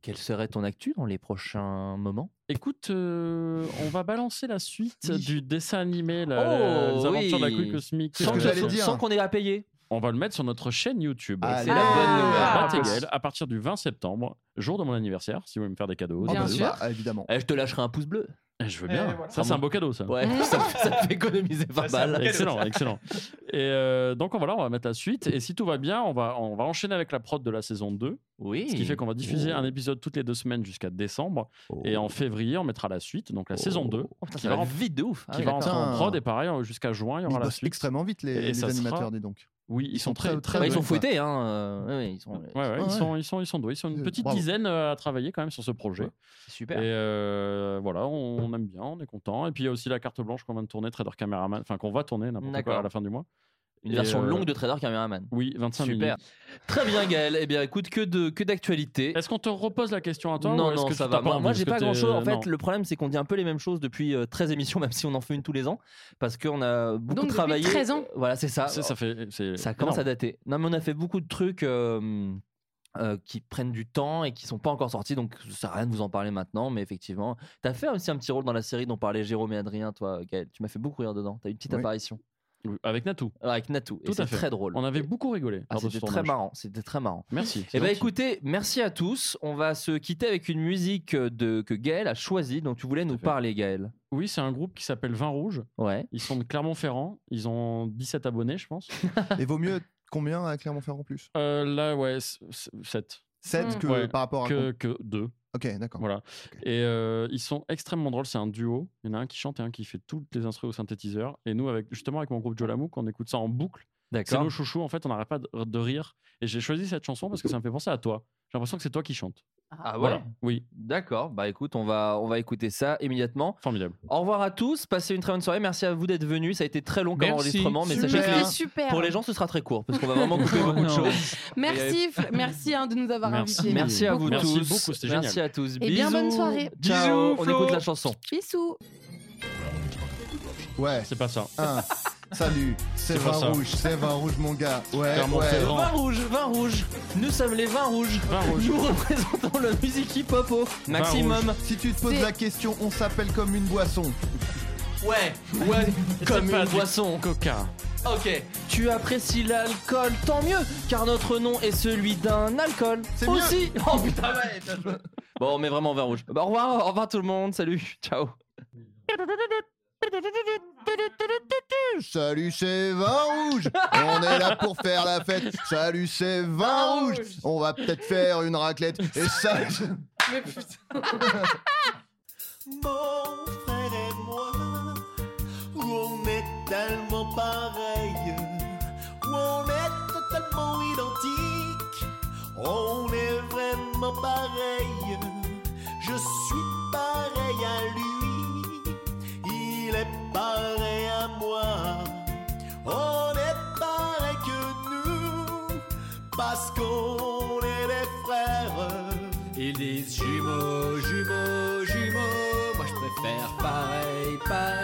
quelle serait ton actu dans les prochains moments
Écoute, euh, on va balancer la suite
Oui.
du dessin animé, la-
Oh,
les aventures de la
oui.
couille cosmique.
C'est ce que
Euh,
j'allais
sans-
dire.
Sans qu'on ait à payer.
On va le mettre sur notre chaîne YouTube.
Allez.
C'est la bonne nouvelle.
Ah,
Ah,
Matt et
parce-
Gaël, à partir du 20 septembre, jour de mon anniversaire, si vous voulez me faire des cadeaux.
Ah,
Bien
bah,
sûr.
bah, évidemment.
Eh, je te lâcherai un pouce bleu.
Eh, Je veux bien.
Eh, voilà.
Ça, c'est un beau cadeau, ça.
Ouais, ça, ça me fait économiser pas
Ça, c'est
mal.
Excellent, excellent. Et euh, donc voilà, on va mettre la suite. Et si tout va bien, on va, on va enchaîner avec la prod de la saison 2.
Oui.
Ce qui fait qu'on va diffuser
Oh.
un épisode toutes les deux semaines jusqu'à décembre.
Oh.
Et en février, on mettra la suite, donc la saison 2,
Oh, putain,
qui
ça
va
va
rentrer-
vite de ouf. Ah
qui
oui,
va
d'accord.
rentrer en
Putain.
prod. Et pareil, hein, jusqu'à juin, il y
Mais Ils
aura la
bossent
suite.
extrêmement vite,
Et
les, les
ça sera-
animateurs, dis donc.
Oui, ils, sont très, très
Ouais, ils
bons,
sont
quoi.
fouettés. Hein. euh, ouais, ouais, ils sont...
Ouais, ouais,
Ouais.
Ils, sont, ils, sont, ils sont doués. Ils sont une
Euh,
petite
bravo.
dizaine euh, à travailler quand même sur ce projet. Et
Super.
euh, voilà, on, on aime bien, on est content. Et puis il y a aussi la carte blanche qu'on vient de tourner, Trader Cameraman, enfin qu'on va tourner n'importe quoi
D'accord.
à la fin du mois.
Une
et,
version
euh,
longue de Trader Cameraman.
Oui, 25
Super.
minutes.
Très bien, Gaël. Eh bien, écoute, que de que d'actualité.
Est-ce qu'on te repose la question à toi ou
non,
est-ce
non,
que
ça
tu
va.
t'as
Moi,
envie
moi,
Est-ce
j'ai
que
pas
t'es- euh,
grand chose. En fait,
non.
le problème, c'est qu'on dit un peu les mêmes choses depuis euh, 13 émissions, même si on en fait une tous les ans, parce qu'on a beaucoup
Donc, depuis
travaillé.
13 ans.
Voilà, c'est ça.
Ça, ça fait. c'est
Ça commence à
énorme.
dater. Non, mais on a fait beaucoup de trucs euh, euh, qui prennent du temps et qui sont pas encore sortis, donc ça sert à rien de vous en parler maintenant. Mais effectivement, t'as fait aussi un petit rôle dans la série dont parlaient Jérôme et Adrien, toi, Gaël. Tu m'as fait beaucoup rire dedans. T'as eu une petite
Oui.
apparition
Oui, Avec Natou.
euh, avec Natou.
Tout
et
à
c'est
fait.
très drôle.
On avait
Et-
beaucoup rigolé.
ah,
lors de ce
c'était très
tournage.
marrant. C'était très marrant.
Merci.
Eh
c'est
bien
gentil.
écoutez, merci à tous. On va se quitter avec une musique euh, de, que Gaël a choisie, dont tu voulais nous
fait.
parler, Gaël.
Oui, c'est un groupe qui s'appelle Vin Rouge.
Ouais.
Ils sont de Clermont-Ferrand. Ils ont 17 abonnés, je pense.
Et vaut mieux combien à Clermont-Ferrand plus
Euh, là, ouais, 7.
7
Mmh.
Mm.
que
Ouais,
par rapport à.
Que, que 2.
Ok, d'accord.
Voilà. Et euh, ils sont extrêmement drôles. C'est un duo. Il y en a un qui chante et un qui fait toutes les instruments au synthétiseur. Et nous, avec, justement, avec mon groupe Jolamouk, on écoute ça en boucle. C'est
D'accord.
nos chouchous. En fait, on n'arrête pas de, de rire. Et j'ai choisi cette chanson parce que ça me fait penser à toi. J'ai l'impression que c'est toi qui chantes.
Ah ouais.
Oui,
D'accord. Bah écoute, on va on va écouter ça immédiatement.
formidable.
Au revoir à tous. Passez une très bonne soirée. Merci à vous d'être venus. Ça a été très long comme
Merci.
enregistrement, mais sachez
Super.
que
C'était
les-
super.
pour les gens, ce sera très court parce qu'on va vraiment couper beaucoup de
Non.
choses.
Merci, Fl- merci hein, de nous avoir
Merci.
invités.
Merci à vous
Merci
tous.
beaucoup, c'était
Merci
génial.
à tous.
Et bien
Bisous.
bonne soirée.
Ciao.
Bisous,
On
Flo.
écoute la chanson.
Bisous.
Ouais.
C'est pas ça.
Ah.
Un. Salut, c'est
C'est pas
vin
ça.
rouge, c'est vin rouge mon gars. Ouais, ouais.
Clermont-Ferrand.
Vin rouge, vin rouge. Nous sommes les vins rouges.
Vin Rouge.
Nous représentons la musique hip-hop au oh. maximum.
Si tu te poses
C'est-
la question, on s'appelle comme une boisson.
Ouais, ouais, comme
pas
une
du
boisson.
Coca.
Ok. Tu apprécies l'alcool, tant mieux, car notre nom est celui d'un alcool.
C'est
aussi. Oh putain, ouais, bien joué. Bon, mais vraiment vin rouge. Bah, au revoir, au revoir tout le monde, salut, ciao.
Salut, c'est vin rouge. On est là pour faire la fête. Salut, c'est vin rouge. On va peut-être faire une raclette. Et ça.
Mais putain.
Mon frère et moi, on est tellement pareils, on est totalement identiques, on est vraiment pareils. Je suis pareil à lui, il est pareil à moi, on est pareil que nous, parce qu'on est des frères. Ils disent jumeaux, jumeaux, jumeaux. Moi je préfère pas